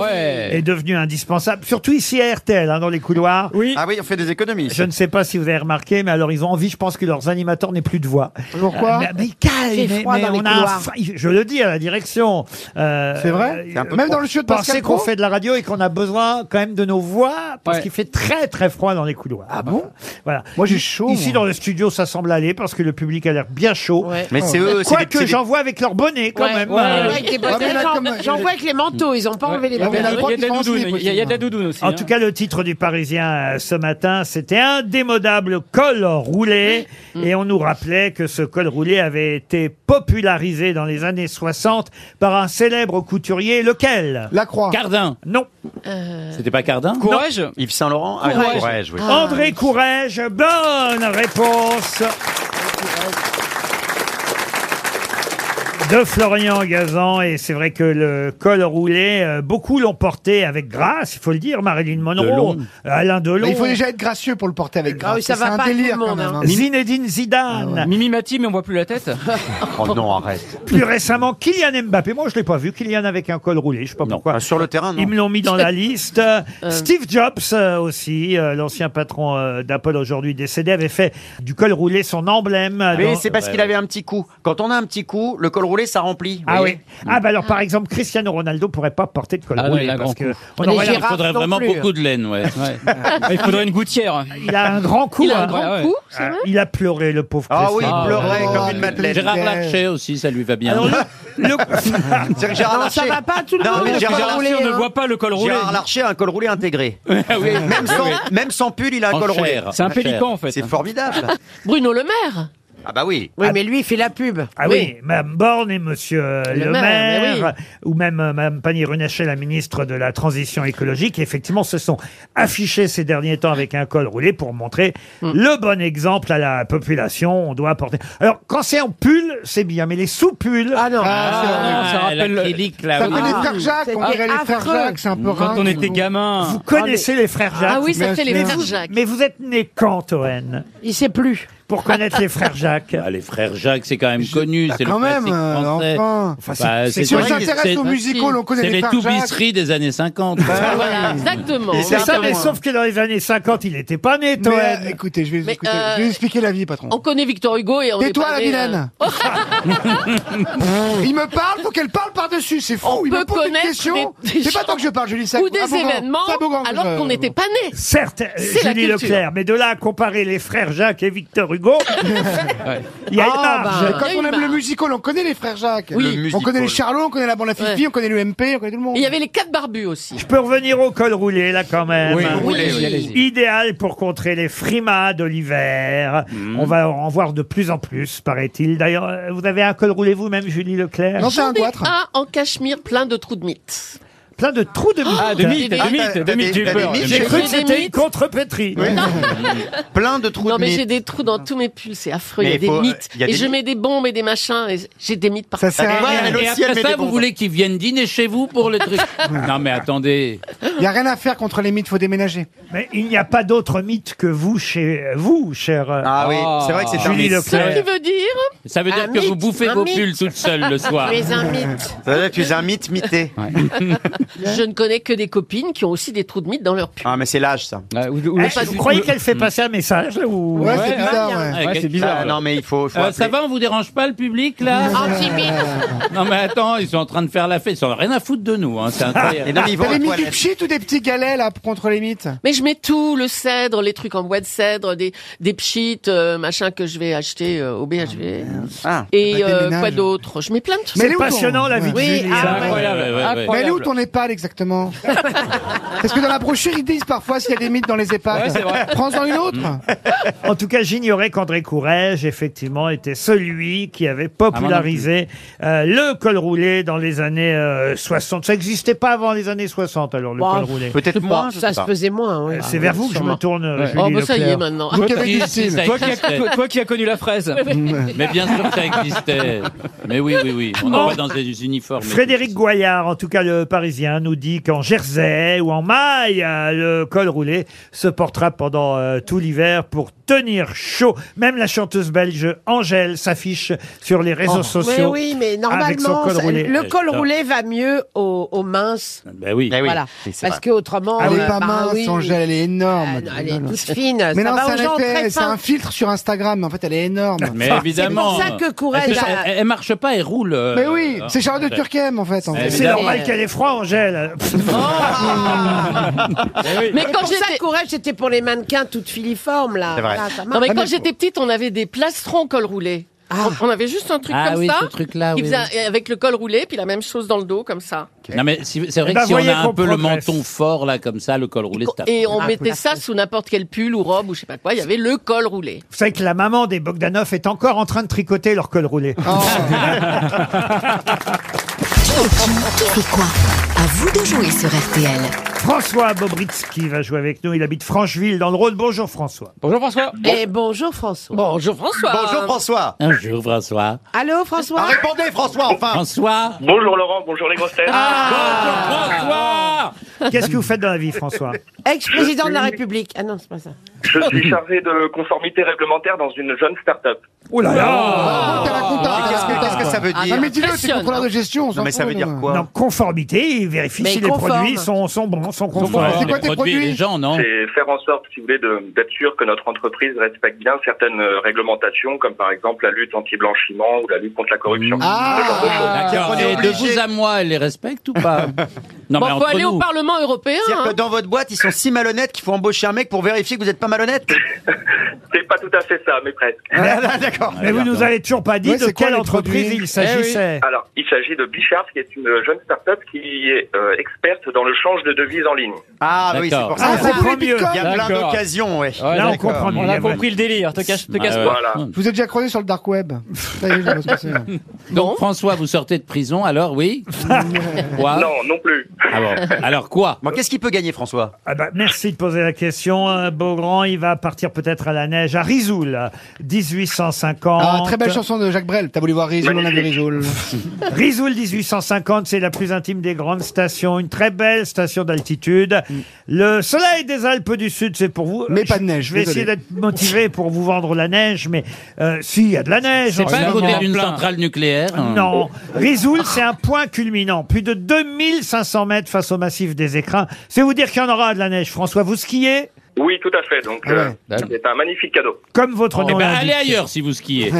[SPEAKER 5] oui.
[SPEAKER 2] est devenu indispensable. Surtout ici à RTL, hein, dans les couloirs. Oui.
[SPEAKER 5] Ah oui, on fait des économies.
[SPEAKER 2] Je ne sais pas si vous avez remarqué, mais alors ils ont envie, je pense que leurs animateurs n'aient plus de voix.
[SPEAKER 7] Pourquoi
[SPEAKER 2] Euh, Mais, mais calme,
[SPEAKER 7] Fait
[SPEAKER 2] mais-
[SPEAKER 7] froid
[SPEAKER 2] mais
[SPEAKER 7] dans les
[SPEAKER 2] on a un
[SPEAKER 7] couloirs.
[SPEAKER 2] fa- Je le dis à la direction.
[SPEAKER 7] C'est vrai C'est un peu Même dans le studio de Pascal
[SPEAKER 2] Pensez qu'on
[SPEAKER 7] Pro
[SPEAKER 2] fait de la radio et qu'on a besoin quand même de nos voix, parce
[SPEAKER 7] Ouais.
[SPEAKER 2] qu'il fait très très froid dans les couloirs. Ah bon Voilà. Moi j'ai chaud. Ici dans le studio, ça semble aller, parce que le public a l'air bien chaud. Euh,
[SPEAKER 5] Mais c'est eux, c'est des-
[SPEAKER 2] Quoique
[SPEAKER 5] c'est des-
[SPEAKER 2] j'en vois avec leur bonnet quand
[SPEAKER 8] Ouais,
[SPEAKER 2] même.
[SPEAKER 8] ouais,
[SPEAKER 2] Euh,
[SPEAKER 8] ouais, avec des bottes. J'en- J'en vois avec les manteaux, ils n'ont pas enlevé les
[SPEAKER 6] Il y a
[SPEAKER 8] manteaux.
[SPEAKER 6] de la- il y a de la doudoune, il y a- il y a de la doudoune aussi.
[SPEAKER 2] En
[SPEAKER 6] hein.
[SPEAKER 2] tout cas, le titre du Parisien euh, ce matin, c'était Indémodable col roulé. Et on nous rappelait que ce col roulé avait été popularisé dans les années 60 par un célèbre couturier, lequel Lacroix.
[SPEAKER 9] Cardin.
[SPEAKER 2] Non.
[SPEAKER 9] Euh, C'était pas Cardin
[SPEAKER 2] Courrèges
[SPEAKER 5] Yves Saint Laurent.
[SPEAKER 7] Ah,
[SPEAKER 5] Ah,
[SPEAKER 2] Courrèges.
[SPEAKER 8] Ah.
[SPEAKER 2] André Courrèges, bonne réponse de Florian Gazan et c'est vrai que le col roulé, euh, beaucoup l'ont porté avec grâce, il faut le dire, Marilyn Monroe,
[SPEAKER 7] Delon.
[SPEAKER 2] euh, Alain Delon.
[SPEAKER 7] Mais il faut déjà être gracieux pour le porter avec grâce. c'est un délire quand même. hein. Ah
[SPEAKER 2] Zinedine Zidane.
[SPEAKER 6] Mimi Mati, mais on voit plus la tête. <laughs>
[SPEAKER 5] Oh non, arrête.
[SPEAKER 2] <laughs> Plus récemment, Kylian Mbappé. Moi, je l'ai pas vu. Kylian avec un col roulé, je sais pas pourquoi.
[SPEAKER 5] sur le terrain, non.
[SPEAKER 2] Ils me l'ont mis dans
[SPEAKER 5] <laughs>
[SPEAKER 2] la liste. Euh, Steve Jobs euh, aussi, euh, l'ancien patron euh, d'Apple aujourd'hui décédé, avait fait du col roulé son emblème. euh,
[SPEAKER 5] Ah. Mais
[SPEAKER 2] dans-
[SPEAKER 5] c'est parce qu'il avait un petit coup. Quand on a un petit coup, le col roulé, ça remplit. vous
[SPEAKER 2] Ah oui.
[SPEAKER 5] voyez.
[SPEAKER 2] Ah bah alors par exemple Cristiano Ronaldo pourrait pas porter de col
[SPEAKER 9] Ah non,
[SPEAKER 2] roulé
[SPEAKER 9] il a
[SPEAKER 2] parce
[SPEAKER 9] grand
[SPEAKER 2] que
[SPEAKER 9] coup.
[SPEAKER 2] on
[SPEAKER 9] Il
[SPEAKER 2] aurait-
[SPEAKER 9] faudrait vraiment beaucoup de laine, ouais.
[SPEAKER 6] Il faudrait une gouttière.
[SPEAKER 2] Il a un grand coup.
[SPEAKER 6] Il a un
[SPEAKER 2] hein.
[SPEAKER 6] grand Ouais, ouais. coup, c'est
[SPEAKER 2] Ah,
[SPEAKER 6] vrai
[SPEAKER 2] Il a pleuré le pauvre.
[SPEAKER 5] Ah oui,
[SPEAKER 2] Cristiano.
[SPEAKER 5] il pleurait comme une madeleine.
[SPEAKER 9] Gérard Larcher aussi, ça lui va bien.
[SPEAKER 2] Alors,
[SPEAKER 5] <laughs> C'est que Gérard
[SPEAKER 8] Non,
[SPEAKER 5] Larcher.
[SPEAKER 8] ça va pas, tout le monde a le col roulé, hein.
[SPEAKER 5] Larcher, Gérard Larcher a un col roulé intégré.
[SPEAKER 9] <laughs> oui.
[SPEAKER 5] même, sans,
[SPEAKER 9] Oui,
[SPEAKER 5] même sans pull, il a un
[SPEAKER 9] En
[SPEAKER 5] col roulé.
[SPEAKER 9] chair. C'est un En pélican, chair. en fait.
[SPEAKER 5] C'est formidable.
[SPEAKER 4] Bruno Le Maire.
[SPEAKER 5] Ah bah oui.
[SPEAKER 8] Oui, mais lui, il fait la pub.
[SPEAKER 2] Ah oui, Mme Borne et Monsieur euh,
[SPEAKER 8] Le
[SPEAKER 2] Le,
[SPEAKER 8] maire, mais
[SPEAKER 2] Maire, ou même euh, Mme Pannier-Runacher, la ministre de la Transition écologique, effectivement, se sont affichés ces derniers temps avec un col roulé pour montrer le bon exemple à la population. On doit porter. Alors, quand c'est en pull, c'est bien, mais les sous-pulls. Ah non.
[SPEAKER 6] ça rappelle
[SPEAKER 9] l'acrylique, là,
[SPEAKER 7] Ça oui. fait les frères Jacques, on dirait les frères Jacques, c'est un peu
[SPEAKER 6] Quand
[SPEAKER 7] ringue,
[SPEAKER 6] on était
[SPEAKER 7] vous.
[SPEAKER 6] gamin.
[SPEAKER 2] Vous connaissez les frères Jacques
[SPEAKER 6] Ah oui, ça
[SPEAKER 2] Mais-
[SPEAKER 6] fait les
[SPEAKER 2] mais
[SPEAKER 6] frères
[SPEAKER 2] vous-
[SPEAKER 6] Jacques.
[SPEAKER 2] Mais vous êtes né quand, Toen
[SPEAKER 8] Il sait plus.
[SPEAKER 2] Pour connaître les frères Jacques.
[SPEAKER 9] Bah, les frères Jacques, c'est quand même connu.
[SPEAKER 7] Bah,
[SPEAKER 9] c'est
[SPEAKER 7] quand
[SPEAKER 9] le
[SPEAKER 7] même,
[SPEAKER 9] classique
[SPEAKER 7] euh,
[SPEAKER 9] français.
[SPEAKER 7] enfin. Enfin, c'est- c'est- si on
[SPEAKER 9] les-
[SPEAKER 7] s'intéresse
[SPEAKER 9] c'est-
[SPEAKER 7] aux musicaux, on connaît
[SPEAKER 9] c'est
[SPEAKER 7] les
[SPEAKER 9] les
[SPEAKER 7] frères
[SPEAKER 9] toubisseries des années 50.
[SPEAKER 7] Ah,
[SPEAKER 4] Voilà, exactement.
[SPEAKER 2] C'est ça, mais sauf que dans les années 50, il n'était pas né, Toen. Euh,
[SPEAKER 7] Mais, euh, écoutez, je vais, vous écouter-
[SPEAKER 4] euh,
[SPEAKER 7] je vais vous expliquer la vie, patron.
[SPEAKER 4] On connaît Victor Hugo et on est
[SPEAKER 7] Tais-toi,
[SPEAKER 4] pas
[SPEAKER 7] la
[SPEAKER 4] allé,
[SPEAKER 7] vilaine <laughs>
[SPEAKER 4] euh,
[SPEAKER 7] Il me parle, faut qu'elle parle par-dessus, c'est fou.
[SPEAKER 4] On
[SPEAKER 7] Il me
[SPEAKER 4] peut
[SPEAKER 7] pose une
[SPEAKER 4] connaître
[SPEAKER 7] question.
[SPEAKER 4] des- des
[SPEAKER 7] C'est pas
[SPEAKER 4] gens
[SPEAKER 7] tant que je parle, je lis ça.
[SPEAKER 4] ou des événements alors qu'on n'était pas nés.
[SPEAKER 2] Certes, euh,
[SPEAKER 4] C'est la
[SPEAKER 2] Julie
[SPEAKER 4] culture.
[SPEAKER 2] Leclerc, mais de là à comparer les frères Jacques et Victor
[SPEAKER 7] <laughs>
[SPEAKER 2] Hugo,
[SPEAKER 4] Ah, bah,
[SPEAKER 2] il y a une marge.
[SPEAKER 7] Quand on aime le musical, on connaît les frères Jacques.
[SPEAKER 2] Oui. Le
[SPEAKER 7] On
[SPEAKER 2] musical.
[SPEAKER 7] connaît les Charlots, on connaît la bande à Fifi,
[SPEAKER 4] Ouais.
[SPEAKER 7] on connaît l'UMP, on connaît tout le monde.
[SPEAKER 4] Il y avait les quatre barbus aussi.
[SPEAKER 2] Je peux revenir au col roulé, là, quand même.
[SPEAKER 4] Oui, Oui. roulé, oui, allez-y.
[SPEAKER 2] Idéal pour contrer les frimas de l'hiver.
[SPEAKER 4] Hmm.
[SPEAKER 2] On va en voir de plus en plus, paraît-il. D'ailleurs, euh, vous avez un col roulé vous-même, Julie Leclerc
[SPEAKER 4] J'en ai un en cachemire plein de trous de mythes.
[SPEAKER 2] plein de trous de mythes.
[SPEAKER 6] Ah, de mythes, de mythes, de mythes, j'ai eu peur.
[SPEAKER 2] J'ai cru que
[SPEAKER 4] J'ai des
[SPEAKER 2] c'était une
[SPEAKER 4] mythes.
[SPEAKER 2] contrepétrie.
[SPEAKER 5] <laughs> Plein de trous
[SPEAKER 4] Non,
[SPEAKER 5] de
[SPEAKER 4] mais
[SPEAKER 5] mythes.
[SPEAKER 4] j'ai des trous dans tous mes pulls, c'est affreux. Il y
[SPEAKER 5] Mais
[SPEAKER 4] a des
[SPEAKER 5] faut- euh,
[SPEAKER 4] mythes.
[SPEAKER 5] il y a
[SPEAKER 4] et
[SPEAKER 5] des
[SPEAKER 4] je
[SPEAKER 5] mythes.
[SPEAKER 4] mets des bombes et des machins. Et j'ai des mythes partout.
[SPEAKER 9] Ah, et, et après ça, vous voulez qu'ils viennent dîner chez vous pour
[SPEAKER 7] <laughs>
[SPEAKER 9] le truc Non, mais attendez.
[SPEAKER 7] Il n'y a rien à faire contre les mythes, faut déménager.
[SPEAKER 2] Mais il n'y a pas d'autre mythe que vous chez vous, cher. Ah
[SPEAKER 9] oui, c'est vrai que c'est un mythe.
[SPEAKER 4] Ce qui veut dire
[SPEAKER 9] Ça veut dire
[SPEAKER 4] Un
[SPEAKER 9] que vous
[SPEAKER 4] mythe,
[SPEAKER 9] bouffez
[SPEAKER 4] un
[SPEAKER 9] vos
[SPEAKER 4] mythe.
[SPEAKER 9] pulls toute seule le soir.
[SPEAKER 4] Tu es un mythe.
[SPEAKER 5] Ça veut dire que tu es un
[SPEAKER 9] <laughs>
[SPEAKER 5] mythe mité.
[SPEAKER 4] Je ne connais que des copines qui ont aussi des trous de mythes dans leur pull.
[SPEAKER 5] Ah, mais c'est l'âge, ça.
[SPEAKER 9] Bah,
[SPEAKER 4] Eh, pas vous du croyez tout. qu'elle fait
[SPEAKER 9] <laughs>
[SPEAKER 4] passer
[SPEAKER 2] un message ou...
[SPEAKER 4] Ouais, c'est bizarre, ouais.
[SPEAKER 9] Ouais, hein. c'est
[SPEAKER 5] Ah,
[SPEAKER 9] bizarre.
[SPEAKER 5] non, mais il faut. faut
[SPEAKER 9] Euh,
[SPEAKER 5] appeler.
[SPEAKER 9] ça va, on vous dérange pas le public là Non mais attends, ils sont en train de faire la fête, ils sont rien à foutre de nous. Hein.
[SPEAKER 7] <laughs>
[SPEAKER 9] C'est incroyable.
[SPEAKER 7] T'as des mythes du pchit ou des petits galets là contre les mythes
[SPEAKER 4] Mais je mets tout, le cèdre, les trucs en bois de cèdre, des, des pchites, euh, machin que je vais acheter euh, au BHV.
[SPEAKER 7] Bah,
[SPEAKER 4] Et
[SPEAKER 7] t'es
[SPEAKER 4] euh,
[SPEAKER 7] ménage.
[SPEAKER 4] quoi d'autre Je mets plein de trucs.
[SPEAKER 7] Mais elle est où, ton- Ouais.
[SPEAKER 4] Oui, ah, ouais.
[SPEAKER 7] Mais elle est où ton EHPAD exactement Parce que dans la brochure, ils disent parfois s'il y a des mythes dans les EHPAD.
[SPEAKER 2] Ouais, c'est vrai. Mm.
[SPEAKER 7] Prends-en une autre.
[SPEAKER 9] Mm.
[SPEAKER 2] <laughs> En tout cas, j'ignorais qu'André Courrèges, effectivement, était celui qui
[SPEAKER 9] Ah,
[SPEAKER 2] avait popularisé euh, le col roulé dans les années euh, 60. Ça n'existait pas avant les années 60, alors, le
[SPEAKER 8] Bah,
[SPEAKER 2] col roulé.
[SPEAKER 8] Peut-être moins, je sais Ça se pas. faisait moins, oui.
[SPEAKER 2] Euh, C'est vers vous que je me
[SPEAKER 8] Sûrement.
[SPEAKER 2] tourne,
[SPEAKER 8] Ouais.
[SPEAKER 2] Julie
[SPEAKER 8] Oh, bah, ça y est,
[SPEAKER 2] Leclerc.
[SPEAKER 8] maintenant.
[SPEAKER 2] Vous
[SPEAKER 6] Toi,
[SPEAKER 2] qui avez
[SPEAKER 6] qui-
[SPEAKER 2] dit si, ça
[SPEAKER 6] toi qui as-
[SPEAKER 2] existait.
[SPEAKER 6] toi- toi qui as connu la fraise.
[SPEAKER 9] <laughs> Mais bien sûr que ça existait. Mais oui, oui, oui. On en voit dans des uniformes.
[SPEAKER 2] Frédéric Goyard, en tout cas le Parisien, nous dit qu'en jersey ou en maille, euh, le col roulé se portera pendant euh, tout l'hiver pour tenir chaud. Même la chanteuse belge Angèle s'affiche sur les réseaux sociaux.
[SPEAKER 8] Mais Oh. oui, mais
[SPEAKER 2] avec son
[SPEAKER 8] normalement,
[SPEAKER 2] col
[SPEAKER 8] ça-
[SPEAKER 2] roulé. Ah.
[SPEAKER 8] le col roulé va mieux aux, aux minces.
[SPEAKER 9] Ben oui.
[SPEAKER 8] Voilà. Parce qu'autrement.
[SPEAKER 7] Elle
[SPEAKER 8] euh,
[SPEAKER 7] est pas
[SPEAKER 8] bah
[SPEAKER 7] mince,
[SPEAKER 8] oui.
[SPEAKER 7] Angèle, elle est énorme.
[SPEAKER 8] Ah non, elle est toute fine.
[SPEAKER 7] Mais
[SPEAKER 8] Ça
[SPEAKER 7] non,
[SPEAKER 8] va
[SPEAKER 7] c'est
[SPEAKER 8] aux gens
[SPEAKER 7] un
[SPEAKER 8] très
[SPEAKER 7] effet, c'est
[SPEAKER 8] fins.
[SPEAKER 7] un filtre sur Instagram, mais en fait, elle est énorme.
[SPEAKER 9] Mais évidemment.
[SPEAKER 8] pour
[SPEAKER 9] euh,
[SPEAKER 8] ça que Courrèges
[SPEAKER 9] Elle,
[SPEAKER 8] a-
[SPEAKER 9] elle- elle marche pas, elle roule. euh,
[SPEAKER 7] Mais oui,
[SPEAKER 9] euh,
[SPEAKER 7] c'est Charles de
[SPEAKER 9] en fait.
[SPEAKER 7] Turquem en fait. en fait.
[SPEAKER 2] C'est normal qu'elle ait froid, Angèle.
[SPEAKER 9] <laughs>
[SPEAKER 5] Ah.
[SPEAKER 9] Ah.
[SPEAKER 8] Mais quand j'étais courage, c'était pour les mannequins toutes filiformes là.
[SPEAKER 2] C'est vrai.
[SPEAKER 7] Ah,
[SPEAKER 8] Là, ça marche.
[SPEAKER 4] Ah, Non, mais quand j'étais petite, on avait des plastrons en col roulé. On on avait juste un truc
[SPEAKER 9] Ah
[SPEAKER 4] comme
[SPEAKER 9] oui,
[SPEAKER 4] ça,
[SPEAKER 9] ce truc-là,
[SPEAKER 4] qui
[SPEAKER 9] oui,
[SPEAKER 4] faisait- avec le col roulé, puis la même chose dans le dos, comme ça.
[SPEAKER 9] Non mais si- c'est vrai
[SPEAKER 4] Eh
[SPEAKER 9] que
[SPEAKER 4] ben,
[SPEAKER 9] si on
[SPEAKER 4] voyez
[SPEAKER 9] a un
[SPEAKER 4] qu'on
[SPEAKER 9] peu le
[SPEAKER 4] progresse. Ah,
[SPEAKER 9] menton fort là comme ça, le col roulé, c'est
[SPEAKER 4] Et on
[SPEAKER 9] affreux.
[SPEAKER 4] mettait ça sous n'importe quel pull ou robe ou je sais pas quoi. Il y avait le col roulé.
[SPEAKER 2] Vous savez que la maman des Bogdanov est encore en train de tricoter leur col roulé.
[SPEAKER 8] Oh.
[SPEAKER 2] <laughs>
[SPEAKER 17] Qui est qui Qui fait quoi À vous de jouer sur RTL.
[SPEAKER 2] François Bobritsky va jouer avec nous. Il habite Francheville dans le Rhône. Bonjour François.
[SPEAKER 6] Bonjour François.
[SPEAKER 8] Et Eh, bonjour François.
[SPEAKER 4] Bonjour François.
[SPEAKER 5] Bonjour François.
[SPEAKER 9] Bonjour François.
[SPEAKER 8] Allô François.
[SPEAKER 5] Ah, répondez François enfin.
[SPEAKER 9] François.
[SPEAKER 12] Bonjour Laurent, bonjour les grosses têtes.
[SPEAKER 2] Ah, Qu'est-ce que vous faites dans la vie, François
[SPEAKER 8] Ex-président de la République. Ah non, c'est pas ça.
[SPEAKER 12] Je suis chargé de conformité réglementaire dans une jeune start-up.
[SPEAKER 2] Oh là là
[SPEAKER 7] T'as la compta.
[SPEAKER 5] Mais qu'est-ce que- qu'est-ce que ça veut
[SPEAKER 7] Ah,
[SPEAKER 5] dire
[SPEAKER 7] mais dis-le, t'es
[SPEAKER 5] Impressionne.
[SPEAKER 7] contrôleur de gestion. on s'en
[SPEAKER 5] Non, mais ça
[SPEAKER 7] fout,
[SPEAKER 5] veut dire
[SPEAKER 7] nous.
[SPEAKER 5] quoi
[SPEAKER 2] Non, conformité, il vérifie
[SPEAKER 7] Mais
[SPEAKER 2] si les
[SPEAKER 7] conforme.
[SPEAKER 2] produits sont, sont bons, sont conformes.
[SPEAKER 9] C'est quoi Les tes produits et produits les gens, non
[SPEAKER 12] C'est faire en sorte, si vous voulez, de- d'être sûr que notre entreprise respecte bien certaines euh, réglementations, comme par exemple la lutte anti-blanchiment ou la lutte contre la corruption. Ce genre de choses.
[SPEAKER 9] Ah, D'accord. Et de vous à moi, elle les respecte ou pas Bah, Non
[SPEAKER 4] Bon, faut aller au Parlement européen.
[SPEAKER 5] C'est-à-dire
[SPEAKER 4] hein.
[SPEAKER 5] que dans votre boîte, ils sont si malhonnêtes qu'il faut embaucher un mec pour vérifier que vous n'êtes pas malhonnête.
[SPEAKER 12] C'est pas tout à fait ça, mais presque.
[SPEAKER 2] Ah,
[SPEAKER 9] Ah,
[SPEAKER 5] D'accord.
[SPEAKER 2] Mais vous nous avez toujours pas dit
[SPEAKER 5] Ouais,
[SPEAKER 2] de
[SPEAKER 5] c'est quoi
[SPEAKER 2] quelle
[SPEAKER 5] les
[SPEAKER 2] entreprise
[SPEAKER 5] produits
[SPEAKER 2] il
[SPEAKER 9] Eh
[SPEAKER 2] s'agissait.
[SPEAKER 12] Alors, il s'agit de Bichard, qui est une jeune start-up qui est euh, experte dans le change de devises en ligne.
[SPEAKER 5] Ah bah oui, c'est
[SPEAKER 9] D'accord.
[SPEAKER 5] pour ça.
[SPEAKER 2] Ah, c'est pour les
[SPEAKER 5] Il y a plein
[SPEAKER 6] D'accord.
[SPEAKER 5] d'occasions, ouais.
[SPEAKER 6] Ouais,
[SPEAKER 2] Là, on
[SPEAKER 6] d'accord.
[SPEAKER 2] comprend mieux,
[SPEAKER 6] On a
[SPEAKER 2] la vraie.
[SPEAKER 6] compris le délire. Te cache, te casse
[SPEAKER 9] Ah,
[SPEAKER 6] pas.
[SPEAKER 9] voilà.
[SPEAKER 7] Je vous ai déjà croisé sur le dark web. Ça y est, je vois ce que c'est. hein.
[SPEAKER 9] <laughs> Donc François, vous sortez de prison, alors
[SPEAKER 7] <laughs>
[SPEAKER 9] oui <laughs> Quoi
[SPEAKER 12] Non, non plus.
[SPEAKER 9] Ah bon. Alors quoi
[SPEAKER 5] Bon, qu'est-ce qu'il peut gagner, François
[SPEAKER 2] Ah bah, merci de poser la question. Euh, Beaugrand, il va partir peut-être à la neige à Risoul, 1850.
[SPEAKER 7] Ah, très belle Ah, chanson de Jacques Brel. T'as voulu voir Rizoul, on a vu
[SPEAKER 2] <laughs>
[SPEAKER 7] Rizoul.
[SPEAKER 2] Risoul 1850, c'est la plus intime des grandes stations, une très belle station d'altitude. Le soleil des Alpes du Sud, c'est pour vous.
[SPEAKER 7] Mm. Mais
[SPEAKER 2] Je-
[SPEAKER 7] pas de neige,
[SPEAKER 2] Je vais
[SPEAKER 7] désolé.
[SPEAKER 2] essayer d'être motivé pour vous vendre la neige, mais euh, si, il y a de la neige.
[SPEAKER 9] C'est
[SPEAKER 2] en
[SPEAKER 9] pas
[SPEAKER 2] ce
[SPEAKER 9] à côté
[SPEAKER 2] moment.
[SPEAKER 9] d'une centrale nucléaire hein
[SPEAKER 2] Non. Risoul, c'est un point culminant. Plus de 2500 mètres face au massif des écrins. C'est vous dire qu'il y en aura de la neige. François, vous skiez
[SPEAKER 12] Ah. Oui, tout à fait. Donc, euh, c'est un magnifique cadeau.
[SPEAKER 2] comme Ah votre
[SPEAKER 9] Eh
[SPEAKER 2] nom
[SPEAKER 9] ben,
[SPEAKER 2] l'indique.
[SPEAKER 9] allez ailleurs si vous
[SPEAKER 2] <laughs>
[SPEAKER 9] skiez.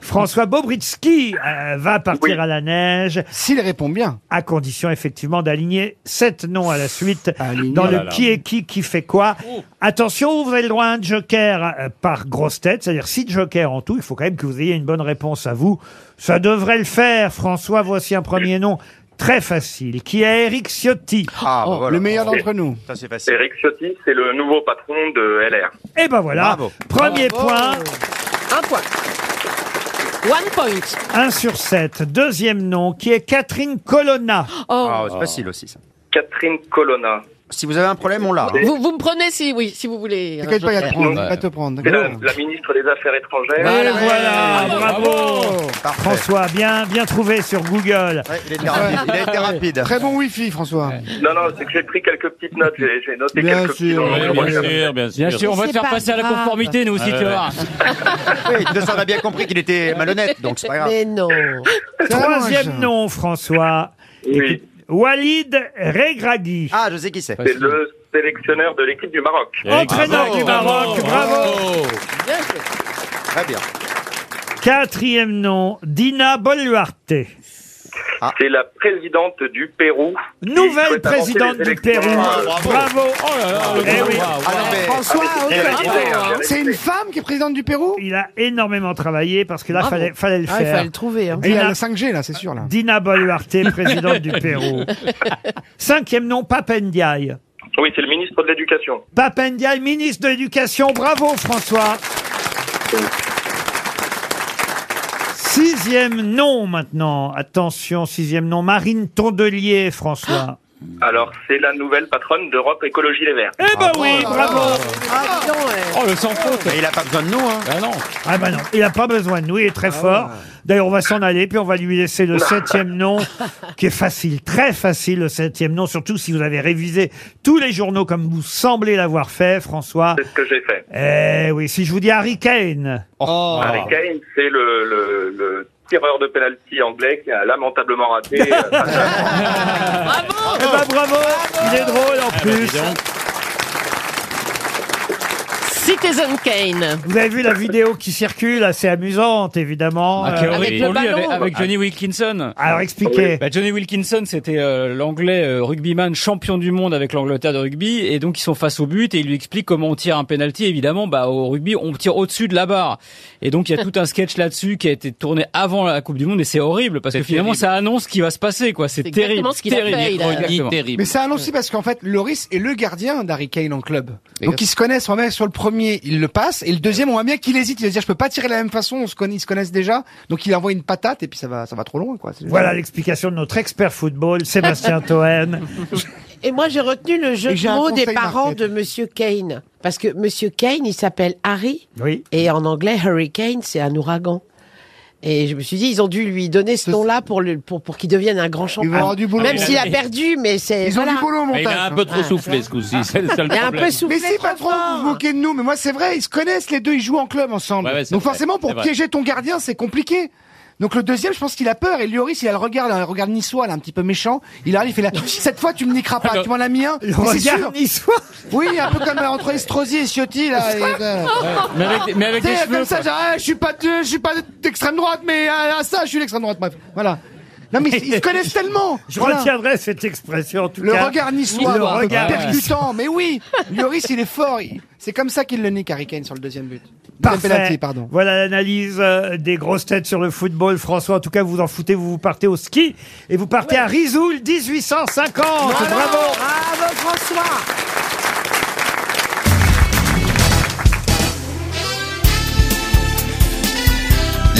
[SPEAKER 2] François Bobritsky euh, va partir à la neige,
[SPEAKER 7] S'il répond bien.
[SPEAKER 2] à condition effectivement d'aligner sept noms à la suite
[SPEAKER 7] Aligné. Oh
[SPEAKER 2] dans
[SPEAKER 7] là
[SPEAKER 2] le
[SPEAKER 7] là.
[SPEAKER 2] qui est qui qui fait quoi. Attention, vous avez le droit à un joker euh, par grosse tête, c'est-à-dire six jokers en tout. Il faut quand même que vous ayez une bonne réponse à vous. Ça devrait le faire, François. Voici un premier nom très facile qui est Eric Ciotti.
[SPEAKER 5] Ah, bah voilà.
[SPEAKER 7] Oh, Le meilleur d'entre nous.
[SPEAKER 5] Ça, c'est facile.
[SPEAKER 12] Eric Ciotti, c'est le nouveau patron de LR.
[SPEAKER 2] Et Eh ben voilà,
[SPEAKER 5] Bravo.
[SPEAKER 2] premier point.
[SPEAKER 8] Un point.
[SPEAKER 4] One point.
[SPEAKER 2] 1 sur 7. Deuxième nom qui est Catherine Colonna.
[SPEAKER 4] Oh.
[SPEAKER 5] Ah, c'est facile aussi, ça.
[SPEAKER 12] Catherine Colonna.
[SPEAKER 5] Si vous avez un problème, on l'a. hein.
[SPEAKER 4] Vous, vous me prenez si, oui, si vous voulez.
[SPEAKER 7] T'inquiète pas, il y a de prendre,
[SPEAKER 5] Ouais.
[SPEAKER 7] pas te prendre.
[SPEAKER 12] C'est la, la ministre des Affaires étrangères.
[SPEAKER 2] Et voilà, bravo, François, bien, bien trouvé sur Google.
[SPEAKER 5] il était rapide, il a été rapide.
[SPEAKER 7] Très bon wifi, François.
[SPEAKER 12] Non, non, c'est que j'ai pris quelques petites notes. J'ai j'ai noté
[SPEAKER 7] Bien
[SPEAKER 12] quelques
[SPEAKER 7] sûr,
[SPEAKER 12] petites notes.
[SPEAKER 9] bien sûr, bien sûr.
[SPEAKER 6] Bien sûr, on va te
[SPEAKER 9] C'est
[SPEAKER 6] faire
[SPEAKER 9] pas
[SPEAKER 6] passer à la
[SPEAKER 9] grave.
[SPEAKER 6] conformité, nous aussi,
[SPEAKER 9] Ah
[SPEAKER 6] tu
[SPEAKER 9] ouais.
[SPEAKER 6] vois.
[SPEAKER 5] <laughs> Oui, de ça, on a bien compris qu'il était malhonnête, donc c'est pas grave.
[SPEAKER 8] Mais non.
[SPEAKER 2] Troisième nom, François. Écoute, Walid Regragui.
[SPEAKER 5] Ah, je sais qui c'est.
[SPEAKER 12] C'est le sélectionneur de l'équipe du Maroc.
[SPEAKER 2] Entraîneur du Maroc, bravo.
[SPEAKER 5] Très bien.
[SPEAKER 2] Quatrième nom, Dina Boluarte.
[SPEAKER 12] C'est la présidente du Pérou.
[SPEAKER 2] Ah. Nouvelle
[SPEAKER 12] Il souhaite avancer
[SPEAKER 2] présidente
[SPEAKER 12] les
[SPEAKER 2] du
[SPEAKER 12] élections.
[SPEAKER 2] Pérou. Bravo. Eh oui.
[SPEAKER 7] François,
[SPEAKER 12] Ah, mais-
[SPEAKER 7] euh,
[SPEAKER 12] eh,
[SPEAKER 7] bravo,
[SPEAKER 12] eh,
[SPEAKER 7] hein.
[SPEAKER 12] eh,
[SPEAKER 7] c'est une femme qui est présidente du Pérou
[SPEAKER 2] Il a énormément travaillé parce que là,
[SPEAKER 7] Bravo.
[SPEAKER 2] fallait, fallait le
[SPEAKER 7] Ah,
[SPEAKER 2] faire.
[SPEAKER 7] il fallait le
[SPEAKER 8] trouver.
[SPEAKER 7] Et il y a
[SPEAKER 2] Dina,
[SPEAKER 7] la 5G, là, c'est sûr, là.
[SPEAKER 2] Dina Boluarte, présidente
[SPEAKER 7] <laughs>
[SPEAKER 2] du Pérou. Cinquième nom, Papendiaï.
[SPEAKER 12] Oui, c'est le ministre de l'Éducation.
[SPEAKER 2] Papendiaï, ministre de l'Éducation. Bravo, François. Sixième nom maintenant. Attention, sixième nom. Marine Tondelier, François.
[SPEAKER 12] Mmh. Alors, c'est la nouvelle patronne d'Europe Écologie Les Verts.
[SPEAKER 2] Eh ben oui, bravo.
[SPEAKER 8] Ah, dis donc, ouais.
[SPEAKER 6] Oh, le sans faute.
[SPEAKER 5] Et il a pas besoin de nous, hein. Ah
[SPEAKER 6] non.
[SPEAKER 2] Ah ben non, il n'a pas besoin de nous, il est très fort. D'ailleurs, on va s'en aller, puis on va lui laisser
[SPEAKER 5] <laughs>
[SPEAKER 2] le septième nom, qui est facile, très facile, le septième nom, surtout si vous avez révisé tous les journaux comme vous semblez l'avoir fait, François.
[SPEAKER 12] C'est ce que j'ai fait.
[SPEAKER 2] Eh Oh. oui, si je vous dis Harry Kane.
[SPEAKER 5] Ah,
[SPEAKER 12] Harry Kane, c'est le, le- le tireur de penalty anglais qui a lamentablement
[SPEAKER 4] <laughs>
[SPEAKER 12] raté. Euh,
[SPEAKER 2] Eh ben bravo, ben, il est drôle
[SPEAKER 5] bah,
[SPEAKER 2] en plus.
[SPEAKER 4] Citizen Kane.
[SPEAKER 2] Vous avez vu la vidéo qui circule, assez amusante évidemment.
[SPEAKER 6] Ah, quelle
[SPEAKER 4] Avec
[SPEAKER 6] horreur
[SPEAKER 2] Euh,
[SPEAKER 6] pour
[SPEAKER 4] le
[SPEAKER 6] lui, avec,
[SPEAKER 4] ballon.
[SPEAKER 6] avec Johnny Wilkinson.
[SPEAKER 2] alors expliquez.
[SPEAKER 6] Bah, Johnny Wilkinson, c'était euh, l'anglais euh, rugbyman champion du monde avec l'Angleterre de rugby, et donc ils sont face au but et il lui explique comment on tire un penalty. Évidemment, bah au rugby, on tire au-dessus de la barre, et donc il y a tout un sketch là-dessus qui a été tourné avant la Coupe du Monde et c'est horrible parce que finalement ça annonce ce qui va se passer, quoi. C'est
[SPEAKER 4] C'est
[SPEAKER 6] terrible,
[SPEAKER 4] exactement ce qu'il a
[SPEAKER 6] terrible,
[SPEAKER 4] fait, il a-
[SPEAKER 6] Exactement.
[SPEAKER 9] terrible.
[SPEAKER 7] Mais ça annonce aussi parce qu'en fait, Loris est le gardien d'Harry Kane en club. Donc ils se connaissent, on va bien sur le premier, il le passe, et le deuxième, on voit bien qu'il hésite, il va se dire je peux pas tirer de la même façon, on se connaît, ils se connaissent déjà, donc il envoie une patate et puis ça va, ça va trop loin quoi. C'est-
[SPEAKER 2] Voilà l'explication de notre expert
[SPEAKER 7] <laughs>
[SPEAKER 2] football, Sébastien Toen.
[SPEAKER 8] Et moi, j'ai retenu le jeu
[SPEAKER 7] Et
[SPEAKER 8] de
[SPEAKER 7] j'ai un
[SPEAKER 8] mots des
[SPEAKER 7] conseil
[SPEAKER 8] parents
[SPEAKER 7] market.
[SPEAKER 8] de Monsieur Kane. Parce que Monsieur Kane, il s'appelle Harry.
[SPEAKER 2] Oui.
[SPEAKER 8] Et en anglais, Hurricane, c'est un ouragan. Et je me suis dit, ils ont dû lui donner ce nom-là pour, le- pour, pour qu'il devienne un grand
[SPEAKER 7] Ils vont avoir
[SPEAKER 8] champion.
[SPEAKER 7] du boulot.
[SPEAKER 8] Même s'il a perdu, mais c'est.
[SPEAKER 7] Ils ont
[SPEAKER 8] voilà.
[SPEAKER 7] du boulot au
[SPEAKER 9] Mais il a un
[SPEAKER 7] montage.
[SPEAKER 9] peu trop soufflé ce coup-ci, c'est le seul
[SPEAKER 8] Il a un
[SPEAKER 9] problème.
[SPEAKER 8] peu
[SPEAKER 7] Mais
[SPEAKER 8] soufflé.
[SPEAKER 7] si,
[SPEAKER 8] trop
[SPEAKER 7] patron, vous vous
[SPEAKER 8] fort.
[SPEAKER 7] moquez de nous, mais moi c'est vrai, ils se connaissent, les deux, ils jouent en club ensemble.
[SPEAKER 9] Ouais, ouais, c'est
[SPEAKER 7] donc
[SPEAKER 9] vrai,
[SPEAKER 7] forcément,
[SPEAKER 9] c'est
[SPEAKER 7] pour
[SPEAKER 9] vrai.
[SPEAKER 7] piéger ton gardien, c'est compliqué. Donc le deuxième, je pense qu'il a peur, et Loris, il a le regard, là, un regard niçois, là, un petit peu méchant, il arrive,
[SPEAKER 9] <laughs>
[SPEAKER 7] il fait là, cette fois tu me niqueras pas, tu m'en as mis un, mais c'est sûr.
[SPEAKER 2] Regarde Niçois.
[SPEAKER 7] Oui, un peu comme euh, entre Estrosi et Ciotti, là. et, euh,
[SPEAKER 6] Mais avec, des- mais avec
[SPEAKER 7] Tu
[SPEAKER 6] des
[SPEAKER 7] sais,
[SPEAKER 6] cheveux.
[SPEAKER 7] comme ça, genre, Ah, je suis pas, de- je suis pas d'extrême droite, mais euh, à, à ça, je suis l'extrême droite. Bref, voilà. Non, mais
[SPEAKER 9] <laughs>
[SPEAKER 7] ils se connaissent tellement.
[SPEAKER 2] Je
[SPEAKER 7] Voilà.
[SPEAKER 2] retiendrai cette expression en tout
[SPEAKER 7] Le
[SPEAKER 2] cas.
[SPEAKER 7] regard niçois,
[SPEAKER 2] Le
[SPEAKER 7] un peu
[SPEAKER 2] regard
[SPEAKER 7] percutant. Mais oui, Lloris, il est fort. Il- C'est comme ça qu'il le nique, Harry Kane, sur le deuxième but. Deuxième
[SPEAKER 2] Parfait.
[SPEAKER 7] penalty, pardon.
[SPEAKER 2] Voilà l'analyse euh, des grosses têtes sur le football. François, en tout cas, vous vous en foutez, vous vous partez au ski et vous partez à Risoul 1850. Oh, Bravo
[SPEAKER 8] Bravo, François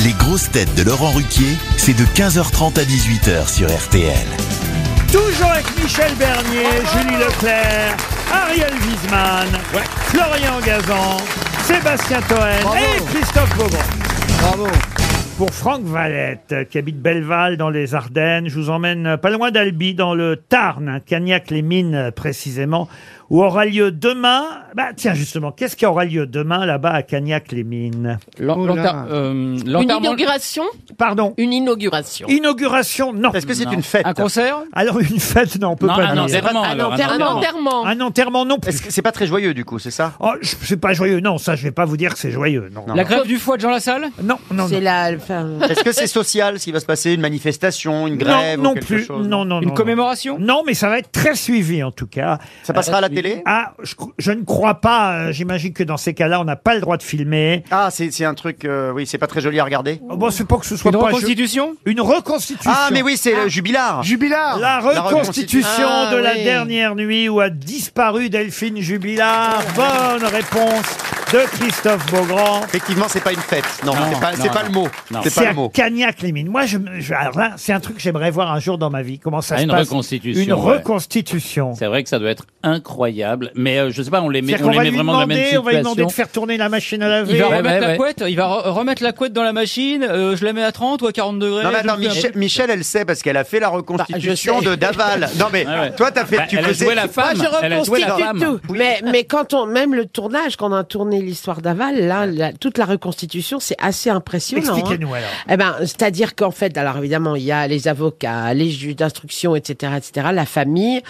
[SPEAKER 1] Les grosses têtes de Laurent Ruquier, c'est de 15h30 à 18h sur RTL.
[SPEAKER 2] Toujours avec Michel Bernier, Julie Leclerc, Ariel Wiesman, Florian Gazan, Sébastien Toen
[SPEAKER 7] Bravo.
[SPEAKER 2] et Christophe Beaugrand.
[SPEAKER 7] Bravo.
[SPEAKER 2] Pour Franck Valette, euh, qui habite Belleval dans les Ardennes, je vous emmène euh, pas loin d'Albi, dans le Tarn, hein, Cagnac-les-Mines euh, précisément, où aura lieu demain. Bah tiens justement, qu'est-ce qui aura lieu demain là-bas à Cagnac-les-Mines
[SPEAKER 6] L'en-
[SPEAKER 7] Oh là.
[SPEAKER 6] l'entar- euh,
[SPEAKER 4] Une
[SPEAKER 6] l'enterrement-
[SPEAKER 4] inauguration
[SPEAKER 2] Pardon.
[SPEAKER 4] Une inauguration.
[SPEAKER 2] Inauguration Non.
[SPEAKER 5] Est-ce que c'est une fête
[SPEAKER 6] un concert
[SPEAKER 2] Alors une fête Non, on peut
[SPEAKER 9] Non,
[SPEAKER 2] pas
[SPEAKER 9] un
[SPEAKER 2] dire.
[SPEAKER 9] enterrement.
[SPEAKER 5] Un
[SPEAKER 9] alors,
[SPEAKER 4] Un
[SPEAKER 9] enterrement.
[SPEAKER 4] enterrement.
[SPEAKER 2] Un enterrement non plus.
[SPEAKER 5] Est-ce que c'est pas très joyeux du coup, c'est ça
[SPEAKER 2] Oh, je- c'est pas joyeux. Non, ça je vais pas vous dire que c'est joyeux. Non.
[SPEAKER 6] La grève du foie de Jean Lassalle
[SPEAKER 2] Non, non,
[SPEAKER 8] C'est
[SPEAKER 2] non.
[SPEAKER 8] la. enfin,
[SPEAKER 5] Est-ce que c'est social ce qui va se passer Une manifestation, une grève
[SPEAKER 2] non, non
[SPEAKER 5] ou quelque
[SPEAKER 2] plus.
[SPEAKER 5] chose
[SPEAKER 2] Non, non, non,
[SPEAKER 6] Une
[SPEAKER 2] non.
[SPEAKER 6] commémoration
[SPEAKER 2] Non, mais ça va être très suivi en tout cas.
[SPEAKER 5] Ça passera à la télé
[SPEAKER 2] Ah, je, cr- je ne crois pas. euh, J'imagine que dans ces cas-là, on n'a pas le droit de filmer.
[SPEAKER 5] Ah, c'est c'est un truc, euh, oui, c'est pas très joli à regarder.
[SPEAKER 2] Oh, bon, c'est pas que ce soit
[SPEAKER 6] Une
[SPEAKER 2] pas
[SPEAKER 6] reconstitution
[SPEAKER 2] je- une reconstitution.
[SPEAKER 5] Ah, mais oui, c'est le jubilard.
[SPEAKER 7] Jubilard.
[SPEAKER 2] La reconstitution
[SPEAKER 8] reconstitu-
[SPEAKER 2] de la
[SPEAKER 8] Ah, oui.
[SPEAKER 2] dernière nuit où a disparu Delphine Jubilard. Bonne réponse de Christophe Beaugrand.
[SPEAKER 5] Effectivement, c'est pas une fête. Non, c'est pas, c'est pas le mot. C'est
[SPEAKER 2] C'est
[SPEAKER 5] pas
[SPEAKER 2] à
[SPEAKER 5] le mot.
[SPEAKER 2] Cagnac, les mines. Moi, je, je- alors là, c'est un truc que j'aimerais voir un jour dans ma vie. Comment ça
[SPEAKER 9] Ah,
[SPEAKER 2] se
[SPEAKER 9] une
[SPEAKER 2] passe
[SPEAKER 9] reconstitution,
[SPEAKER 2] Une
[SPEAKER 9] ouais.
[SPEAKER 2] reconstitution.
[SPEAKER 9] C'est vrai que ça doit être incroyable, mais euh, je sais pas, on les met,
[SPEAKER 2] C'est-à-dire
[SPEAKER 9] on
[SPEAKER 2] qu'on
[SPEAKER 9] les
[SPEAKER 2] va
[SPEAKER 9] met
[SPEAKER 2] lui
[SPEAKER 9] vraiment dans la même
[SPEAKER 2] demander, on va lui demander
[SPEAKER 9] situation.
[SPEAKER 2] de faire tourner la machine à laver.
[SPEAKER 6] Il va remettre la couette, il va re- remettre la couette dans la machine, euh, je la mets à 30 ou à 40 degrés.
[SPEAKER 5] Non, mais
[SPEAKER 6] je
[SPEAKER 5] attends,
[SPEAKER 6] le fais un
[SPEAKER 5] Michel,
[SPEAKER 6] peu-
[SPEAKER 5] Michel, elle sait parce qu'elle a fait la reconstitution
[SPEAKER 6] je sais.
[SPEAKER 5] de Daval. Non, mais
[SPEAKER 6] Ah ouais.
[SPEAKER 5] toi, t'as fait,
[SPEAKER 6] Bah,
[SPEAKER 5] tu
[SPEAKER 9] elle a
[SPEAKER 5] faisais.
[SPEAKER 9] joué la femme.
[SPEAKER 8] je
[SPEAKER 9] Elle a joué la
[SPEAKER 8] reconstitue
[SPEAKER 9] femme.
[SPEAKER 8] tout. Mais, mais quand on, même le tournage, quand on a tourné l'histoire d'Aval, là, la- toute la reconstitution, c'est assez impressionnant.
[SPEAKER 2] Expliquez-nous,
[SPEAKER 8] hein.
[SPEAKER 2] alors.
[SPEAKER 8] Eh ben, c'est-à-dire qu'en fait, alors évidemment, il y a les avocats, les juges d'instruction, etc., etc., la famille,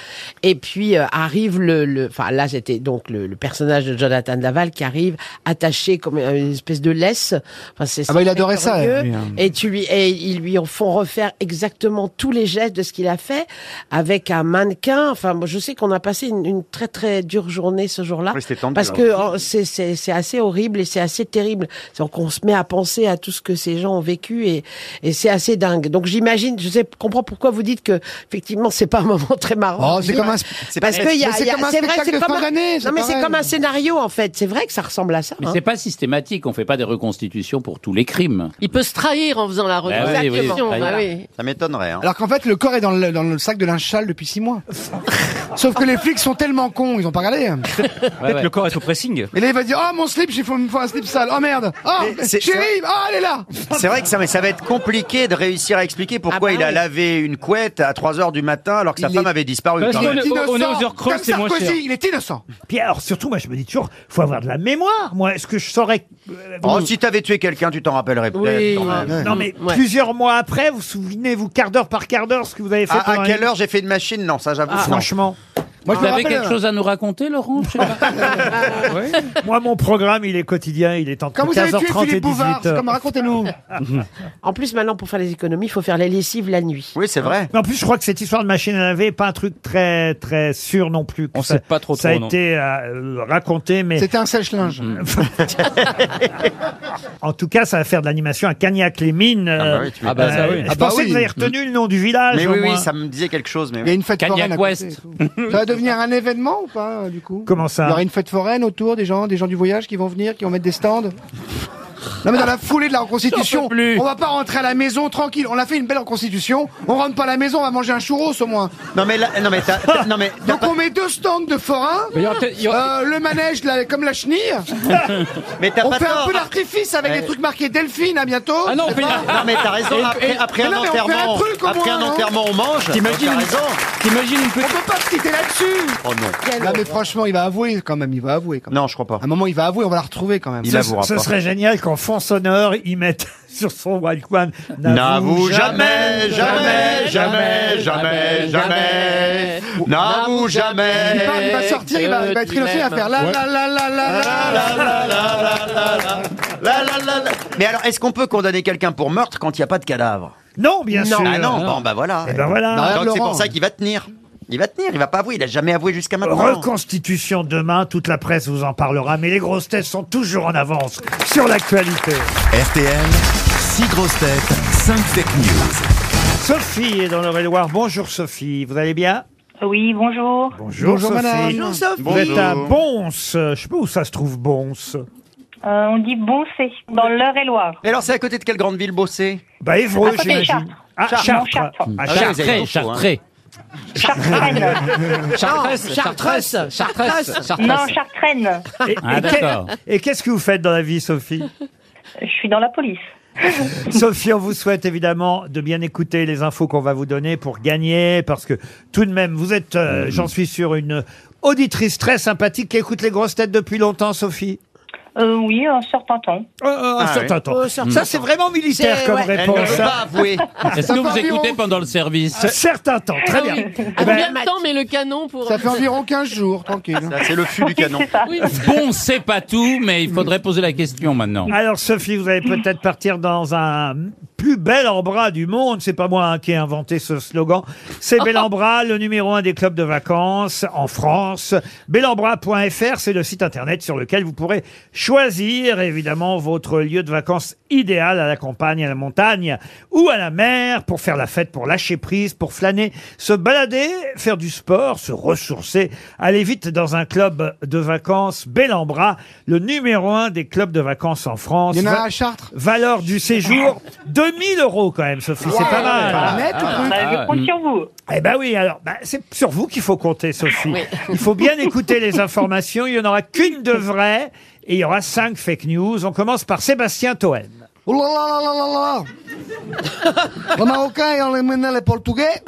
[SPEAKER 8] et puis euh, arrive le, le- enfin là, c'était donc le, le personnage de Jonathan Daval qui arrive attaché comme à une espèce de laisse. Enfin, c'est
[SPEAKER 7] Ah bah, il
[SPEAKER 8] c'est
[SPEAKER 7] adorait ça,
[SPEAKER 8] curieux.
[SPEAKER 7] lui, hein.
[SPEAKER 8] Et tu lui, et ils lui en font refaire exactement tous les gestes de ce qu'il a fait avec un mannequin. Enfin, moi, je sais qu'on a passé une, une très très dure journée ce jour-là.
[SPEAKER 5] Oui, c'était tendu,
[SPEAKER 8] parce
[SPEAKER 5] hein.
[SPEAKER 8] que oh, c'est- c'est c'est assez horrible et c'est assez terrible. Donc on se met à penser à tout ce que ces gens ont vécu et, et c'est assez dingue. Donc j'imagine, je sais, comprends pourquoi vous dites que effectivement c'est pas un moment très marrant.
[SPEAKER 7] Oh, c'est comme un sp- c'est
[SPEAKER 8] parce que il y a,
[SPEAKER 7] mais c'est
[SPEAKER 8] il y a-
[SPEAKER 7] comme un
[SPEAKER 8] c'est vrai,
[SPEAKER 7] spectacle
[SPEAKER 8] c'est
[SPEAKER 7] de
[SPEAKER 8] comme
[SPEAKER 7] fin
[SPEAKER 8] un-
[SPEAKER 7] d'année, c'est
[SPEAKER 8] Non mais c'est
[SPEAKER 7] pareil.
[SPEAKER 8] comme un scénario en fait. C'est vrai que ça ressemble à ça.
[SPEAKER 9] Mais
[SPEAKER 8] hein.
[SPEAKER 9] c'est pas systématique, on fait pas des reconstitutions pour tous les crimes.
[SPEAKER 4] Il peut se trahir en faisant la
[SPEAKER 9] Bah oui, oui,
[SPEAKER 4] reconstitution.
[SPEAKER 9] se trahir.
[SPEAKER 4] bah oui.
[SPEAKER 5] Ça m'étonnerait. hein.
[SPEAKER 7] Alors qu'en fait, le corps est dans le, dans le sac de linge sale depuis 6
[SPEAKER 2] <laughs>
[SPEAKER 7] mois. Sauf que les flics sont tellement cons, ils ont pas regardé.
[SPEAKER 6] Peut-être le corps est au pressing.
[SPEAKER 7] Et là, il va dire Oh, mon slip, j'ai fait une fois un slip sale. Oh merde. Oh,
[SPEAKER 5] Mais c'est-
[SPEAKER 7] chérie, oh, elle est là.
[SPEAKER 5] C'est vrai que ça, mais ça va être compliqué de réussir à expliquer pourquoi
[SPEAKER 7] Ah bah
[SPEAKER 5] il a
[SPEAKER 7] oui.
[SPEAKER 5] lavé une couette à 3 heures du matin alors que sa
[SPEAKER 7] Il
[SPEAKER 5] femme
[SPEAKER 7] est-
[SPEAKER 5] avait disparu.
[SPEAKER 6] Parce
[SPEAKER 5] quand
[SPEAKER 6] qu'on
[SPEAKER 5] même.
[SPEAKER 6] est- on est aux heures creuses,
[SPEAKER 7] Comme
[SPEAKER 6] c'est moins cher.
[SPEAKER 7] Sarkozy, il est innocent.
[SPEAKER 2] Puis alors, surtout, moi, je me dis toujours, faut avoir de la mémoire. Moi, est-ce que je saurais. euh,
[SPEAKER 5] Oh,
[SPEAKER 2] vous-
[SPEAKER 5] si t'avais tué quelqu'un, tu t'en rappellerais peut-être. quand même.
[SPEAKER 2] Non, mais plusieurs mois après, vous vous souvenez-vous quart d'heure par quart d'heure ce que vous avez fait
[SPEAKER 5] Ah, À, à
[SPEAKER 2] pendant
[SPEAKER 5] quelle
[SPEAKER 2] les-
[SPEAKER 5] heure j'ai fait une machine Non, ça j'avoue.
[SPEAKER 2] Ah,
[SPEAKER 5] non. Ah.
[SPEAKER 2] franchement.
[SPEAKER 9] Moi,
[SPEAKER 2] je
[SPEAKER 9] Vous
[SPEAKER 2] me
[SPEAKER 9] avez
[SPEAKER 2] rappelle,
[SPEAKER 9] quelque
[SPEAKER 2] euh,
[SPEAKER 9] chose à nous raconter, Laurent Je sais pas.
[SPEAKER 6] <laughs>
[SPEAKER 2] <laughs> Moi, mon programme, il est quotidien, il est entre
[SPEAKER 7] Quand vous avez tué
[SPEAKER 2] 15h30 et Ah.
[SPEAKER 7] Philippe Bouvard, c'est
[SPEAKER 2] 18h.
[SPEAKER 7] comme racontez-nous.
[SPEAKER 8] En plus maintenant pour faire les économies, il faut faire les lessives la nuit.
[SPEAKER 5] Oui, c'est vrai.
[SPEAKER 2] Hein Mais en plus, je crois que cette histoire de machine à laver n'est pas un truc très, très sûr non plus. On
[SPEAKER 6] sait pas trop
[SPEAKER 2] Ça a
[SPEAKER 6] trop, non.
[SPEAKER 2] été euh, raconté, mais
[SPEAKER 7] C'était un sèche-linge.
[SPEAKER 2] <laughs> en tout cas, ça va faire de l'animation à Cagnac-les-Mines.
[SPEAKER 5] bah
[SPEAKER 2] euh,
[SPEAKER 5] oui, tu m'étonnes. Ah bah ça, oui.
[SPEAKER 2] Je
[SPEAKER 5] Ah bah
[SPEAKER 2] pensais que
[SPEAKER 5] oui.
[SPEAKER 2] vous avez retenu le nom du village.
[SPEAKER 5] Mais
[SPEAKER 2] au
[SPEAKER 5] oui, oui,
[SPEAKER 2] moins.
[SPEAKER 5] ça me disait quelque chose. Mais
[SPEAKER 7] Il y a une fête foraine.
[SPEAKER 9] Cagnac
[SPEAKER 7] à côté
[SPEAKER 9] Ouest.
[SPEAKER 7] et tout. ça va devenir un événement ou pas, euh, du coup
[SPEAKER 2] Comment ça
[SPEAKER 7] Il y aura une fête foraine autour des gens, des gens du voyage qui vont venir, qui vont mettre des stands. Non mais dans la foulée de la reconstitution, on va pas rentrer à la maison tranquille. On a fait une belle reconstitution. On rentre pas à la maison, on va manger un churros au moins.
[SPEAKER 5] Non mais là, non mais t'as- t'as- non
[SPEAKER 7] <laughs>
[SPEAKER 5] mais t'as
[SPEAKER 7] Donc
[SPEAKER 5] pas-
[SPEAKER 7] on met deux stands de forains,
[SPEAKER 6] Mais il y aura peut-être- il y aura-
[SPEAKER 7] euh, le manège là, comme la chenille.
[SPEAKER 5] <laughs> mais t'as
[SPEAKER 7] on
[SPEAKER 5] pas
[SPEAKER 7] fait
[SPEAKER 5] tort.
[SPEAKER 7] un peu d'artifice avec
[SPEAKER 5] Ouais.
[SPEAKER 7] des trucs marqués Delphine à bientôt.
[SPEAKER 6] Ah non, on
[SPEAKER 7] je sais
[SPEAKER 6] fait-
[SPEAKER 7] pas.
[SPEAKER 5] Non mais t'as raison.
[SPEAKER 6] Et-
[SPEAKER 5] Après,
[SPEAKER 6] et-
[SPEAKER 5] après un
[SPEAKER 7] Mais non, mais on fait un
[SPEAKER 5] enterrement,
[SPEAKER 7] truc au
[SPEAKER 5] après
[SPEAKER 7] moins, hein.
[SPEAKER 5] un
[SPEAKER 7] non
[SPEAKER 5] enterrement, on mange.
[SPEAKER 6] T'imagines
[SPEAKER 5] T'as raison.
[SPEAKER 6] T'imagines une
[SPEAKER 7] On
[SPEAKER 6] petite.
[SPEAKER 7] peut pas se quitter là-dessus.
[SPEAKER 5] Oh non.
[SPEAKER 7] Non mais franchement, il va avouer quand même. Il va avouer quand même.
[SPEAKER 5] Non, je crois pas.
[SPEAKER 7] À un moment, il va avouer. On va la retrouver quand même.
[SPEAKER 5] Il avouera
[SPEAKER 2] Ce
[SPEAKER 5] pas.
[SPEAKER 2] serait génial qu'en fond sonore, ils mettent <laughs> sur son Walkman.
[SPEAKER 5] N'avoue jamais, jamais, jamais, jamais, jamais. N'avoue Eh, jamais.
[SPEAKER 7] Il part, il va sortir, il va, il va être innocent, il va faire la la la la la la. la.
[SPEAKER 5] La, la, la, la. Mais alors, est-ce qu'on peut condamner quelqu'un pour meurtre quand il n'y a pas de cadavre
[SPEAKER 2] Non, bien sûr.
[SPEAKER 5] Ah non, bon, bah voilà.
[SPEAKER 2] Eh ben voilà.
[SPEAKER 7] Non,
[SPEAKER 5] Donc c'est
[SPEAKER 7] Laurent.
[SPEAKER 5] pour ça qu'il va tenir. Il va tenir, il va pas avouer, il a jamais avoué jusqu'à maintenant.
[SPEAKER 2] Reconstitution demain, toute la presse vous en parlera, mais les grosses têtes sont toujours en avance sur l'actualité.
[SPEAKER 1] RTL, 6 grosses têtes, 5 fake news.
[SPEAKER 2] Sophie est dans l'Eure-et-Loire. Bonjour Sophie, vous allez bien
[SPEAKER 13] Oui, bonjour.
[SPEAKER 2] Bonjour, Sophie.
[SPEAKER 13] Bonjour, Sophie.
[SPEAKER 2] Vous êtes à Bons, je sais pas où ça se trouve Bons.
[SPEAKER 13] Euh, on dit bon c'est dans l'Eure-et-Loire.
[SPEAKER 5] Et alors, c'est à côté de quelle grande ville bossée
[SPEAKER 2] Bah
[SPEAKER 13] À
[SPEAKER 2] Évreux,
[SPEAKER 13] côté de Chartres.
[SPEAKER 2] j'imagine. Ah,
[SPEAKER 13] Chartres.
[SPEAKER 2] Chartres.
[SPEAKER 13] Non,
[SPEAKER 2] Ah,
[SPEAKER 5] Ah, vous avez
[SPEAKER 9] Chartré,
[SPEAKER 5] beaucoup,
[SPEAKER 7] hein.
[SPEAKER 9] Chartré.
[SPEAKER 13] Chartraine.
[SPEAKER 6] Chartreuse,
[SPEAKER 8] Chartreuse,
[SPEAKER 6] Chartreuse, Chartreuse,
[SPEAKER 13] non,
[SPEAKER 6] Chartreuse.
[SPEAKER 13] Chartraine.
[SPEAKER 2] Et,
[SPEAKER 9] Ah,
[SPEAKER 2] et que-
[SPEAKER 9] d'accord.
[SPEAKER 2] et qu'est-ce que vous faites dans la vie, Sophie
[SPEAKER 13] Je suis dans la police.
[SPEAKER 2] <laughs> Sophie, on vous souhaite évidemment de bien écouter les infos qu'on va vous donner pour gagner, parce que tout de même, vous êtes, euh, j'en suis sûr, une auditrice très sympathique qui écoute les grosses têtes depuis longtemps, Sophie.
[SPEAKER 13] Euh, oui, un certain temps.
[SPEAKER 2] Euh, euh, un
[SPEAKER 5] Ah
[SPEAKER 2] certain temps.
[SPEAKER 8] Oh, certain
[SPEAKER 2] Ça, c'est vraiment militaire
[SPEAKER 8] C'est-
[SPEAKER 2] comme
[SPEAKER 8] ouais.
[SPEAKER 5] Elle ne
[SPEAKER 2] réponse.
[SPEAKER 5] veut pas
[SPEAKER 2] hein.
[SPEAKER 5] avouer.
[SPEAKER 9] Est-ce que
[SPEAKER 7] Ça
[SPEAKER 9] vous
[SPEAKER 7] fait
[SPEAKER 9] écoutez
[SPEAKER 7] environ-
[SPEAKER 9] pendant le service
[SPEAKER 2] Un certain temps,
[SPEAKER 8] Ah
[SPEAKER 2] très bien. Eh ben,
[SPEAKER 4] Combien de temps met le canon pour.
[SPEAKER 7] Ça fait environ 15 jours, tranquille.
[SPEAKER 5] Ça, Ah, c'est le fût
[SPEAKER 8] <laughs>
[SPEAKER 5] du canon.
[SPEAKER 13] C'est ça.
[SPEAKER 4] Oui.
[SPEAKER 9] Bon, c'est
[SPEAKER 2] Hmm.
[SPEAKER 9] pas tout, mais il faudrait poser la question maintenant.
[SPEAKER 2] alors, Sophie, vous allez peut-être partir dans un plus bel en bras du monde. C'est pas moi hein, qui ai inventé ce slogan. C'est bel en bras, le numéro un des clubs de vacances en France. Bellambra.fr, c'est le site internet sur lequel vous pourrez choisir évidemment votre lieu de vacances idéal à la campagne, à la montagne ou à la mer pour faire la fête, pour lâcher prise, pour flâner, se balader, faire du sport, se ressourcer, aller vite dans un club de vacances. Bellambra, le numéro un des clubs de vacances en France.
[SPEAKER 7] Il y en a un à
[SPEAKER 2] Chartres. Valeur du séjour, <laughs> 2000 euros quand même, Sophie, c'est pas mal.
[SPEAKER 13] Ah, Je compte sur vous.
[SPEAKER 2] Eh ben oui, alors bah, c'est sur vous qu'il faut compter, Sophie. Il faut bien écouter les informations. Il n'y en aura qu'une de vraie et il y aura cinq fake news. On commence par Sébastien Toen.
[SPEAKER 19] Oh là là là là là là Les Marocains ont éliminé les Portugais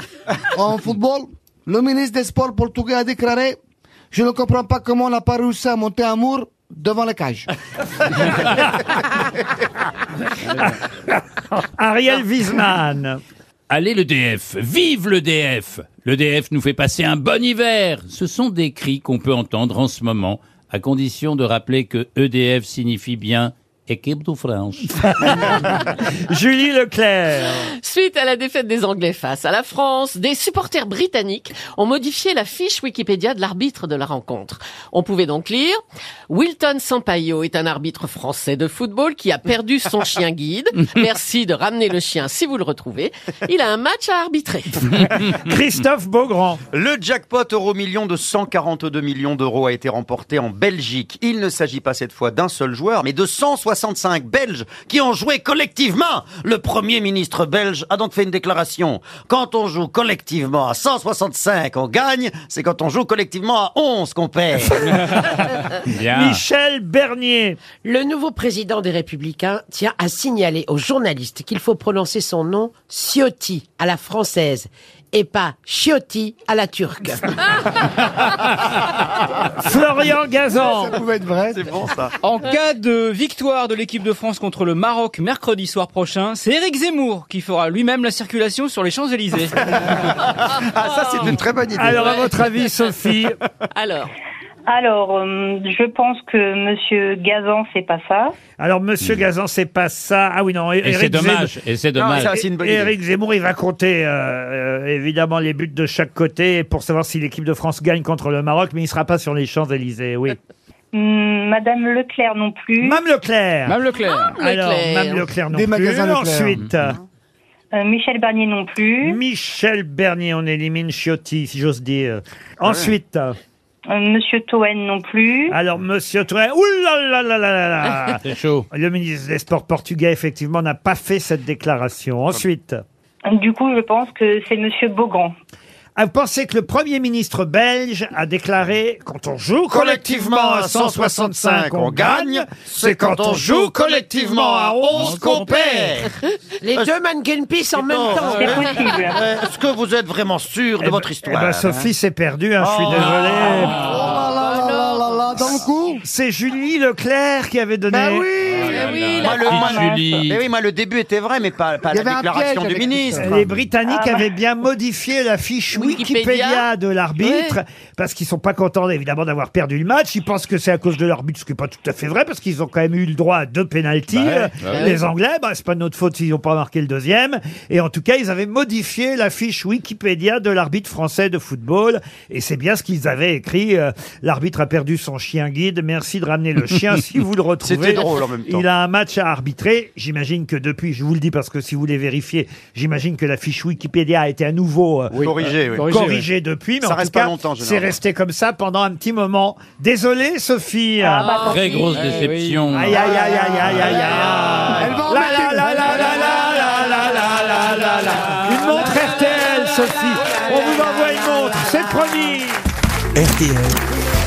[SPEAKER 19] en football. Le ministre des Sports portugais a déclaré « Je ne comprends pas comment on n'a pas réussi à monter un mur devant la cage.
[SPEAKER 2] Ariel Wiesmann.
[SPEAKER 9] Allez le DF, vive le DF Le DF nous fait passer un bon hiver Ce sont des cris qu'on peut entendre en ce moment, à condition de rappeler que EDF signifie bien équipe de France.
[SPEAKER 2] <laughs> Julie Leclerc.
[SPEAKER 4] <laughs> Suite à la défaite des Anglais face à la France, des supporters britanniques ont modifié la fiche Wikipédia de l'arbitre de la rencontre. On pouvait donc lire Wilton Sampaio est un arbitre français de football qui a perdu son chien guide. Merci de ramener le chien si vous le retrouvez. Il a un match à arbitrer.
[SPEAKER 5] <laughs>
[SPEAKER 2] Christophe Beaugrand.
[SPEAKER 5] Le jackpot euro million de 142 millions d'euros a été remporté en Belgique. Il ne s'agit pas cette fois d'un seul joueur, mais de 165 Belges qui ont joué collectivement. Le premier ministre belge a donc fait une déclaration. Quand on joue collectivement à 165, on gagne. C'est quand on joue collectivement à 11
[SPEAKER 2] <laughs>
[SPEAKER 5] qu'on perd.
[SPEAKER 2] Michel Bernier.
[SPEAKER 8] Le nouveau président des Républicains tient à signaler aux journalistes qu'il faut prononcer son nom Ciotti à la française et pas Ciotti à la turque.
[SPEAKER 2] Florian Gazan.
[SPEAKER 7] Ça pouvait être vrai. C'est
[SPEAKER 5] bon ça.
[SPEAKER 6] En cas de victoire de l'équipe de France contre le Maroc mercredi soir prochain, c'est Eric Zemmour qui fera lui-même la circulation sur les Champs-Élysées.
[SPEAKER 5] <laughs> Ah, ça, c'est une très bonne idée.
[SPEAKER 2] Alors, à votre avis, Sophie
[SPEAKER 4] Alors.
[SPEAKER 13] Alors, euh, je pense que Monsieur Gazan, c'est pas ça.
[SPEAKER 2] Alors, Monsieur Gazan, c'est pas ça. Ah oui, non. Éric
[SPEAKER 9] c'est dommage,
[SPEAKER 2] Zemmour-
[SPEAKER 9] et c'est dommage. Non, ça, c'est une bonne idée.
[SPEAKER 2] Éric Zemmour, il va compter euh, euh, évidemment les buts de chaque côté pour savoir si l'équipe de France gagne contre le Maroc, mais il sera pas sur les Champs
[SPEAKER 9] <laughs>
[SPEAKER 2] Élysées. Oui.
[SPEAKER 13] Hum, Madame Leclerc non plus.
[SPEAKER 2] Mme Leclerc.
[SPEAKER 6] Mme Leclerc.
[SPEAKER 2] Alors,
[SPEAKER 13] Ah, Leclerc.
[SPEAKER 2] Mme Ah, Leclerc non
[SPEAKER 7] Des
[SPEAKER 2] plus.
[SPEAKER 7] magasins Leclerc.
[SPEAKER 2] Ensuite.
[SPEAKER 13] Euh, Michel Barnier non plus.
[SPEAKER 2] Michel Bernier, on élimine Ciotti, si j'ose dire.
[SPEAKER 9] Ah
[SPEAKER 2] Ensuite,
[SPEAKER 13] Euh, Monsieur Toen non plus.
[SPEAKER 2] alors Monsieur Touré, oulala, là là là là là.
[SPEAKER 9] C'est chaud.
[SPEAKER 2] le ministre des Sports portugais, effectivement, n'a pas fait cette déclaration. Ensuite,
[SPEAKER 13] Du coup, je pense que c'est Monsieur Beaugrand.
[SPEAKER 2] ah, vous pensez que le Premier ministre belge a déclaré « Quand on joue collectivement à 165, on gagne. C'est quand on joue collectivement à 11 qu'on perd.
[SPEAKER 8] <laughs> Les deux mannequin pisse en même temps.
[SPEAKER 13] C'est possible.
[SPEAKER 5] Est-ce que vous êtes vraiment sûr de votre »
[SPEAKER 2] Eh
[SPEAKER 5] histoire hein
[SPEAKER 2] ben, Sophie s'est perdue, hein, je suis
[SPEAKER 5] Oh.
[SPEAKER 2] désolé.
[SPEAKER 19] Oh
[SPEAKER 5] Oh.
[SPEAKER 19] là là là là là là, dans le coup
[SPEAKER 2] C'est Julie Leclerc qui avait donné...
[SPEAKER 19] Ben oui
[SPEAKER 2] eh
[SPEAKER 5] Moi, le, moi, le-
[SPEAKER 9] Julie.
[SPEAKER 5] Eh oui, moi, le début était vrai, mais pas, pas
[SPEAKER 7] Il y avait
[SPEAKER 5] la
[SPEAKER 7] un
[SPEAKER 5] déclaration
[SPEAKER 7] piège
[SPEAKER 5] du
[SPEAKER 7] avec
[SPEAKER 5] ministre.
[SPEAKER 7] tout
[SPEAKER 2] Les Britanniques
[SPEAKER 13] Ah bah.
[SPEAKER 2] avaient bien modifié la fiche Wikipédia,
[SPEAKER 4] Wikipédia.
[SPEAKER 2] de l'arbitre parce qu'ils sont pas contents évidemment d'avoir perdu le match. Ils pensent que c'est à cause de l'arbitre, ce qui est pas tout à fait vrai parce qu'ils ont quand même eu le droit à deux pénalties.
[SPEAKER 9] Bah ouais,
[SPEAKER 2] Euh,
[SPEAKER 9] bah
[SPEAKER 4] ouais.
[SPEAKER 2] les Anglais, bah, c'est pas de notre faute s'ils n'ont pas marqué le deuxième. Et en tout cas, ils avaient modifié la fiche Wikipédia de l'arbitre français de football et c'est bien ce qu'ils avaient écrit. euh, l'arbitre a perdu son chien guide. Merci de ramener le chien si vous le retrouvez.
[SPEAKER 5] C'était drôle en même temps.
[SPEAKER 2] Il a un match à arbitrer. J'imagine que depuis, je vous le dis parce que si vous voulez vérifier, j'imagine que la fiche Wikipédia a été à nouveau euh,
[SPEAKER 5] Corrigé, oui.
[SPEAKER 6] Corrigé,
[SPEAKER 2] corrigée depuis. Mais
[SPEAKER 5] Ça
[SPEAKER 2] en
[SPEAKER 5] reste
[SPEAKER 2] tout
[SPEAKER 5] pas
[SPEAKER 2] cas,
[SPEAKER 5] longtemps, généralement.
[SPEAKER 2] C'est resté comme ça pendant un petit moment. Désolé, Sophie.
[SPEAKER 13] bah,
[SPEAKER 9] Très
[SPEAKER 13] tant pis.
[SPEAKER 9] grosse
[SPEAKER 6] Eh oui.
[SPEAKER 9] déception.
[SPEAKER 2] Aïe, aïe, aïe, aïe, aïe, aïe, aïe, aïe.
[SPEAKER 7] Elle va en
[SPEAKER 2] La,
[SPEAKER 7] mettre
[SPEAKER 2] la,
[SPEAKER 7] une.
[SPEAKER 2] la, la, la, la, la, la, la, la, la. Une montre RTL, Sophie. On vous envoie une montre, c'est promis.
[SPEAKER 1] RTL,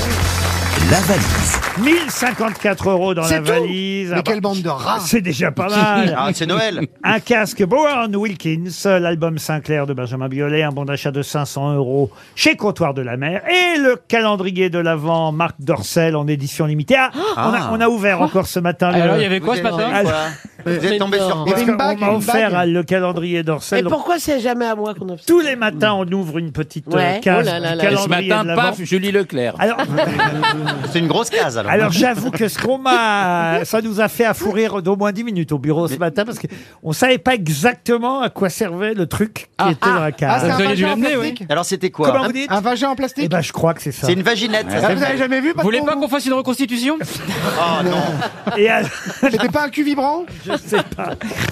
[SPEAKER 1] la valise.
[SPEAKER 2] 1054 euros dans la
[SPEAKER 7] C'est tout
[SPEAKER 2] valise.
[SPEAKER 7] Mais
[SPEAKER 2] Ah bah,
[SPEAKER 7] quelle bande de rats
[SPEAKER 2] C'est déjà pas mal.
[SPEAKER 5] Ah, c'est Noël.
[SPEAKER 2] <laughs> Un casque Bowen Wilkins, l'album Sinclair de Benjamin Biolay, un bon d'achat de 500 euros chez Comptoir de la Mer et le calendrier de l'Avent Marc Dorcel en édition limitée. Ah, on, a, on a ouvert encore ce matin. le-
[SPEAKER 6] Alors, il y avait quoi ce
[SPEAKER 5] Vous avez
[SPEAKER 6] matin
[SPEAKER 5] mangé quoi Vous êtes tombé sur quoi
[SPEAKER 2] Parce qu'on m'a offert à le calendrier d'Orsay.
[SPEAKER 8] Et
[SPEAKER 2] donc
[SPEAKER 8] pourquoi c'est jamais à moi qu'on offre
[SPEAKER 2] Tous les matins, on ouvre une petite euh,
[SPEAKER 8] Ouais.
[SPEAKER 2] case.
[SPEAKER 8] Oh là là là.
[SPEAKER 9] Et
[SPEAKER 2] du
[SPEAKER 9] ce
[SPEAKER 2] calendrier
[SPEAKER 9] matin,
[SPEAKER 2] de l'Avent.
[SPEAKER 9] paf, Julie Leclerc.
[SPEAKER 2] Alors,
[SPEAKER 5] C'est une grosse case alors.
[SPEAKER 2] Alors j'avoue que ce
[SPEAKER 8] <laughs>
[SPEAKER 2] qu'on m'a, ça nous a fait affourir d'au moins 10 minutes au bureau ce matin parce qu'on savait pas exactement à quoi servait le truc qui était
[SPEAKER 5] ah.
[SPEAKER 2] dans la case.
[SPEAKER 5] Alors c'était quoi
[SPEAKER 2] Comment
[SPEAKER 5] Un-
[SPEAKER 2] vous dites Un vagin en plastique Eh ben je crois que c'est ça.
[SPEAKER 5] C'est une vaginette. ça
[SPEAKER 2] Ah, vous
[SPEAKER 5] s'appelle.
[SPEAKER 2] avez jamais vu,
[SPEAKER 6] Vous voulez pas qu'on fasse une
[SPEAKER 2] <laughs>
[SPEAKER 6] reconstitution
[SPEAKER 5] Oh non.
[SPEAKER 2] Et alors-
[SPEAKER 19] <laughs> C'était pas un cul vibrant
[SPEAKER 2] Je sais pas.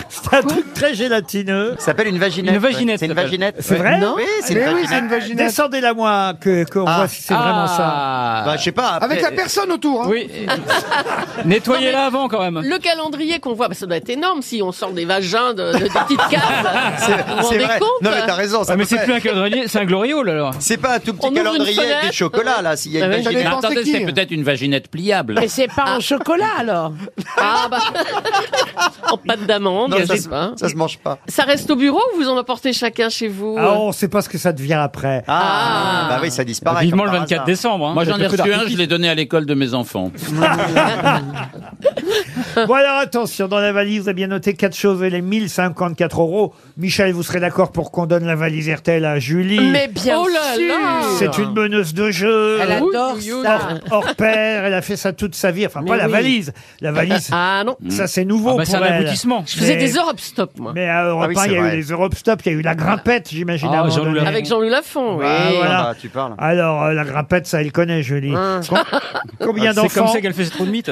[SPEAKER 2] C'est un truc très gélatineux.
[SPEAKER 5] Ça s'appelle une vaginette.
[SPEAKER 2] Une vaginette,
[SPEAKER 5] C'est une
[SPEAKER 2] ça s'appelle.
[SPEAKER 5] vaginette.
[SPEAKER 2] C'est vrai
[SPEAKER 5] Non Oui, c'est une
[SPEAKER 2] Mais oui,
[SPEAKER 5] vaginette.
[SPEAKER 2] c'est une vaginette. Descendez-la moi, que, qu'on voit si c'est vraiment ça.
[SPEAKER 5] Bah, je sais pas.
[SPEAKER 19] Avec la personne autour. hein.
[SPEAKER 6] Oui. Nettoyez-la avant quand même.
[SPEAKER 2] <laughs>
[SPEAKER 4] Le calendrier qu'on voit, bah, ça doit être énorme si on sort des vagins de, de- des
[SPEAKER 2] <laughs>
[SPEAKER 4] petites
[SPEAKER 5] Ah,
[SPEAKER 4] cases. Vous vous rendez compte
[SPEAKER 5] Non, mais t'as raison.
[SPEAKER 6] Ah, mais c'est plus un calendrier, c'est un gloriole alors.
[SPEAKER 5] C'est pas un tout petit
[SPEAKER 4] ouvre une
[SPEAKER 5] calendrier avec
[SPEAKER 4] fenêtre.
[SPEAKER 5] du chocolat là. S'il y a une vaginette.
[SPEAKER 9] Ah Attendez, c'était peut-être une vaginette pliable.
[SPEAKER 8] Mais c'est pas en chocolat alors
[SPEAKER 4] Ah bah <laughs> En pâte d'amande,
[SPEAKER 5] Non,
[SPEAKER 4] je
[SPEAKER 5] ça,
[SPEAKER 4] sais
[SPEAKER 9] Hein
[SPEAKER 4] pas.
[SPEAKER 5] se- ça se mange pas.
[SPEAKER 4] Ça reste au bureau ou vous en apportez chacun chez vous
[SPEAKER 2] Ah, on sait pas ce que ça devient après.
[SPEAKER 5] Ah, bah oui, ça disparaît.
[SPEAKER 6] Vivement
[SPEAKER 5] comme
[SPEAKER 6] le
[SPEAKER 5] par
[SPEAKER 6] 24
[SPEAKER 5] hasard.
[SPEAKER 6] décembre. hein.
[SPEAKER 9] Moi, j'en ai
[SPEAKER 6] Peut-être
[SPEAKER 9] reçu
[SPEAKER 6] que
[SPEAKER 9] un, je l'ai donné à l'école de mes enfants.
[SPEAKER 2] Bon alors attention, dans la valise, vous avez bien noté quatre choses et les 1054 euros. Michel, vous serez d'accord pour qu'on donne la valise RTL à Julie
[SPEAKER 8] Mais bien
[SPEAKER 4] Oh là
[SPEAKER 8] sûr
[SPEAKER 4] là
[SPEAKER 2] C'est une meneuse de jeu.
[SPEAKER 8] Elle adore
[SPEAKER 4] Oui, oui,
[SPEAKER 8] ça.
[SPEAKER 2] Hors, hors pair, elle a fait ça toute sa vie. Enfin,
[SPEAKER 8] Mais
[SPEAKER 2] pas la
[SPEAKER 8] oui.
[SPEAKER 2] valise. La valise,
[SPEAKER 4] euh, <laughs> Ah non,
[SPEAKER 2] ça c'est nouveau
[SPEAKER 6] Ah bah, c'est
[SPEAKER 2] pour
[SPEAKER 6] un
[SPEAKER 2] elle.
[SPEAKER 6] aboutissement.
[SPEAKER 4] je faisais
[SPEAKER 2] Mais-
[SPEAKER 4] des Europe Stop moi.
[SPEAKER 2] Mais à Europe
[SPEAKER 5] Ah oui,
[SPEAKER 2] 1, il y
[SPEAKER 5] c'est
[SPEAKER 2] a
[SPEAKER 5] vrai.
[SPEAKER 2] eu les Europe Stop, il y a eu la grimpette, j'imagine.
[SPEAKER 6] Ah,
[SPEAKER 2] à un moment
[SPEAKER 6] Jean-Loup
[SPEAKER 2] donné.
[SPEAKER 6] Lavie.
[SPEAKER 4] Avec Jean-Louis Lafont, oui.
[SPEAKER 2] Ah, voilà.
[SPEAKER 5] Bah, tu parles.
[SPEAKER 2] Alors, euh, la grimpette, ça, elle connaît, Julie.
[SPEAKER 8] Ah.
[SPEAKER 4] Hein.
[SPEAKER 2] Combien
[SPEAKER 6] Ah, C'est comme
[SPEAKER 2] d'enfants
[SPEAKER 6] ça qu'elle fait ses trous de mythe.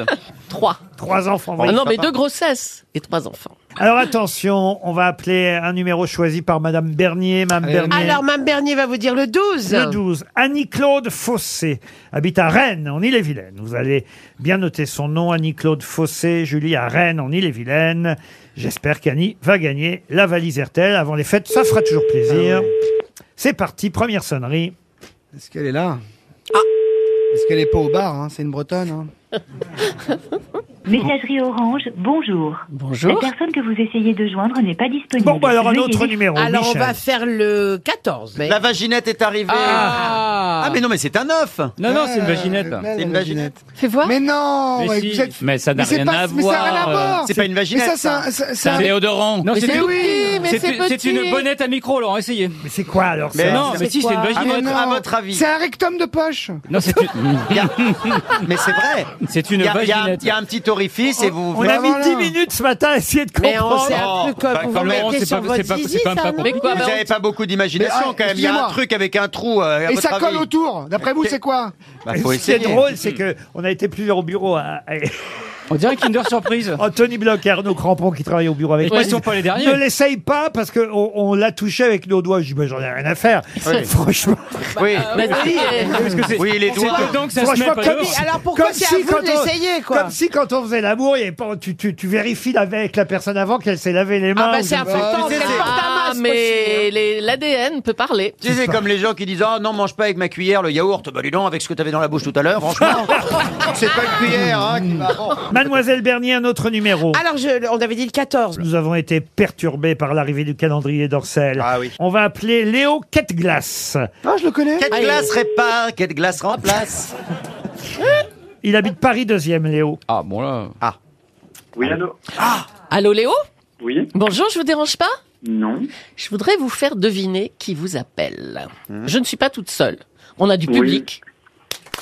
[SPEAKER 4] Trois.
[SPEAKER 2] Trois enfants.
[SPEAKER 4] Ah
[SPEAKER 2] oui.
[SPEAKER 4] non, mais deux grossesses et trois enfants.
[SPEAKER 2] Alors attention, on va appeler un numéro choisi par Madame Bernier. Madame Bernier.
[SPEAKER 8] Alors, Mme Bernier va vous dire le 12.
[SPEAKER 2] Le 12, Annie-Claude Fossé habite à Rennes, en Ille-et-Vilaine. Vous allez bien noter son nom, Annie-Claude Fossé, Julie à Rennes, en Ille-et-Vilaine. J'espère qu'Annie va gagner la valise RTL avant les fêtes, ça fera toujours plaisir. C'est parti, première sonnerie.
[SPEAKER 19] Ah Est-ce qu'elle est là
[SPEAKER 8] Ah.
[SPEAKER 19] Est-ce qu'elle est pas au bar hein C'est une bretonne. hein.
[SPEAKER 21] Messagerie Orange, bonjour.
[SPEAKER 4] Bonjour.
[SPEAKER 21] La personne que vous essayez
[SPEAKER 13] <laughs>
[SPEAKER 21] de joindre n'est pas disponible.
[SPEAKER 2] Bon, bah alors un
[SPEAKER 21] Veuillez
[SPEAKER 2] autre
[SPEAKER 21] laisser-
[SPEAKER 2] numéro,
[SPEAKER 8] Alors, on
[SPEAKER 2] Michel.
[SPEAKER 8] va faire le 14. mais-
[SPEAKER 5] La vaginette est arrivée. Ah,
[SPEAKER 6] Ah
[SPEAKER 5] mais non, mais c'est un œuf.
[SPEAKER 6] Non, non, c'est
[SPEAKER 2] Euh,
[SPEAKER 6] une vaginette.
[SPEAKER 19] Ah, la
[SPEAKER 5] C'est une vaginette.
[SPEAKER 4] Fais voir.
[SPEAKER 19] Mais non
[SPEAKER 6] Mais
[SPEAKER 19] ouais,
[SPEAKER 6] si.
[SPEAKER 19] vous êtes-
[SPEAKER 9] Mais ça n'a
[SPEAKER 19] Mais c'est
[SPEAKER 9] rien
[SPEAKER 19] pas-
[SPEAKER 9] à
[SPEAKER 19] mais ça a rien à
[SPEAKER 9] voir. euh,
[SPEAKER 19] voir.
[SPEAKER 5] C'est pas une vaginette.
[SPEAKER 19] Mais ça, c'est
[SPEAKER 5] ça.
[SPEAKER 19] un- c'est-
[SPEAKER 9] C'est
[SPEAKER 19] c'est
[SPEAKER 9] un
[SPEAKER 19] un-
[SPEAKER 9] déodorant.
[SPEAKER 6] Non,
[SPEAKER 19] Mais
[SPEAKER 6] c'est
[SPEAKER 19] c'est
[SPEAKER 6] tout.
[SPEAKER 19] oui.
[SPEAKER 6] C'est c'est une bonnette à micro, Laurent, essayez.
[SPEAKER 2] Mais c'est quoi alors
[SPEAKER 5] Mais
[SPEAKER 2] ça
[SPEAKER 6] non, mais
[SPEAKER 8] c'est
[SPEAKER 6] si, c'est
[SPEAKER 8] quoi
[SPEAKER 6] une
[SPEAKER 19] Ah, mais
[SPEAKER 6] vaginette.
[SPEAKER 19] non.
[SPEAKER 5] à votre avis.
[SPEAKER 19] C'est un rectum de poche.
[SPEAKER 6] Non, c'est une,
[SPEAKER 5] Mais c'est vrai.
[SPEAKER 6] c'est
[SPEAKER 5] Il
[SPEAKER 6] une
[SPEAKER 5] y, a- il y a un-
[SPEAKER 6] vaginette.
[SPEAKER 5] il y a un petit orifice et vous.
[SPEAKER 2] On a mis
[SPEAKER 19] voilà.
[SPEAKER 2] 10 minutes ce matin à essayer de
[SPEAKER 8] Mais on
[SPEAKER 2] comprendre.
[SPEAKER 8] sait
[SPEAKER 5] Oh,
[SPEAKER 8] un peu comme
[SPEAKER 5] bah,
[SPEAKER 8] vous
[SPEAKER 5] quand
[SPEAKER 8] vous
[SPEAKER 5] même,
[SPEAKER 8] mettez
[SPEAKER 6] c'est
[SPEAKER 8] sur
[SPEAKER 6] pas-
[SPEAKER 8] votre
[SPEAKER 6] c'est pas-
[SPEAKER 8] zizi,
[SPEAKER 6] c'est pas-
[SPEAKER 8] ça,
[SPEAKER 6] c'est pas-
[SPEAKER 8] non
[SPEAKER 4] Mais quoi
[SPEAKER 5] Vous
[SPEAKER 4] bah,
[SPEAKER 5] n'avez pas beaucoup
[SPEAKER 19] Mais,
[SPEAKER 5] d'imagination
[SPEAKER 19] ah,
[SPEAKER 5] quand même. Il y a un
[SPEAKER 19] excusez-moi.
[SPEAKER 5] truc avec un trou. euh, à
[SPEAKER 19] Et
[SPEAKER 5] votre
[SPEAKER 19] ça colle
[SPEAKER 5] avis.
[SPEAKER 19] autour. D'après vous, c'est quoi
[SPEAKER 5] Bah,
[SPEAKER 2] Et
[SPEAKER 5] faut
[SPEAKER 2] ce qui est
[SPEAKER 5] essayer.
[SPEAKER 2] drôle, c'est que on a été plusieurs au bureau. à- à-
[SPEAKER 6] On dirait Kinder Surprise.
[SPEAKER 2] <laughs> Anthony Bloch et Arnaud Crampon qui travaillent au bureau avec
[SPEAKER 6] Et
[SPEAKER 2] moi.
[SPEAKER 6] ils sont pas les derniers.
[SPEAKER 2] Ne l'essaye pas parce que on, on l'a touché avec nos doigts. Je dis, bah, j'en ai rien
[SPEAKER 6] <laughs>
[SPEAKER 2] à faire.
[SPEAKER 5] Oui.
[SPEAKER 2] Franchement,
[SPEAKER 5] Ah, Oui.
[SPEAKER 4] Vas-y.
[SPEAKER 5] <laughs>
[SPEAKER 4] eh.
[SPEAKER 6] Parce que c'est-
[SPEAKER 5] Oui, les
[SPEAKER 6] c'est
[SPEAKER 5] doigts.
[SPEAKER 6] dedans que ça se met.
[SPEAKER 2] franchement,
[SPEAKER 6] pas
[SPEAKER 2] comme,
[SPEAKER 6] dehors.
[SPEAKER 2] si-
[SPEAKER 8] Alors, pourquoi
[SPEAKER 2] comme
[SPEAKER 8] c'est à
[SPEAKER 2] si
[SPEAKER 8] vous
[SPEAKER 2] quand
[SPEAKER 8] de
[SPEAKER 2] on-
[SPEAKER 8] l'essayer, quoi
[SPEAKER 2] Comme si quand on faisait l'amour, il y avait pas- tu, tu, tu vérifies la- avec la personne avant qu'elle s'est lavé les mains.
[SPEAKER 8] Ah, bah,
[SPEAKER 2] ou
[SPEAKER 8] c'est
[SPEAKER 2] je-
[SPEAKER 8] important,
[SPEAKER 5] tu sais,
[SPEAKER 8] qu'elle
[SPEAKER 5] c'est-
[SPEAKER 8] porte un
[SPEAKER 4] Ah,
[SPEAKER 8] masque aussi, hein.
[SPEAKER 4] mais les- l'ADN peut parler.
[SPEAKER 5] Tu sais, c'est comme les gens qui disent Ah non, mange pas avec ma cuillère le yaourt. Bah, dis donc, avec ce que t'avais dans la bouche tout à l'heure, franchement. c'est pas une cuillère, hein, qui va. bon.
[SPEAKER 2] <laughs> Mademoiselle Bernier, un autre numéro.
[SPEAKER 8] Alors, je- on avait dit le 14.
[SPEAKER 2] Nous avons été perturbés par l'arrivée du calendrier d'Orsel.
[SPEAKER 5] Ah oui.
[SPEAKER 2] On va appeler Léo Ketglas.
[SPEAKER 19] Ah, je le connais.
[SPEAKER 5] Quelle
[SPEAKER 8] Allez.
[SPEAKER 5] glace répare, quelle glace remplace
[SPEAKER 2] <laughs> Il habite Paris 2e, Léo.
[SPEAKER 6] Ah bon là.
[SPEAKER 12] Oui, allô
[SPEAKER 4] Ah. Allô Léo
[SPEAKER 12] Oui
[SPEAKER 4] Bonjour, je vous dérange pas
[SPEAKER 12] Non
[SPEAKER 4] Je voudrais vous faire deviner qui vous appelle. Je ne suis pas toute seule. On a du
[SPEAKER 12] Oui.
[SPEAKER 4] public.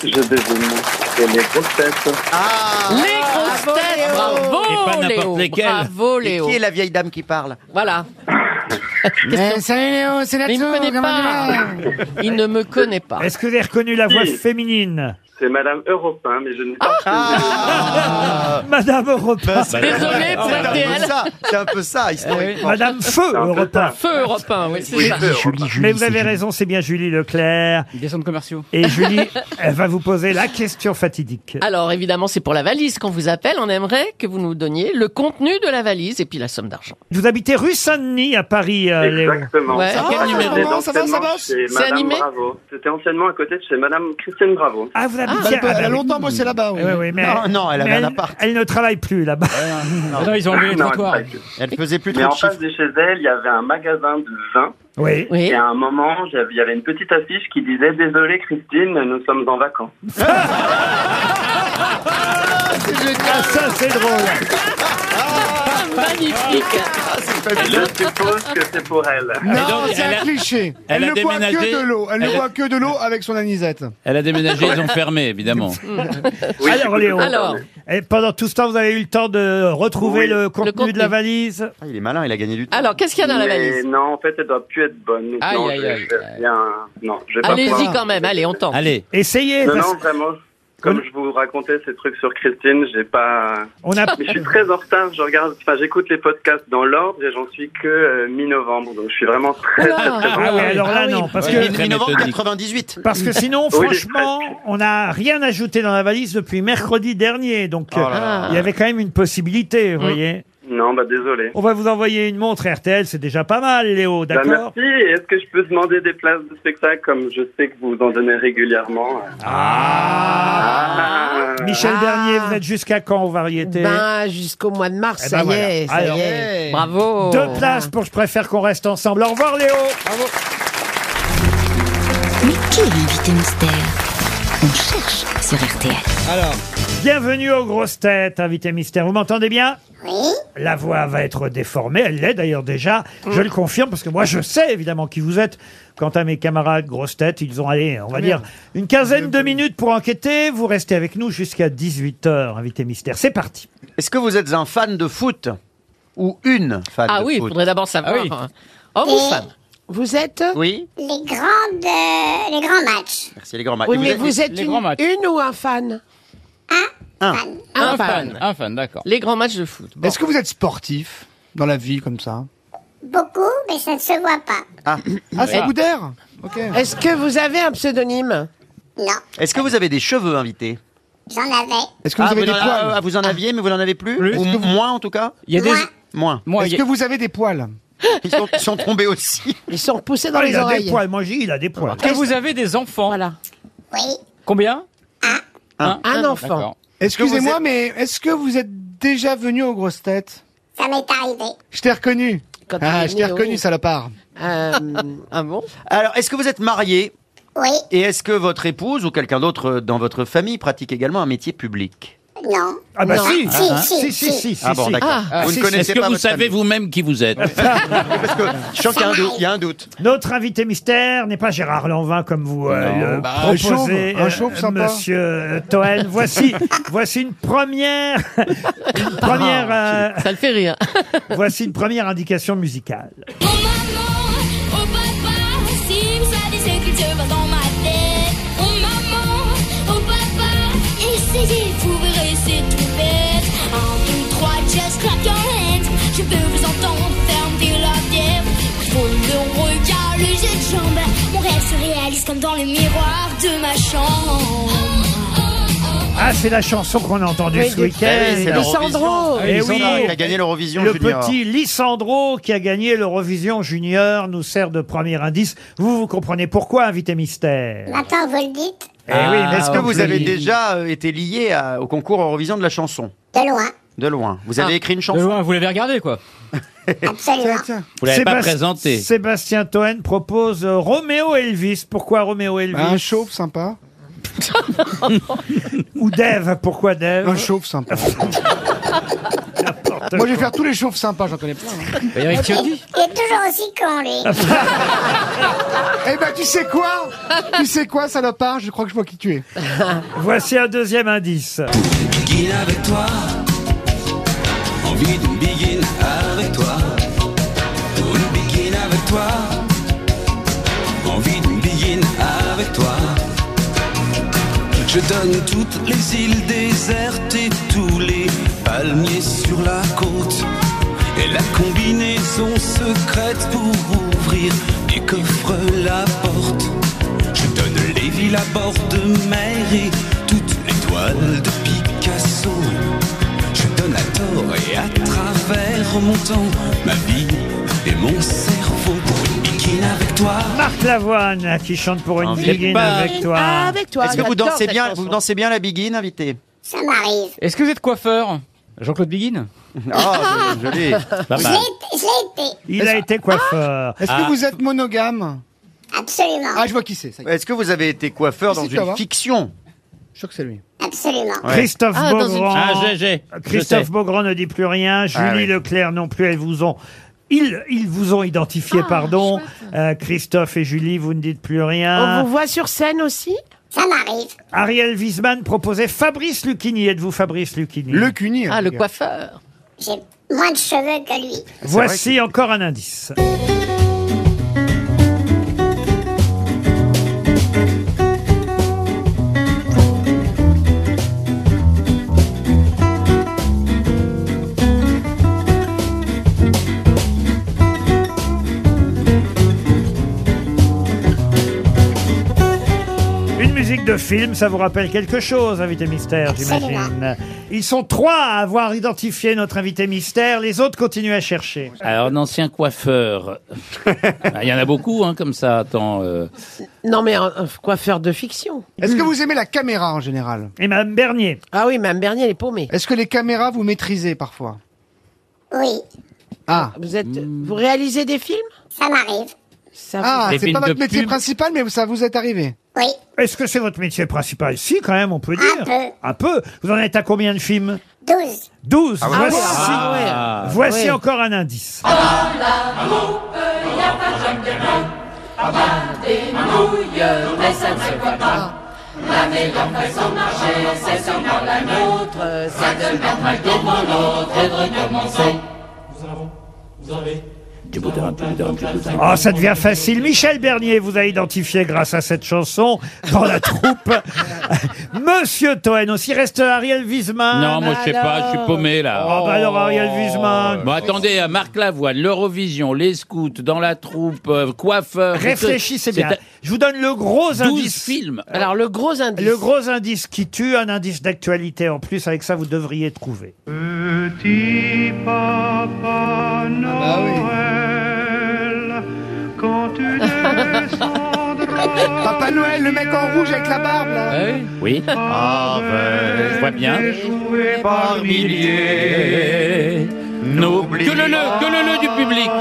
[SPEAKER 12] Je devine. C'est les grosses têtes.
[SPEAKER 5] Ah
[SPEAKER 4] Les grosses têtes
[SPEAKER 9] Et pas
[SPEAKER 4] Bravo
[SPEAKER 9] n'importe
[SPEAKER 4] Léo
[SPEAKER 9] lesquelles.
[SPEAKER 4] Bravo
[SPEAKER 5] Et
[SPEAKER 4] Léo
[SPEAKER 5] Qui est la vieille dame qui parle
[SPEAKER 4] Voilà.
[SPEAKER 19] Mais salut Léo, c'est
[SPEAKER 4] Mais il
[SPEAKER 19] Natsu.
[SPEAKER 4] ne me connaît
[SPEAKER 19] comment tu vas
[SPEAKER 4] pas Il ne me connaît pas.
[SPEAKER 2] Est-ce que vous avez reconnu la voix
[SPEAKER 12] Oui.
[SPEAKER 2] féminine
[SPEAKER 12] C'est Madame Europe 1, mais je ne sais pas.
[SPEAKER 4] Ah.
[SPEAKER 2] Madame Europe un.
[SPEAKER 13] Bah,
[SPEAKER 4] Désolé pour
[SPEAKER 5] Ah. Bah, C'est un peu
[SPEAKER 4] RTL.
[SPEAKER 5] ça, c'est un peu ça, historiquement.
[SPEAKER 2] Madame Feu
[SPEAKER 12] un peu
[SPEAKER 2] Europe un.
[SPEAKER 4] Feu Europe 1, oui, c'est
[SPEAKER 12] Oui,
[SPEAKER 4] ça.
[SPEAKER 12] Feu Europe un.
[SPEAKER 2] Mais vous avez raison, c'est bien Julie Leclerc.
[SPEAKER 6] Ils descendent commerciaux.
[SPEAKER 2] Et Julie, elle va vous poser la question fatidique.
[SPEAKER 4] Alors évidemment, c'est pour la valise. Quand vous appelle, on aimerait que vous nous donniez le contenu de la valise et puis la somme d'argent.
[SPEAKER 2] Vous habitez rue Saint-Denis à Paris, euh, Léo.
[SPEAKER 12] Exactement.
[SPEAKER 4] Ouais.
[SPEAKER 12] Ça
[SPEAKER 4] Ah,
[SPEAKER 12] va,
[SPEAKER 4] quel
[SPEAKER 12] c'était
[SPEAKER 19] numéro
[SPEAKER 12] anciennement
[SPEAKER 19] Ça va, ça va
[SPEAKER 12] chez
[SPEAKER 4] C'est
[SPEAKER 12] Madame
[SPEAKER 4] animé
[SPEAKER 12] Bravo. C'était anciennement à côté de chez Madame Christiane Bravo.
[SPEAKER 2] Ah, vous
[SPEAKER 19] Bah,
[SPEAKER 2] habitez
[SPEAKER 19] Elle peut- elle a
[SPEAKER 2] ah, bah,
[SPEAKER 19] longtemps bossé là-bas.
[SPEAKER 2] oui,
[SPEAKER 19] oui.
[SPEAKER 2] oui, oui, mais-
[SPEAKER 5] Non, non, elle avait
[SPEAKER 2] mais
[SPEAKER 5] un appart.
[SPEAKER 2] Elle ne travaille plus là-bas.
[SPEAKER 6] Non. non, ils ont enlevé les
[SPEAKER 12] Non, elle
[SPEAKER 6] trottoirs.
[SPEAKER 12] travaille plus.
[SPEAKER 5] Elle faisait plus
[SPEAKER 12] Mais
[SPEAKER 5] trop de
[SPEAKER 12] en face
[SPEAKER 5] chiffres.
[SPEAKER 12] de chez elle, il y avait un magasin de vin.
[SPEAKER 2] Oui.
[SPEAKER 4] Oui.
[SPEAKER 12] Et à un moment, j'avais- il y avait une petite affiche qui disait Désolé Christine, nous sommes en vacances.
[SPEAKER 2] Ah, ça, c'est drôle.
[SPEAKER 4] Magnifique.
[SPEAKER 12] Et
[SPEAKER 13] Ah,
[SPEAKER 12] là, je suppose que c'est pour elle.
[SPEAKER 7] Non, c'est un cliché. Elle,
[SPEAKER 9] elle
[SPEAKER 7] ne
[SPEAKER 9] a
[SPEAKER 7] boit
[SPEAKER 9] déménagé-
[SPEAKER 7] que de l'eau. Elle,
[SPEAKER 9] elle
[SPEAKER 7] ne
[SPEAKER 9] a-
[SPEAKER 7] boit que de l'eau avec son anisette.
[SPEAKER 9] Elle a déménagé,
[SPEAKER 2] <laughs>
[SPEAKER 9] ils ont fermé, évidemment.
[SPEAKER 2] alors, Léo, et pendant tout ce temps, vous avez eu le temps de retrouver
[SPEAKER 12] Oui.
[SPEAKER 2] le, contenu
[SPEAKER 12] contenu.
[SPEAKER 2] de la valise
[SPEAKER 5] Ah, Il est malin, il a gagné du temps.
[SPEAKER 4] Alors, qu'est-ce qu'il y a dans la
[SPEAKER 12] Mais
[SPEAKER 4] valise
[SPEAKER 12] Non, en fait, elle doit plus être bonne.
[SPEAKER 4] Aïe,
[SPEAKER 12] non,
[SPEAKER 4] aïe,
[SPEAKER 12] je,
[SPEAKER 4] aïe.
[SPEAKER 12] je vais bien- Non, je vais pas
[SPEAKER 4] Allez-y
[SPEAKER 12] pouvoir.
[SPEAKER 4] quand même, allez, on tente.
[SPEAKER 9] Allez.
[SPEAKER 2] Essayez.
[SPEAKER 12] Non,
[SPEAKER 2] parce-
[SPEAKER 12] non, vraiment. Comme je vous racontais ces trucs sur Christine, j'ai pas.
[SPEAKER 2] On a-
[SPEAKER 12] Mais je suis très en retard. Je regarde, enfin, j'écoute les podcasts dans l'ordre et j'en suis que euh, mi-novembre, donc je suis vraiment <laughs> très. très, très,
[SPEAKER 2] Ah oui, alors là, non, parce que...
[SPEAKER 5] Mi-novembre 98.
[SPEAKER 2] Parce que sinon,
[SPEAKER 5] Oui,
[SPEAKER 2] franchement, on n'a rien ajouté dans la valise depuis mercredi dernier. Donc,
[SPEAKER 12] Oh là
[SPEAKER 2] euh,
[SPEAKER 12] là. Mm.
[SPEAKER 2] il y avait quand même une possibilité, vous voyez.
[SPEAKER 12] Mmh. Non, bah désolé.
[SPEAKER 2] On va vous envoyer une montre RTL, c'est déjà pas mal, Léo,
[SPEAKER 12] Bah,
[SPEAKER 2] Oh, d'accord
[SPEAKER 12] merci. Et Est-ce que je peux demander des places de spectacle comme je sais que vous en donnez régulièrement Ah,
[SPEAKER 2] Michel Bernier, vous êtes jusqu'à quand aux variétés
[SPEAKER 8] Ben, jusqu'au mois de mars,
[SPEAKER 2] Eh
[SPEAKER 8] ça
[SPEAKER 2] ben,
[SPEAKER 8] y
[SPEAKER 2] voilà.
[SPEAKER 8] est, ça
[SPEAKER 2] Alors,
[SPEAKER 8] y est.
[SPEAKER 4] Bravo.
[SPEAKER 2] Deux places pour Je préfère qu'on reste ensemble. Au revoir, Léo
[SPEAKER 17] Mais qui est l'invité mystère On cherche sur RTL.
[SPEAKER 2] Alors. Bienvenue aux grosses têtes, invité mystère. Vous m'entendez bien
[SPEAKER 17] Oui.
[SPEAKER 2] La voix va être déformée, elle l'est d'ailleurs déjà. Je le confirme parce que moi je sais évidemment qui vous êtes. Quant à mes camarades grosses têtes, ils ont allé, on va dire,
[SPEAKER 19] Merde.
[SPEAKER 2] une quinzaine de minutes pour enquêter. Vous restez avec nous jusqu'à 18h, invité mystère. C'est parti.
[SPEAKER 5] Est-ce que vous êtes un fan de foot Ou une fan
[SPEAKER 4] Ah
[SPEAKER 5] de
[SPEAKER 4] oui, il
[SPEAKER 5] foot
[SPEAKER 4] faudrait d'abord savoir.
[SPEAKER 5] Ah oui.
[SPEAKER 4] Homme ou
[SPEAKER 5] Et-
[SPEAKER 4] femme
[SPEAKER 8] Vous êtes
[SPEAKER 5] Oui.
[SPEAKER 8] Les grandes, euh, les grands matchs.
[SPEAKER 5] Merci les grands matchs.
[SPEAKER 8] Oui,
[SPEAKER 5] Et
[SPEAKER 8] mais vous êtes
[SPEAKER 5] les
[SPEAKER 8] une,
[SPEAKER 5] grands matchs.
[SPEAKER 8] une ou un fan
[SPEAKER 5] Un.
[SPEAKER 4] Un
[SPEAKER 6] Un
[SPEAKER 4] fan.
[SPEAKER 6] fan, un fan, d'accord.
[SPEAKER 4] Les grands matchs de foot. Bon.
[SPEAKER 7] Est-ce que vous êtes sportif dans la vie comme ça
[SPEAKER 8] Beaucoup, mais ça ne se voit pas.
[SPEAKER 5] Ah,
[SPEAKER 7] Ah, c'est Boudère
[SPEAKER 8] Est-ce que vous avez un pseudonyme Non,
[SPEAKER 5] Est-ce que vous avez des cheveux invités
[SPEAKER 8] j'en avais.
[SPEAKER 7] Est-ce que vous
[SPEAKER 5] Ah,
[SPEAKER 7] avez des
[SPEAKER 5] en-
[SPEAKER 7] poils
[SPEAKER 5] ah, Vous en aviez, mais vous n'en avez plus, Ou moins en tout cas
[SPEAKER 6] Il y a des.
[SPEAKER 5] Moins.
[SPEAKER 6] Moi, il
[SPEAKER 7] Est-ce
[SPEAKER 6] y a-
[SPEAKER 7] que vous avez des poils
[SPEAKER 5] Ils sont, ils sont tombés aussi.
[SPEAKER 8] Ils sont repoussés dans
[SPEAKER 2] Ah,
[SPEAKER 8] les
[SPEAKER 2] il a
[SPEAKER 8] oreilles. Ah,
[SPEAKER 2] des poils, moi je dis, il a des poils.
[SPEAKER 6] que vous avez des enfants
[SPEAKER 8] Voilà. Oui.
[SPEAKER 6] Combien
[SPEAKER 9] Hein
[SPEAKER 5] Un.
[SPEAKER 8] Un
[SPEAKER 7] Ah,
[SPEAKER 8] enfant.
[SPEAKER 6] D'accord.
[SPEAKER 7] Excusez-moi, mais est-ce que vous êtes déjà venu aux grosses têtes
[SPEAKER 8] Ça m'est arrivé.
[SPEAKER 7] Je t'ai reconnu.
[SPEAKER 8] Quand il
[SPEAKER 7] ah,
[SPEAKER 8] est
[SPEAKER 7] je t'ai
[SPEAKER 8] né,
[SPEAKER 7] reconnu,
[SPEAKER 8] oui. <laughs>
[SPEAKER 7] salopard.
[SPEAKER 4] Ah bon
[SPEAKER 5] Alors, est-ce que vous êtes marié
[SPEAKER 8] oui.
[SPEAKER 5] Et est-ce que votre épouse ou quelqu'un d'autre euh, dans votre famille pratique également un métier public
[SPEAKER 8] Non.
[SPEAKER 2] Ah bah
[SPEAKER 8] Non.
[SPEAKER 2] si,
[SPEAKER 8] Si,
[SPEAKER 13] hein.
[SPEAKER 2] Ah,
[SPEAKER 8] si,
[SPEAKER 2] si, si,
[SPEAKER 8] si.
[SPEAKER 2] si, si,
[SPEAKER 5] Ah bon,
[SPEAKER 2] si.
[SPEAKER 5] d'accord.
[SPEAKER 9] Ah,
[SPEAKER 5] vous
[SPEAKER 9] si,
[SPEAKER 5] ne
[SPEAKER 9] si.
[SPEAKER 5] connaissez
[SPEAKER 9] Est-ce que
[SPEAKER 5] pas
[SPEAKER 9] vous
[SPEAKER 5] votre
[SPEAKER 9] savez
[SPEAKER 5] famille.
[SPEAKER 9] vous-même qui vous êtes
[SPEAKER 5] Parce que je sens qu'il y a un doute. Il y a un doute.
[SPEAKER 2] Notre invité mystère n'est pas Gérard Lanvin comme vous euh,
[SPEAKER 9] Non.
[SPEAKER 2] le
[SPEAKER 7] Bah, un chauve,
[SPEAKER 2] proposez,
[SPEAKER 7] un chauve sympa.
[SPEAKER 2] Monsieur euh, Toen. Voici, voici une première, une première, euh,
[SPEAKER 4] Ça le fait rire.
[SPEAKER 2] <laughs> voici une première indication musicale.
[SPEAKER 22] Oh maman, oh papa, si vous savez ce qu'il se passe dans ma tête. Oh maman, oh papa, essayez, vous verrez, c'est tout bête. Un, deux, trois, just clap your hands. Je veux vous entendre fermer la bière. Faut le regard, le jeu de jambes. Mon rêve se réalise comme dans le miroir de ma chambre.
[SPEAKER 2] Ah, c'est la chanson qu'on a entendue
[SPEAKER 8] Oui,
[SPEAKER 2] ce
[SPEAKER 8] du-
[SPEAKER 5] Eh oui, c'est
[SPEAKER 2] week-end.
[SPEAKER 5] l'Eurovision.
[SPEAKER 8] Lisandro.
[SPEAKER 2] Eh oui,
[SPEAKER 5] Lisandro qui a gagné l'Eurovision
[SPEAKER 2] le
[SPEAKER 5] junior.
[SPEAKER 2] petit Lisandro qui a gagné l'Eurovision Junior nous sert de premier indice. Vous, vous comprenez pourquoi, invité mystère
[SPEAKER 22] Maintenant, vous le dites
[SPEAKER 2] Eh
[SPEAKER 5] Ah,
[SPEAKER 2] oui, mais
[SPEAKER 5] Est-ce que
[SPEAKER 2] oui.
[SPEAKER 5] vous avez déjà euh, été lié à- au concours Eurovision de la chanson
[SPEAKER 22] De loin,
[SPEAKER 5] De loin. Vous avez
[SPEAKER 6] Ah.
[SPEAKER 5] écrit une
[SPEAKER 6] De
[SPEAKER 5] chanson
[SPEAKER 6] loin, vous l'avez regardé, quoi.
[SPEAKER 22] absolument.
[SPEAKER 9] Vous l'avez pas
[SPEAKER 2] Sébast-
[SPEAKER 9] présenté.
[SPEAKER 2] Sébastien Toen propose euh, Roméo Elvis. Pourquoi Roméo Elvis
[SPEAKER 7] Un chauve
[SPEAKER 2] <laughs>
[SPEAKER 7] sympa.
[SPEAKER 2] Ou Dave, pourquoi Dave
[SPEAKER 7] Un chauve sympa. Moi, je vais faire tous les chauves sympas, j'en connais plein. hein.
[SPEAKER 6] Bah, Eric Ciotti.
[SPEAKER 22] Il est toujours aussi con, lui.
[SPEAKER 7] <laughs> Eh ben, tu sais quoi Tu sais quoi, salopard Je crois que je vois qui tu es.
[SPEAKER 2] <laughs> Voici un deuxième indice.
[SPEAKER 3] Begin avec toi. Envie de begin avec toi. Pour le begin avec toi. Envie de begin avec toi. Je donne toutes les îles désertes et tous les palmiers sur la côte. Et la combinaison secrète pour ouvrir du coffre la porte. Je donne les villes à bord de mer et toutes les toiles de Picasso. Je donne à tort et à travers mon temps, ma vie et mon cerveau pour une bikini avec toi.
[SPEAKER 2] Marc Lavoine euh, qui chante pour une
[SPEAKER 5] Envie
[SPEAKER 2] biguine
[SPEAKER 9] pas.
[SPEAKER 2] avec toi.
[SPEAKER 8] Ah, Avec toi.
[SPEAKER 5] Est-ce que vous
[SPEAKER 8] j'adore
[SPEAKER 5] dansez
[SPEAKER 8] cette
[SPEAKER 5] bien
[SPEAKER 8] chanson.
[SPEAKER 5] Vous dansez bien la biguine, invité
[SPEAKER 22] Ça m'arrive.
[SPEAKER 6] Est-ce que vous êtes coiffeur Jean-Claude Biguin
[SPEAKER 5] Ah, <laughs> je- joli.
[SPEAKER 9] Pas
[SPEAKER 22] Je
[SPEAKER 9] mal.
[SPEAKER 22] l'ai- je l'ai été,
[SPEAKER 2] Il a été coiffeur.
[SPEAKER 7] Bah, Est-ce
[SPEAKER 9] Ah.
[SPEAKER 7] que vous êtes monogame
[SPEAKER 22] absolument.
[SPEAKER 7] Ah, je vois qui c'est. ça y est.
[SPEAKER 5] Est-ce que vous avez été coiffeur
[SPEAKER 7] Qui
[SPEAKER 5] dans
[SPEAKER 7] c'est, toi,
[SPEAKER 5] une
[SPEAKER 7] va
[SPEAKER 5] fiction
[SPEAKER 7] Je suis sûr que c'est lui.
[SPEAKER 23] Absolument.
[SPEAKER 2] Christophe Beaugrand.
[SPEAKER 9] Ah, GG.
[SPEAKER 7] Euh,
[SPEAKER 9] Je
[SPEAKER 2] Christophe
[SPEAKER 9] sais. Ah,
[SPEAKER 2] Beaugrand ne dit plus rien. Julie
[SPEAKER 9] oui.
[SPEAKER 2] Leclerc non plus. Elles vous ont. Ils, ils vous ont identifié, pardon. Euh, Christophe et Julie, vous ne dites plus rien.
[SPEAKER 7] Ah.
[SPEAKER 8] On Oh, vous voit sur scène aussi
[SPEAKER 23] Ça m'arrive.
[SPEAKER 2] Ariel Wiesman proposait Fabrice Lucchini. Êtes-vous Fabrice Lucchini
[SPEAKER 7] Lucchini.
[SPEAKER 13] hein.
[SPEAKER 4] Ah, le coiffeur.
[SPEAKER 23] J'ai moins de cheveux que lui.
[SPEAKER 2] Voici encore un indice. Une musique de film, ça vous rappelle quelque chose, invité mystère, j'imagine. Ils sont trois à avoir identifié notre invité mystère. Les autres continuent à chercher.
[SPEAKER 9] Alors, un ancien
[SPEAKER 2] <laughs>
[SPEAKER 9] coiffeur. Ah, Il y en a beaucoup, hein, comme ça. Attends. euh,
[SPEAKER 8] Non, mais un, un coiffeur de fiction.
[SPEAKER 7] Est-ce que vous aimez la caméra en général
[SPEAKER 2] Et Mme Bernier
[SPEAKER 8] Ah oui, Mme Bernier, elle est paumée.
[SPEAKER 7] Est-ce que les caméras vous maîtrisez parfois
[SPEAKER 23] Oui,
[SPEAKER 7] Ah
[SPEAKER 8] Vous êtes,
[SPEAKER 9] Hmm.
[SPEAKER 8] vous réalisez des films
[SPEAKER 23] ça m'arrive.
[SPEAKER 8] Ça
[SPEAKER 7] Ah,
[SPEAKER 2] Des
[SPEAKER 7] c'est
[SPEAKER 2] films
[SPEAKER 7] pas
[SPEAKER 2] de
[SPEAKER 7] votre métier
[SPEAKER 2] pub.
[SPEAKER 7] principal, mais ça vous est
[SPEAKER 18] <laughs>
[SPEAKER 7] arrivé.
[SPEAKER 23] Oui,
[SPEAKER 2] Est-ce que c'est votre métier principal Si, quand même, on peut dire.
[SPEAKER 23] peu.
[SPEAKER 2] Un peu. Vous en êtes à combien de films
[SPEAKER 23] 12.
[SPEAKER 2] 12.
[SPEAKER 8] Ah ouais.
[SPEAKER 2] Voici,
[SPEAKER 8] Ah ouais.
[SPEAKER 2] voici
[SPEAKER 8] Ouais.
[SPEAKER 2] encore un indice.
[SPEAKER 8] Euh,
[SPEAKER 2] Oh, ça devient facile. Michel Bernier vous a identifié grâce à cette chanson dans la
[SPEAKER 8] <laughs>
[SPEAKER 2] troupe. Monsieur Toen aussi. Reste Ariel Wiesman.
[SPEAKER 9] Non, moi, je sais pas. Je suis paumé, là.
[SPEAKER 2] Oh, bah alors, Ariel Wiesman.
[SPEAKER 9] Bon, attendez, euh, Marc Lavoine, l'Eurovision, les scouts, dans la troupe, euh, coiffeur.
[SPEAKER 2] Réfléchissez bien.
[SPEAKER 9] C'est-
[SPEAKER 2] Je vous donne le gros
[SPEAKER 9] 12
[SPEAKER 2] indice. Euh,
[SPEAKER 9] films.
[SPEAKER 8] Alors, le gros indice.
[SPEAKER 2] Le gros indice qui tue, un indice d'actualité en plus. Avec ça, vous devriez trouver.
[SPEAKER 22] Petit papa
[SPEAKER 13] Ah
[SPEAKER 22] Noël, quand tu descendras
[SPEAKER 7] Papa Noël, le mec en rouge avec la barbe là.
[SPEAKER 9] Oui. Ah, ben, je vois bien.
[SPEAKER 22] jouer par milliers,
[SPEAKER 9] N'oublie que le le, que le le du public.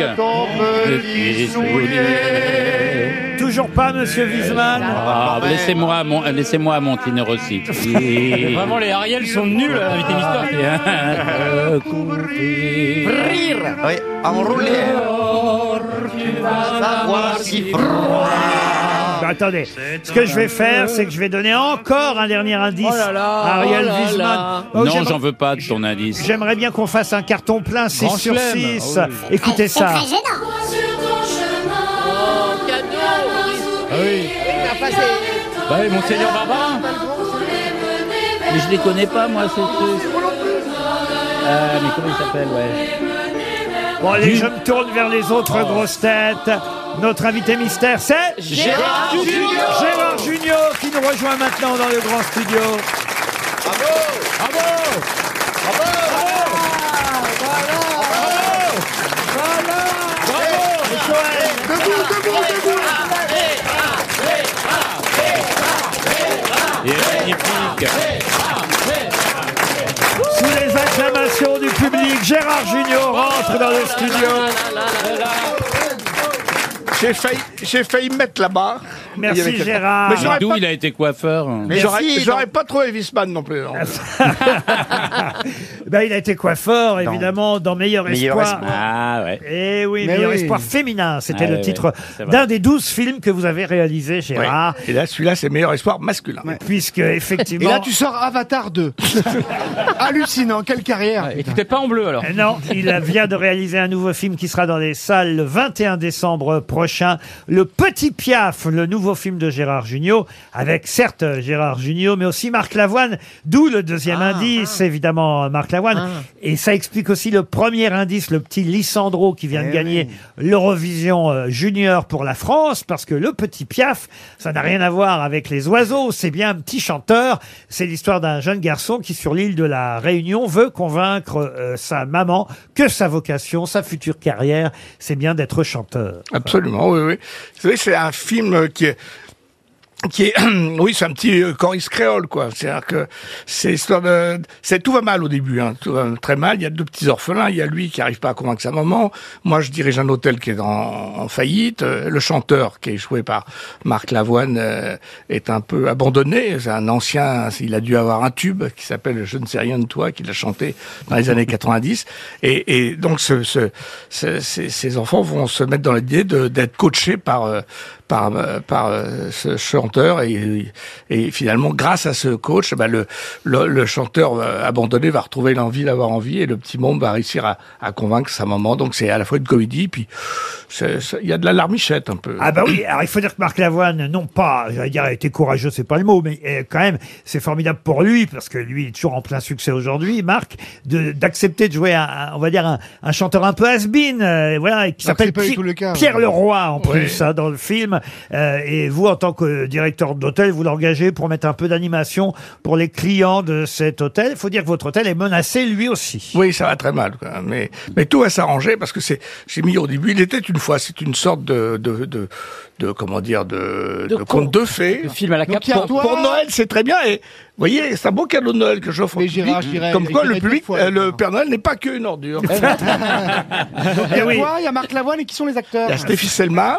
[SPEAKER 2] Toujours pas, monsieur Wiesman
[SPEAKER 9] Ah, laissez-moi mon, laissez-moi mon Tine Rossi.
[SPEAKER 6] Ah, Vraiment, les Ariel sont nuls euh, à l'invité mystère.
[SPEAKER 13] bah
[SPEAKER 9] Rire.
[SPEAKER 5] Oui, enroulé.
[SPEAKER 2] Bah, attendez, ce que je vais faire, c'est que je vais donner encore un dernier indice à Ariel
[SPEAKER 4] oh là
[SPEAKER 2] Wiesman.
[SPEAKER 4] là.
[SPEAKER 2] Oh,
[SPEAKER 9] Non,
[SPEAKER 2] j'aimerais-
[SPEAKER 9] j'en veux pas de ton indice.
[SPEAKER 2] J'aimerais bien qu'on fasse un carton plein 6
[SPEAKER 9] Grand
[SPEAKER 2] sur
[SPEAKER 9] chelem,
[SPEAKER 2] 6.
[SPEAKER 9] ah oui.
[SPEAKER 2] Écoutez
[SPEAKER 23] C'est
[SPEAKER 2] ça.
[SPEAKER 23] très gênant.
[SPEAKER 13] Oh,
[SPEAKER 4] Cadeau.
[SPEAKER 6] oui.
[SPEAKER 8] Enfin, c'est-
[SPEAKER 6] Bah oui, Monseigneur Barbarin.
[SPEAKER 9] Mais je les connais pas, moi, ces trucs. Euh, mais comment il s'appelle, ouais.
[SPEAKER 2] Bon, allez, je me tourne vers les
[SPEAKER 9] Oh.
[SPEAKER 2] autres grosses têtes. Notre invité mystère, c'est
[SPEAKER 8] Gérard
[SPEAKER 2] Junior. Gérard Junior qui nous rejoint maintenant dans le grand studio.
[SPEAKER 9] Il est magnifique.
[SPEAKER 2] Sous les acclamations du public, Gérard Junior rentre dans le studio.
[SPEAKER 18] J'ai failli, j'ai failli me mettre la barre.
[SPEAKER 2] Merci,
[SPEAKER 18] Il y avait quelqu'un.
[SPEAKER 2] Gérard.
[SPEAKER 18] Mais
[SPEAKER 9] Mais
[SPEAKER 18] j'aurais
[SPEAKER 9] d'où
[SPEAKER 18] pas,
[SPEAKER 9] il a été coiffeur hein.
[SPEAKER 18] mais j'aurais-
[SPEAKER 5] Merci,
[SPEAKER 18] j'aurais pas trouvé Wiesmann non plus. non.
[SPEAKER 2] Ah, Ben, il a été coiffeur, évidemment, dans Meilleur,
[SPEAKER 5] Meilleur
[SPEAKER 2] Espoir.
[SPEAKER 9] Ah, ouais.
[SPEAKER 2] Eh oui,
[SPEAKER 7] Mais
[SPEAKER 2] Meilleur
[SPEAKER 7] oui.
[SPEAKER 2] Espoir féminin, c'était
[SPEAKER 9] Ah,
[SPEAKER 2] le
[SPEAKER 9] ouais,
[SPEAKER 2] titre
[SPEAKER 9] c'est vrai.
[SPEAKER 2] d'un des douze films que vous avez réalisé, Gérard.
[SPEAKER 18] Et là, celui-là, c'est meilleur espoir masculin.
[SPEAKER 2] Puisque,
[SPEAKER 7] Et
[SPEAKER 2] effectivement.
[SPEAKER 7] là, tu sors Avatar
[SPEAKER 2] <laughs>
[SPEAKER 7] 2. Hallucinant, quelle carrière.
[SPEAKER 6] Et tu t'es pas en bleu alors.
[SPEAKER 2] Euh, Non, il vient de réaliser un nouveau film qui sera dans les salles le 21 décembre prochain. Le Petit Piaf, le nouveau film de Gérard Jugnot, avec certes Gérard Jugnot, mais aussi Marc Lavoine, d'où le deuxième
[SPEAKER 6] Ah,
[SPEAKER 2] indice, évidemment, Marc Lavoine. Et ça explique aussi le premier indice, le petit Lisandro qui
[SPEAKER 6] Eh
[SPEAKER 2] vient de gagner l'Eurovision euh, Junior pour la France, parce que le Petit Piaf, ça n'a rien à voir avec les oiseaux, c'est bien un petit chanteur. C'est l'histoire d'un jeune garçon qui, sur l'île de la Réunion, veut convaincre euh, sa maman que sa vocation, sa future carrière, c'est bien d'être chanteur.
[SPEAKER 18] Absolument, oui, oui. Vous savez, c'est un film qui est qui est, <clears throat> oui, c'est un petit euh, Coris créole, quoi. C'est-à-dire que c'est histoire de, c'est tout va mal au début, hein. tout va très mal. Il y a deux petits orphelins, il y a lui qui arrive pas à convaincre sa maman. Moi, je dirige un hôtel qui est en, en faillite. Euh, Le chanteur qui est joué par Marc Lavoine euh, est un peu abandonné. C'est un ancien, il a dû avoir un tube qui s'appelle Je ne sais rien de toi, qu'il a chanté dans les années 90. Et, et donc, ce, ce- ce- ces, ces enfants vont se mettre dans l'idée de- d'être coachés par euh, par, euh, par euh, ce chanteur et, et finalement grâce à ce coach bah, le, le, le chanteur euh, abandonné va retrouver l'envie d'avoir envie et le petit monde va réussir à, à convaincre sa maman donc c'est à la fois une comédie puis c'est- c'est- il y a de la larmichette un peu
[SPEAKER 2] Ah bah oui, alors il faut dire que Marc Lavoine, non pas, j'allais dire, a été courageux, c'est pas le mot, mais euh, quand même, c'est formidable pour lui, parce que lui il est toujours en plein succès aujourd'hui, Marc, de- d'accepter de, jouer, un- un, on va dire, un, un chanteur un peu has-been, euh, voilà, et qui
[SPEAKER 7] Alors que Ah,
[SPEAKER 2] s'appelle
[SPEAKER 7] c'est pas du
[SPEAKER 2] Pi-
[SPEAKER 7] tout le cas,
[SPEAKER 2] Pierre
[SPEAKER 7] ouais.
[SPEAKER 2] Leroy, en
[SPEAKER 7] Ouais.
[SPEAKER 2] plus, hein, dans le film. Euh, et vous, en tant que directeur d'hôtel, vous l'engagez pour mettre un peu d'animation pour les clients de cet hôtel. Il faut dire que votre hôtel est menacé, lui aussi.
[SPEAKER 18] Oui, ça va très mal. quoi. Mais, mais tout va s'arranger parce que c'est, j'ai mis au début, il était une fois, c'est une sorte de, de, de, de- comment dire, de, de conte de fées.
[SPEAKER 6] film à la
[SPEAKER 18] Pour,
[SPEAKER 6] carte.
[SPEAKER 18] pour Noël, c'est très bien. Et vous voyez, c'est un beau cadeau de Noël que j'offre au public.
[SPEAKER 7] Gérard, j'irai-
[SPEAKER 18] comme quoi,
[SPEAKER 7] j'irai
[SPEAKER 18] le
[SPEAKER 7] dix
[SPEAKER 18] public,
[SPEAKER 7] fois, Eh ben.
[SPEAKER 18] euh, le Père Noël n'est pas qu'une ordure. <laughs>
[SPEAKER 7] Il y
[SPEAKER 18] Eh
[SPEAKER 7] a
[SPEAKER 18] oui.
[SPEAKER 7] quoi Il y a Marc Lavoine et qui sont les acteurs
[SPEAKER 18] Il y a Stéphie Selma.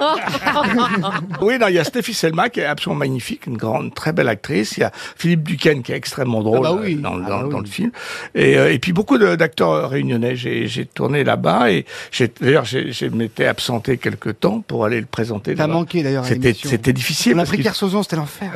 [SPEAKER 18] oui, non, il y a Stéphie Selma qui est absolument magnifique, une grande, très belle actrice. Il y a Philippe Duquesne qui est extrêmement drôle
[SPEAKER 7] Ah bah oui.
[SPEAKER 18] euh, dans, dans- dans le film. Et, euh, et puis beaucoup de- d'acteurs réunionnais. J'ai j'ai tourné là-bas et j'ai- d'ailleurs, j'ai- je m'étais absenté quelque temps pour aller le présenter.
[SPEAKER 7] <laughs> T'as
[SPEAKER 18] là-bas.
[SPEAKER 7] manqué d'ailleurs. à
[SPEAKER 18] C'était
[SPEAKER 7] l'émission.
[SPEAKER 18] c'était difficile.
[SPEAKER 7] On a
[SPEAKER 18] parce
[SPEAKER 7] pris
[SPEAKER 18] qu'il-
[SPEAKER 7] Pierre Sauzon, c'était
[SPEAKER 18] <laughs>
[SPEAKER 7] l'enfer.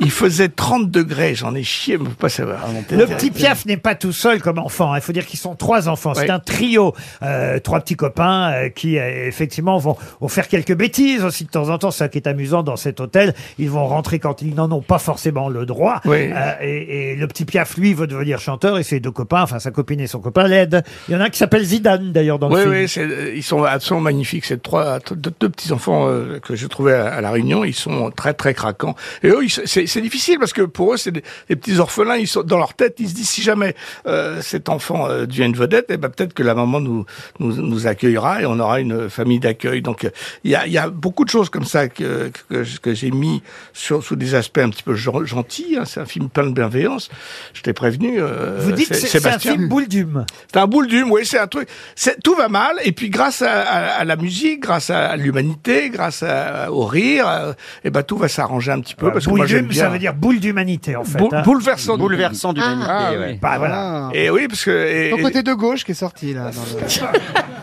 [SPEAKER 18] il faisait 30 degrés, j'en ai chié, mais vous pas
[SPEAKER 7] Ah,
[SPEAKER 18] savoir.
[SPEAKER 2] Le petit Piaf n'est pas tout seul comme enfant. hein. Il faut dire qu'ils sont trois enfants. C'est
[SPEAKER 18] Ouais.
[SPEAKER 2] un trio, euh, trois petits copains euh, qui euh, effectivement vont, vont faire quelques bêtises aussi de temps en temps. C'est ça qui est amusant dans cet hôtel. Ils vont rentrer quand ils n'en ont pas forcément le droit.
[SPEAKER 18] Oui.
[SPEAKER 2] Euh, et, et le petit Piaf, lui, veut devenir chanteur et ses deux copains, enfin sa copine et son copain l'aident. Il y en a un qui s'appelle Zidane d'ailleurs dans
[SPEAKER 18] Oui,
[SPEAKER 2] le film.
[SPEAKER 18] oui, c'est- euh, ils sont absolument magnifiques. Ces trois, deux, deux petits enfants euh, que j'ai trouvés à, à la Réunion, ils sont très très craquants. Et eux, ils se- c'est c'est difficile parce que pour eux, c'est des, des petits orphelins. Ils sont dans leur tête, ils se disent si jamais euh, cet enfant euh, devient une vedette, eh ben peut-être que la maman nous, nous nous accueillera et on aura une famille d'accueil. Donc euh, il y a, il y a beaucoup de choses comme ça que que, que j'ai mis sur, sous des aspects un petit peu gen- gentils. hein. C'est un film plein de bienveillance. Je t'ai prévenu. euh,
[SPEAKER 2] Vous dites
[SPEAKER 18] Sé-
[SPEAKER 2] c'est- c'est un
[SPEAKER 18] Sébastien.
[SPEAKER 2] film boule d'hume.
[SPEAKER 18] C'est un boule d'hume, oui, c'est un truc. c'est- Tout va mal, et puis grâce à, à- à la musique, grâce à l'humanité, grâce à- euh, au rire, et ben tout va s'arranger un petit peu. parce que
[SPEAKER 2] boule
[SPEAKER 18] moi, j'aime
[SPEAKER 2] d'hume, ça
[SPEAKER 18] bien.
[SPEAKER 2] veut dire boule d'humanité en fait.
[SPEAKER 18] Boule-
[SPEAKER 2] hein.
[SPEAKER 18] bouleversant,
[SPEAKER 5] Bouleversant d'humanité,
[SPEAKER 2] Ah,
[SPEAKER 5] ouais.
[SPEAKER 2] oui. Bah, voilà.
[SPEAKER 18] Et oui, parce que. et-
[SPEAKER 7] Ton côté de gauche qui est sorti là. dans le-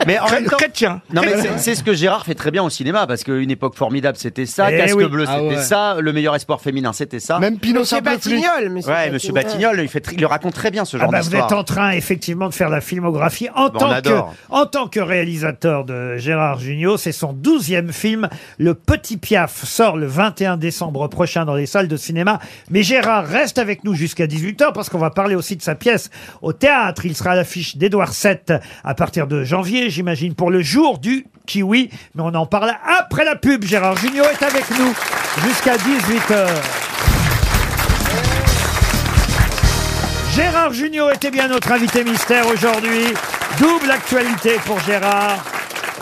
[SPEAKER 5] Mais en même temps,
[SPEAKER 18] chrétien.
[SPEAKER 5] Non, mais
[SPEAKER 7] Chrétien.
[SPEAKER 5] c'est- c'est ce que Gérard fait très bien au cinéma parce qu'une époque formidable c'était ça,
[SPEAKER 7] Eh
[SPEAKER 5] Casque
[SPEAKER 7] oui.
[SPEAKER 5] bleu
[SPEAKER 7] Ah
[SPEAKER 5] c'était
[SPEAKER 7] ouais.
[SPEAKER 5] ça, le meilleur espoir féminin c'était ça.
[SPEAKER 7] Même Pinot Monsieur Simple-Flûte. Batignolles, monsieur
[SPEAKER 5] Ouais, Monsieur
[SPEAKER 7] Batignolles.
[SPEAKER 5] Batignol, il, fait tr- il le raconte très bien ce
[SPEAKER 2] Ah
[SPEAKER 5] genre
[SPEAKER 2] bah, vous
[SPEAKER 5] d'histoire.
[SPEAKER 2] êtes en train effectivement de faire la filmographie en,
[SPEAKER 5] Bah, on
[SPEAKER 2] tant, que,
[SPEAKER 5] adore.
[SPEAKER 2] en tant que réalisateur de Gérard Jugnot. C'est son douzième film. Le Petit Piaf sort le 21 décembre prochain dans les salles de cinéma. Mais Gérard reste avec nous jusqu'à 18h parce qu'on va parler aussi de sa pièce au théâtre. Il sera à l'affiche d'Edouard VII à partir de janvier, j'imagine, pour le jour du kiwi. Mais on en parle après la pub. Gérard Jugnot est avec nous jusqu'à 18h. Gérard Junior était bien notre invité mystère aujourd'hui. Double actualité pour Gérard.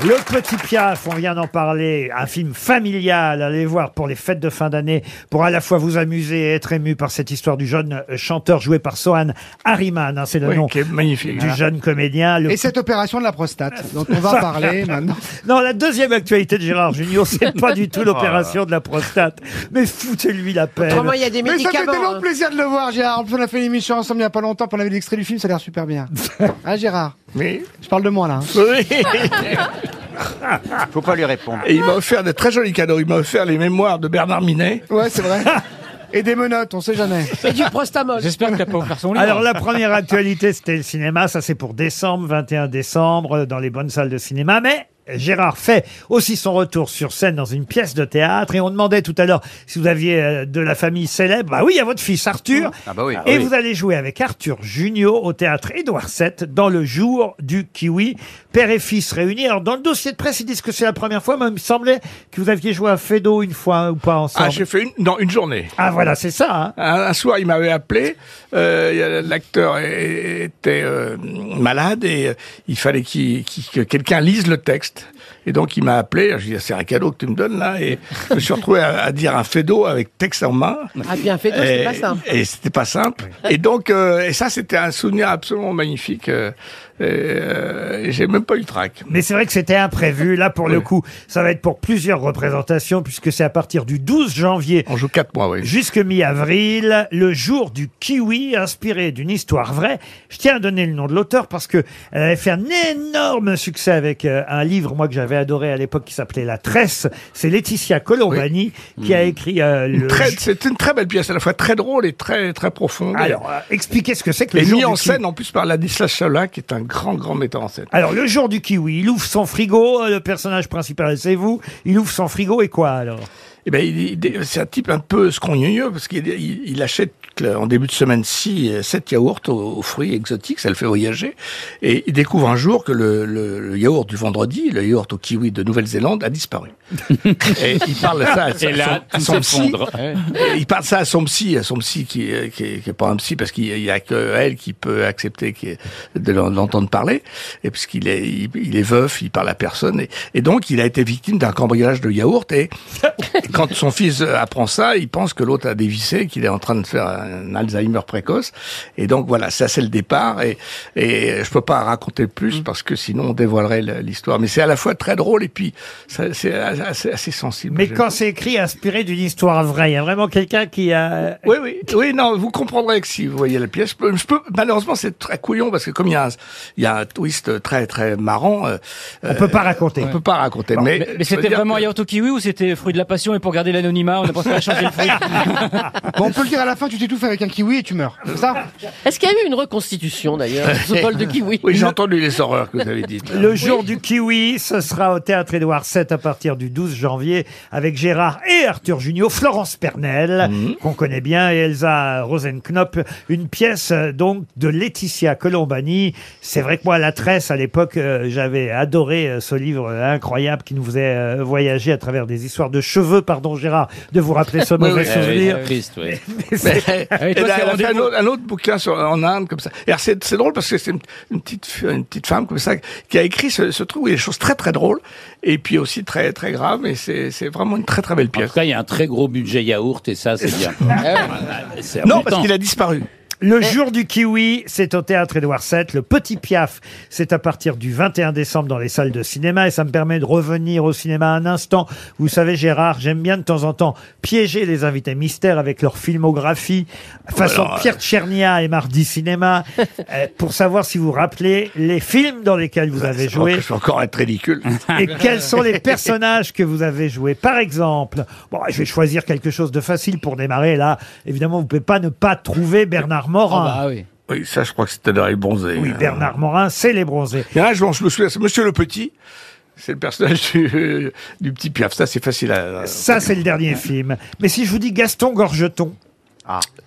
[SPEAKER 2] Le Petit Piaf, on vient d'en parler, un film familial, allez voir pour les fêtes de fin d'année, pour à la fois vous amuser et être ému par cette histoire du jeune euh, chanteur joué par Sohan Harriman, hein, c'est le
[SPEAKER 18] Oui,
[SPEAKER 2] nom
[SPEAKER 18] qui est magnifique.
[SPEAKER 2] du
[SPEAKER 18] Voilà.
[SPEAKER 2] jeune comédien. Le Euh,
[SPEAKER 7] Et cette opération de la prostate dont
[SPEAKER 2] <laughs>
[SPEAKER 7] on va parler maintenant.
[SPEAKER 2] non, la deuxième actualité de Gérard
[SPEAKER 7] <laughs>
[SPEAKER 2] Junior, c'est pas du tout l'opération de la prostate. Mais foutez-lui la peine.
[SPEAKER 7] Mais ça fait
[SPEAKER 8] hein.
[SPEAKER 7] tellement plaisir de le voir, Gérard. En plus, On a fait l'émission ensemble il n'y a pas longtemps, puis on avait l'extrait du film, ça a l'air super
[SPEAKER 18] <laughs>
[SPEAKER 7] bien. Hein, Gérard
[SPEAKER 18] Oui.
[SPEAKER 7] Je parle de moi, là. hein.
[SPEAKER 2] Ah.
[SPEAKER 5] Faut pas lui répondre.
[SPEAKER 18] Et il m'a offert des très jolis cadeaux. Il m'a offert les mémoires de Bernard Minet.
[SPEAKER 7] Ouais, c'est vrai. Et des menottes, on sait jamais.
[SPEAKER 8] Et du prostamol.
[SPEAKER 6] J'espère que t'as pas offert son livre.
[SPEAKER 2] Alors la première actualité, c'était le cinéma. Ça c'est pour décembre, 21 décembre, euh, dans les bonnes salles de cinéma. Mais Gérard fait aussi son retour sur scène dans une pièce de théâtre. Et on demandait tout à l'heure si vous aviez euh, de la famille célèbre. Bah oui, il y a votre fils Arthur.
[SPEAKER 5] Ah bah oui.
[SPEAKER 2] Et
[SPEAKER 5] Ah oui.
[SPEAKER 2] vous allez jouer avec Arthur Junio au théâtre Édouard VII dans le jour du kiwi. Père et fils réunis. Alors dans le dossier de presse, ils disent que c'est la première fois, mais il me semblait que vous aviez joué à Fedo une fois hein, ou pas ensemble.
[SPEAKER 18] Ah, j'ai fait une, non, une journée.
[SPEAKER 2] Ah, voilà, c'est ça. hein.
[SPEAKER 18] Un, un soir, il m'avait appelé. euh, il y a- L'acteur é- était euh, malade et euh, il fallait qu'il- qu'il- que quelqu'un lise le texte. humoriste. Et donc, il m'a appelé. Je lui ai dit, c'est un cadeau que tu me donnes, là.
[SPEAKER 8] <laughs>
[SPEAKER 18] Et je me suis retrouvé à, à dire un fédo avec texte en main.
[SPEAKER 8] Ah, puis un fédo, c'était
[SPEAKER 18] Et-
[SPEAKER 8] pas simple.
[SPEAKER 18] Et c'était pas simple. Et donc, euh, et ça, c'était un souvenir absolument magnifique. euh, et, euh, et j'ai même pas eu le trac.
[SPEAKER 2] Mais c'est vrai que c'était imprévu. Là, pour le coup, ça va être pour plusieurs représentations, puisque c'est à partir du 12 janvier.
[SPEAKER 18] On joue 4 mois, oui.
[SPEAKER 2] Jusque mi-avril, le jour du kiwi, inspiré d'une histoire vraie. Je tiens à donner le nom de l'auteur parce que elle avait fait un énorme succès avec euh, un livre, moi, que j'avais adoré à l'époque, qui s'appelait La Tresse. C'est Laetitia Colombani qui a écrit euh, le.
[SPEAKER 18] Très- C'est Mm. une très belle pièce, à la fois très drôle et très, très profonde.
[SPEAKER 2] Alors, euh, expliquez ce que c'est que le
[SPEAKER 18] Et
[SPEAKER 2] jour
[SPEAKER 18] mis
[SPEAKER 2] du
[SPEAKER 18] en
[SPEAKER 2] kiwi.
[SPEAKER 18] scène, en plus, par Ladislas Chala, qui est un grand, grand metteur en scène.
[SPEAKER 2] Alors, le jour du kiwi, il ouvre son frigo, euh, le personnage principal, c'est vous. Il ouvre son frigo et quoi alors
[SPEAKER 18] Eh ben, il- il- c'est un type un peu scrogneux parce qu'il il, il achète là, en début de semaine 6, 7 yaourts aux, aux fruits exotiques, ça le fait voyager. Et il découvre un jour que le, le- le yaourt du vendredi, le yaourt au kiwi de Nouvelle-Zélande,
[SPEAKER 9] <laughs>
[SPEAKER 18] a disparu. et il parle ça à,
[SPEAKER 9] Et là,
[SPEAKER 18] à
[SPEAKER 9] tout
[SPEAKER 18] son, à son psy.
[SPEAKER 9] s'effondre. Ouais.
[SPEAKER 18] Et il parle ça à son psy, à son psy qui, euh, qui, est, qui est pas un psy parce qu'il y a que elle qui peut accepter qui est- de l'en- de l'entendre parler. Et puisqu'il est, il, il est veuf, il parle à personne. Et, et donc, il a été victime d'un cambriolage de yaourt. Et <laughs> quand son fils apprend ça, il pense que l'autre a dévissé, qu'il est en train de faire un Alzheimer précoce. Et donc voilà, ça c'est le départ. Et, et je peux pas raconter
[SPEAKER 2] Mm.
[SPEAKER 18] plus parce que sinon on dévoilerait la- l'histoire. Mais c'est à la fois très drôle et puis ça- c'est assez, assez sensible.
[SPEAKER 2] Mais
[SPEAKER 18] J'aime.
[SPEAKER 2] quand c'est écrit inspiré d'une histoire vraie, il y a vraiment quelqu'un qui a. euh,
[SPEAKER 18] Oui, oui, oui, non, vous comprendrez que si vous voyez la pièce, je peux, je peux- malheureusement, c'est très couillon parce que comme il y a un, il y a un twist très, très marrant, on
[SPEAKER 2] peut pas raconter.
[SPEAKER 18] On peut pas raconter,
[SPEAKER 6] Bon,
[SPEAKER 18] mais,
[SPEAKER 6] mais,
[SPEAKER 18] je veux
[SPEAKER 6] c'était
[SPEAKER 18] dire <laughs>
[SPEAKER 6] vraiment
[SPEAKER 18] que-
[SPEAKER 6] yaourt au kiwi ou c'était fruit de la passion et pour garder l'anonymat, on a pensé à changer le fruit
[SPEAKER 7] Bon, on peut le dire à la fin, tu t'étouffes avec un kiwi et tu meurs. C'est ça
[SPEAKER 4] Est-ce qu'il y a eu une reconstitution
[SPEAKER 18] <laughs>
[SPEAKER 4] d'ailleurs de Ce bol de kiwi.
[SPEAKER 18] Oui, j'ai entendu les horreurs que vous avez dites.
[SPEAKER 2] Le jour du kiwi, ce sera au théâtre Édouard VII à partir du 12 janvier avec Gérard et Arthur Junior, Florence Pernel, qu'on connaît bien, et Elsa Rosenknop. Une pièce euh, donc de Laetitia Colombani. C'est vrai que moi, la tresse, à l'époque, euh, j'avais adoré euh, ce livre euh, incroyable qui nous faisait euh, voyager à travers des histoires de cheveux. Pardon, Gérard, de vous rappeler ce mauvais souvenir.
[SPEAKER 9] <laughs>
[SPEAKER 2] Mais
[SPEAKER 18] Mais-
[SPEAKER 9] Eh
[SPEAKER 2] c'est-
[SPEAKER 18] et là, elle a fait un autre, un autre bouquin sur, en Inde comme ça. Et alors, c'est c'est drôle parce que c'est une, une petite f- une petite femme comme ça qui a écrit ce, ce truc où il y a des choses très très drôles et puis aussi très très graves. Et c'est c'est vraiment une très très belle
[SPEAKER 9] En
[SPEAKER 18] pièce. Ah
[SPEAKER 9] tout cas, il y a un très gros budget yaourt et ça, c'est
[SPEAKER 18] <laughs> Eh
[SPEAKER 9] bien. C'est
[SPEAKER 18] Non,
[SPEAKER 9] embêtant.
[SPEAKER 18] parce qu'il a disparu.
[SPEAKER 2] Le jour du kiwi, c'est au théâtre Édouard VII. Le petit piaf, c'est à partir du 21 décembre dans les salles de cinéma. Et ça me permet de revenir au cinéma un instant. Vous savez, Gérard, j'aime bien de temps en temps piéger les invités mystères avec leur filmographie, façon
[SPEAKER 18] alors, euh,
[SPEAKER 2] Pierre Tchernia et Mardi
[SPEAKER 18] <laughs>
[SPEAKER 2] Cinéma, euh, pour savoir si vous rappelez les films dans lesquels vous avez joué.
[SPEAKER 18] Je vais encore être ridicule. <laughs>
[SPEAKER 2] Et quels sont
[SPEAKER 9] <laughs>
[SPEAKER 2] les personnages que vous avez joués Par exemple, bon, je vais choisir quelque chose de facile pour démarrer. Là, évidemment, vous ne pouvez pas ne pas trouver Bernard Morin.
[SPEAKER 9] Ah
[SPEAKER 18] Ah
[SPEAKER 9] bah
[SPEAKER 6] oui.
[SPEAKER 18] Oui, ça, je crois que c'était dans les bronzés.
[SPEAKER 2] Oui, Bernard Morin, c'est les bronzés.
[SPEAKER 18] Il y en a, je, m'en- je me souviens, c'est Monsieur le Petit. C'est le personnage du, <laughs> du petit Piaf. Ça, c'est facile à.
[SPEAKER 2] Ça, c'est le dernier film. Mais si je vous dis Gaston Gorgeton,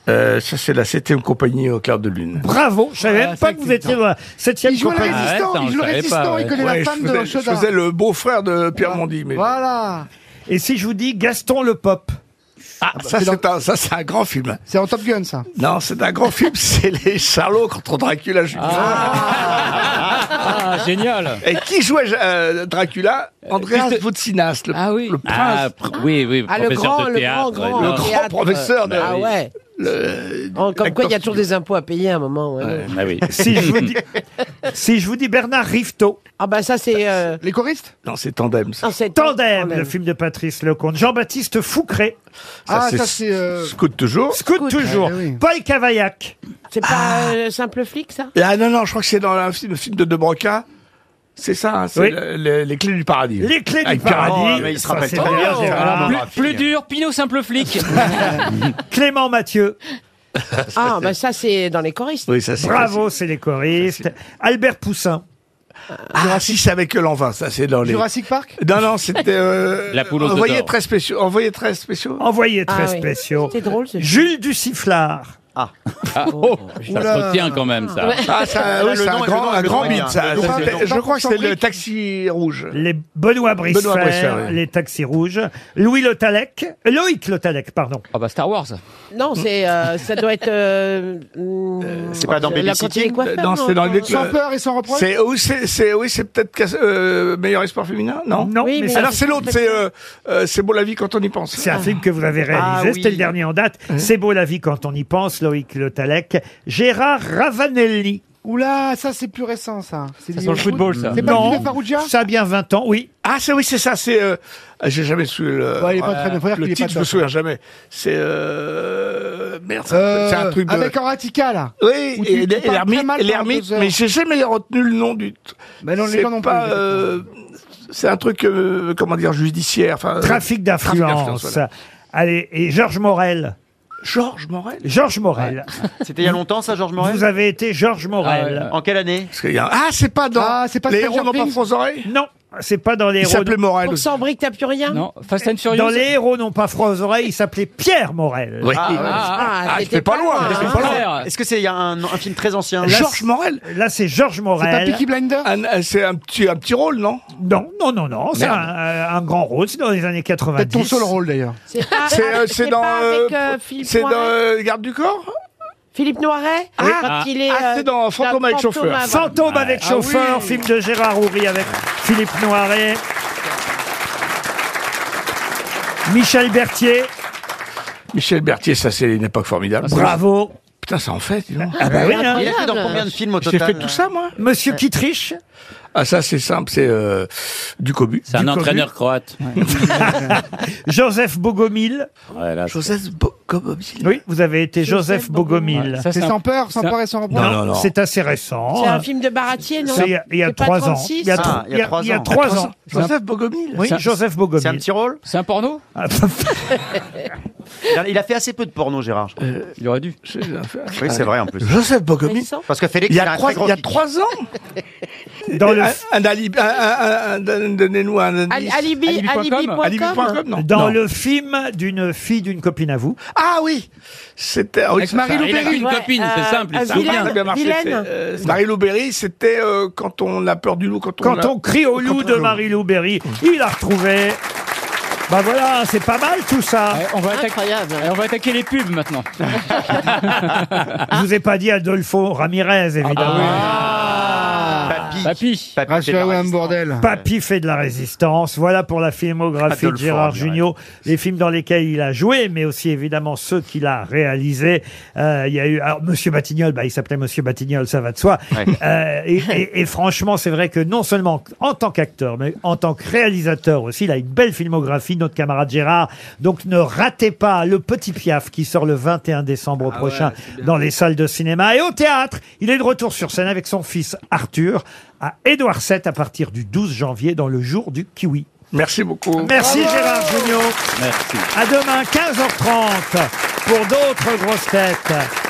[SPEAKER 18] Euh, ça, c'est la septième compagnie au clair de lune.
[SPEAKER 2] bravo, je savais
[SPEAKER 18] Ah,
[SPEAKER 2] même pas que vous étiez dans la septième
[SPEAKER 18] Il joue le
[SPEAKER 2] compagnie.
[SPEAKER 18] résistant, Ah, attends, il joue le je savais pas, résistant, il ouais. connaît la Ouais, je femme de faisais- je Chaudard. faisais le beau-frère de Pierre Mondy, mais-
[SPEAKER 2] Voilà. Et si je vous dis Gaston le Pop bah,
[SPEAKER 18] Ah, ça, c'est un, ça, c'est un grand film.
[SPEAKER 7] C'est en Top Gun, ça.
[SPEAKER 18] Non, c'est un grand film, <laughs> c'est Les Charlots contre Dracula Junior.
[SPEAKER 6] Ah, génial
[SPEAKER 18] Et qui jouait euh, Dracula Andreas Voutsinas, le, le
[SPEAKER 9] Ah,
[SPEAKER 18] prince.
[SPEAKER 9] pr- oui, oui,
[SPEAKER 18] Ah, le
[SPEAKER 9] professeur
[SPEAKER 18] grand,
[SPEAKER 9] de
[SPEAKER 18] le
[SPEAKER 9] théâtre.
[SPEAKER 18] grand, grand,
[SPEAKER 9] énorme.
[SPEAKER 18] le grand professeur de-
[SPEAKER 9] Bah
[SPEAKER 8] Ah
[SPEAKER 9] oui.
[SPEAKER 8] ouais. Oh, comme quoi, il y a toujours des impôts à payer à un moment. ouais, ouais. <laughs>
[SPEAKER 2] bah
[SPEAKER 9] Ah oui.
[SPEAKER 2] Si je vous dis, si je vous dis Bernard Rifto.
[SPEAKER 8] Ah bah ça c'est.
[SPEAKER 18] euh,
[SPEAKER 7] Les choristes
[SPEAKER 18] Non, c'est Tandem. Ça,
[SPEAKER 2] Tandem, le film de Patrice Lecomte. Jean-Baptiste Foucré.
[SPEAKER 7] Ah, ça, c'est. euh,
[SPEAKER 18] Scout toujours.
[SPEAKER 2] Scout toujours.
[SPEAKER 7] Ah, oui.
[SPEAKER 2] Paul Cavaillac.
[SPEAKER 8] C'est pas euh, simple flic ça
[SPEAKER 18] Ah non, non, je crois que c'est dans un film, le film de De Broca. C'est ça, hein, c'est
[SPEAKER 2] Oui.
[SPEAKER 18] le- le- les clés du paradis.
[SPEAKER 2] Les clés du
[SPEAKER 18] Avec
[SPEAKER 2] paradis.
[SPEAKER 18] Pierre-
[SPEAKER 2] Oh, mais il se
[SPEAKER 18] Ça,
[SPEAKER 2] rappelle
[SPEAKER 18] c'est
[SPEAKER 2] très
[SPEAKER 18] bien,
[SPEAKER 2] bien,
[SPEAKER 18] Gérard.
[SPEAKER 2] Gérard.
[SPEAKER 18] Alors,
[SPEAKER 6] plus,
[SPEAKER 18] Raph,
[SPEAKER 6] <laughs> plus dur, Pinot simple flic
[SPEAKER 2] Clément Mathieu.
[SPEAKER 8] <laughs> Ah bah ça c'est dans les choristes.
[SPEAKER 18] Oui, ça c'est.
[SPEAKER 2] Bravo, c'est les choristes. Albert Poussin.
[SPEAKER 18] Jurassic, c'est avec l'an 20, ça c'est dans les.
[SPEAKER 7] Jurassic Park
[SPEAKER 18] Non, non, c'était. euh,
[SPEAKER 9] La poule aux œufs
[SPEAKER 18] envoyé
[SPEAKER 9] d'or.
[SPEAKER 18] très spéciaux. Envoyé très spéciaux.
[SPEAKER 2] Envoyé très
[SPEAKER 8] Ah oui.
[SPEAKER 2] spéciaux.
[SPEAKER 8] C'est drôle. ce-
[SPEAKER 2] Jules Duciflard.
[SPEAKER 5] Ah.
[SPEAKER 9] Oh, ça se retient quand même, ça.
[SPEAKER 18] Ah, ça, oui, c'est un grand, un grand bide, ça. Ça, c'est- Je crois que c'est le taxi rouge.
[SPEAKER 2] Les Benoît Brice,
[SPEAKER 18] Benoît Bricefer, oui.
[SPEAKER 2] les taxis rouges, Louis Le Tallec, Loïc Le Tallec, pardon. Ah bah Star Wars.
[SPEAKER 8] Non, c'est euh, ça doit être. euh, hmm,
[SPEAKER 2] C'est pas dans
[SPEAKER 8] la
[SPEAKER 2] Babysitting,
[SPEAKER 8] cantine coiffeur,
[SPEAKER 18] Non, c'est dans les-
[SPEAKER 7] Sans peur et sans reproche
[SPEAKER 18] C'est oui, c'est c'est- oui, c'est peut-être cas- euh, meilleur espoir féminin, non
[SPEAKER 2] Non. Oui, mais mais-
[SPEAKER 18] Alors c'est l'autre, c'est euh, euh, c'est beau la vie quand on y pense.
[SPEAKER 8] Ah.
[SPEAKER 2] C'est un film que vous avez réalisé,
[SPEAKER 18] Ah,
[SPEAKER 2] c'était
[SPEAKER 18] oui.
[SPEAKER 2] le dernier en date. C'est beau la vie quand on y pense, Loïc Le Tallec, Gérard Ravanelli.
[SPEAKER 7] Oula, ça c'est plus récent ça. C'est du
[SPEAKER 2] dans
[SPEAKER 7] foot. C'est pas
[SPEAKER 2] non,
[SPEAKER 7] le Farouja
[SPEAKER 2] Ça a bien 20 ans, oui.
[SPEAKER 18] Ah c'est oui, c'est ça, c'est euh, j'ai jamais su le euh,
[SPEAKER 7] Ouais, il est pas très bien, faut dire
[SPEAKER 18] le
[SPEAKER 7] qu'il est pas
[SPEAKER 18] titre, je me
[SPEAKER 7] top.
[SPEAKER 18] souviens jamais. C'est euh, merde, ça-
[SPEAKER 7] Euh,
[SPEAKER 18] c'est un truc de
[SPEAKER 7] Avec Horatica là.
[SPEAKER 18] Oui,
[SPEAKER 7] Où tu-
[SPEAKER 18] et
[SPEAKER 7] tu parles très
[SPEAKER 18] l'ermite,
[SPEAKER 7] mal pendant
[SPEAKER 18] l'ermite,
[SPEAKER 7] deux heures.
[SPEAKER 18] mais j'ai jamais retenu le nom du.
[SPEAKER 7] Mais non, les gens non plus,
[SPEAKER 18] pas,
[SPEAKER 7] les gens.
[SPEAKER 18] euh, c'est un truc, euh, comment dire, judiciaire. enfin, euh,
[SPEAKER 2] Trafic d'influence.
[SPEAKER 18] voilà.
[SPEAKER 2] Allez, et Georges Morel.
[SPEAKER 18] Georges Morel
[SPEAKER 2] Georges Morel.
[SPEAKER 5] C'était il y a longtemps ça, Georges Morel
[SPEAKER 2] Vous avez été Georges Morel.
[SPEAKER 5] Ah, En quelle année
[SPEAKER 18] Ah, c'est pas dans. les héros n'ont pas froid aux oreilles
[SPEAKER 2] Non, c'est pas dans les
[SPEAKER 18] Il
[SPEAKER 2] héros.
[SPEAKER 18] s'appelait Morel
[SPEAKER 8] Pour
[SPEAKER 18] aussi.
[SPEAKER 8] Sambrique, t'as plus rien
[SPEAKER 6] Non, Fast and Furious.
[SPEAKER 2] Dans les héros n'ont pas froid aux oreilles, il s'appelait Pierre Morel.
[SPEAKER 5] Oui. Ah, ouais.
[SPEAKER 8] Ah,
[SPEAKER 5] Ah,
[SPEAKER 8] t'étais
[SPEAKER 5] j'étais pas loin, j'étais pas loin.
[SPEAKER 2] Frère.
[SPEAKER 5] Est-ce que c'est il y a un, un film très ancien
[SPEAKER 2] Là,
[SPEAKER 5] Georges
[SPEAKER 2] c'est- Là, c'est Georges Morel.
[SPEAKER 5] C'est pas Peaky
[SPEAKER 7] Blinder
[SPEAKER 18] C'est un petit, un petit rôle, non
[SPEAKER 2] Non, non, non, non. C'est un, euh, un grand rôle. C'est dans les années 90.
[SPEAKER 7] Peut-être ton seul rôle d'ailleurs.
[SPEAKER 8] C'est pas-
[SPEAKER 18] C'est, euh,
[SPEAKER 8] c'est
[SPEAKER 18] c'est dans.
[SPEAKER 8] pas
[SPEAKER 18] euh,
[SPEAKER 8] avec, euh, Philippe
[SPEAKER 18] c'est dans
[SPEAKER 8] Noiret
[SPEAKER 18] euh, Garde du Corps
[SPEAKER 8] Philippe Noiret
[SPEAKER 18] Ah,
[SPEAKER 8] quand il est,
[SPEAKER 18] ah,
[SPEAKER 8] euh,
[SPEAKER 18] c'est dans Fantôme avec chauffeur.
[SPEAKER 8] avant-
[SPEAKER 2] Fantôme avec
[SPEAKER 8] Ah oui.
[SPEAKER 2] chauffeur, film de Gérard Houry avec Philippe Noiret. Michel Berthier.
[SPEAKER 18] Michel Berthier, ça, c'est une époque formidable.
[SPEAKER 2] Bravo.
[SPEAKER 18] Putain, ça en fait, dis donc.
[SPEAKER 2] Ah bah oui, hein.
[SPEAKER 5] Il a fait dans combien de films au
[SPEAKER 18] J'ai
[SPEAKER 5] total
[SPEAKER 18] fait tout ça, moi
[SPEAKER 2] Monsieur Kittrich.
[SPEAKER 18] Ah, ça, c'est simple, c'est euh, du cobu.
[SPEAKER 9] C'est un entraîneur croate.
[SPEAKER 2] <laughs> Joseph Bogomil.
[SPEAKER 9] Ouais, là,
[SPEAKER 18] Joseph Bogomil.
[SPEAKER 2] Oui, vous avez été Joseph, Bogomil.
[SPEAKER 7] C'est sans peur, sans peur et sans reproche.
[SPEAKER 2] Non, non, non. C'est assez récent.
[SPEAKER 8] C'est un film de Baratier, non
[SPEAKER 2] Oh. C'est il y a- il y a
[SPEAKER 8] C'est pas
[SPEAKER 2] trois ans.
[SPEAKER 8] 36?
[SPEAKER 2] Il y a tro-
[SPEAKER 5] Ah, il y a trois
[SPEAKER 2] il y a
[SPEAKER 5] ans.
[SPEAKER 2] trois ans.
[SPEAKER 18] Joseph Bogomil
[SPEAKER 2] Oui,
[SPEAKER 5] C'est un-
[SPEAKER 2] Joseph Bogomil.
[SPEAKER 5] C'est un petit rôle
[SPEAKER 6] C'est un porno
[SPEAKER 5] Il a- <laughs> Il a fait assez peu de porno, Gérard. je crois.
[SPEAKER 6] Il aurait dû.
[SPEAKER 5] Oui, c'est vrai en plus.
[SPEAKER 18] Joseph Bogomil
[SPEAKER 5] Parce que Félix,
[SPEAKER 18] Il y
[SPEAKER 5] il a
[SPEAKER 18] a
[SPEAKER 5] un
[SPEAKER 18] trois,
[SPEAKER 5] très gros
[SPEAKER 18] il y a
[SPEAKER 5] kick.
[SPEAKER 18] trois ans
[SPEAKER 5] <laughs>
[SPEAKER 2] Dans le
[SPEAKER 18] un, un alibi, un- un- un- un- donnez-nous un
[SPEAKER 8] Ali-
[SPEAKER 18] indice.
[SPEAKER 8] Alibi, alibi.com.
[SPEAKER 18] Alibi.com, non.
[SPEAKER 2] Dans
[SPEAKER 18] Non.
[SPEAKER 2] le film d'une fille d'une copine à vous.
[SPEAKER 18] Ah oui C'était... ah oui,
[SPEAKER 7] Avec
[SPEAKER 18] c'est
[SPEAKER 7] Marie
[SPEAKER 18] ça.
[SPEAKER 7] Lou Il a Berry.
[SPEAKER 9] une copine, c'est simple,
[SPEAKER 8] euh,
[SPEAKER 9] ça.
[SPEAKER 8] vilaine,
[SPEAKER 18] Ça a bien marché, c'est,
[SPEAKER 8] vilaine.
[SPEAKER 18] euh, Marie-Lou Berry, c'était euh, quand on a peur du loup, quand on
[SPEAKER 2] Quand
[SPEAKER 18] a-
[SPEAKER 2] on crie au loup
[SPEAKER 18] quand
[SPEAKER 2] de
[SPEAKER 18] on-
[SPEAKER 2] Marie-Lou Berry,
[SPEAKER 18] Mmh.
[SPEAKER 2] il a retrouvé. Bah voilà, c'est pas mal tout ça.
[SPEAKER 6] on va, attaquer,
[SPEAKER 4] Incroyable.
[SPEAKER 6] on va attaquer les pubs maintenant.
[SPEAKER 2] Je vous ai pas dit Adolfo Ramirez, évidemment.
[SPEAKER 5] Papy.
[SPEAKER 6] Papy.
[SPEAKER 7] Rassurez-vous, un bordel.
[SPEAKER 2] Papy fait de la résistance. Voilà pour la filmographie de
[SPEAKER 5] Adolphe
[SPEAKER 2] Gérard
[SPEAKER 5] Ramirez.
[SPEAKER 2] Jugnot. Les films dans lesquels il a joué, mais aussi évidemment ceux qu'il a réalisés. Euh, il y a eu alors, Monsieur Batignol. Bah, il s'appelait Monsieur Batignol, ça va de soi.
[SPEAKER 5] Ouais.
[SPEAKER 2] Euh, et, et- et franchement, c'est vrai que non seulement en tant qu'acteur, mais en tant que réalisateur aussi, il a une belle filmographie. Notre camarade Gérard. Donc ne ratez pas le Petit Piaf qui sort le 21 décembre prochain dans les salles de cinéma et au théâtre. Il est de retour sur scène avec son fils Arthur à Édouard VII à partir du 12 janvier dans le jour du kiwi.
[SPEAKER 18] Merci beaucoup. Mmh.
[SPEAKER 2] Merci Gérard Jugnot.
[SPEAKER 9] Merci.
[SPEAKER 2] À demain 15h30 pour d'autres grosses têtes.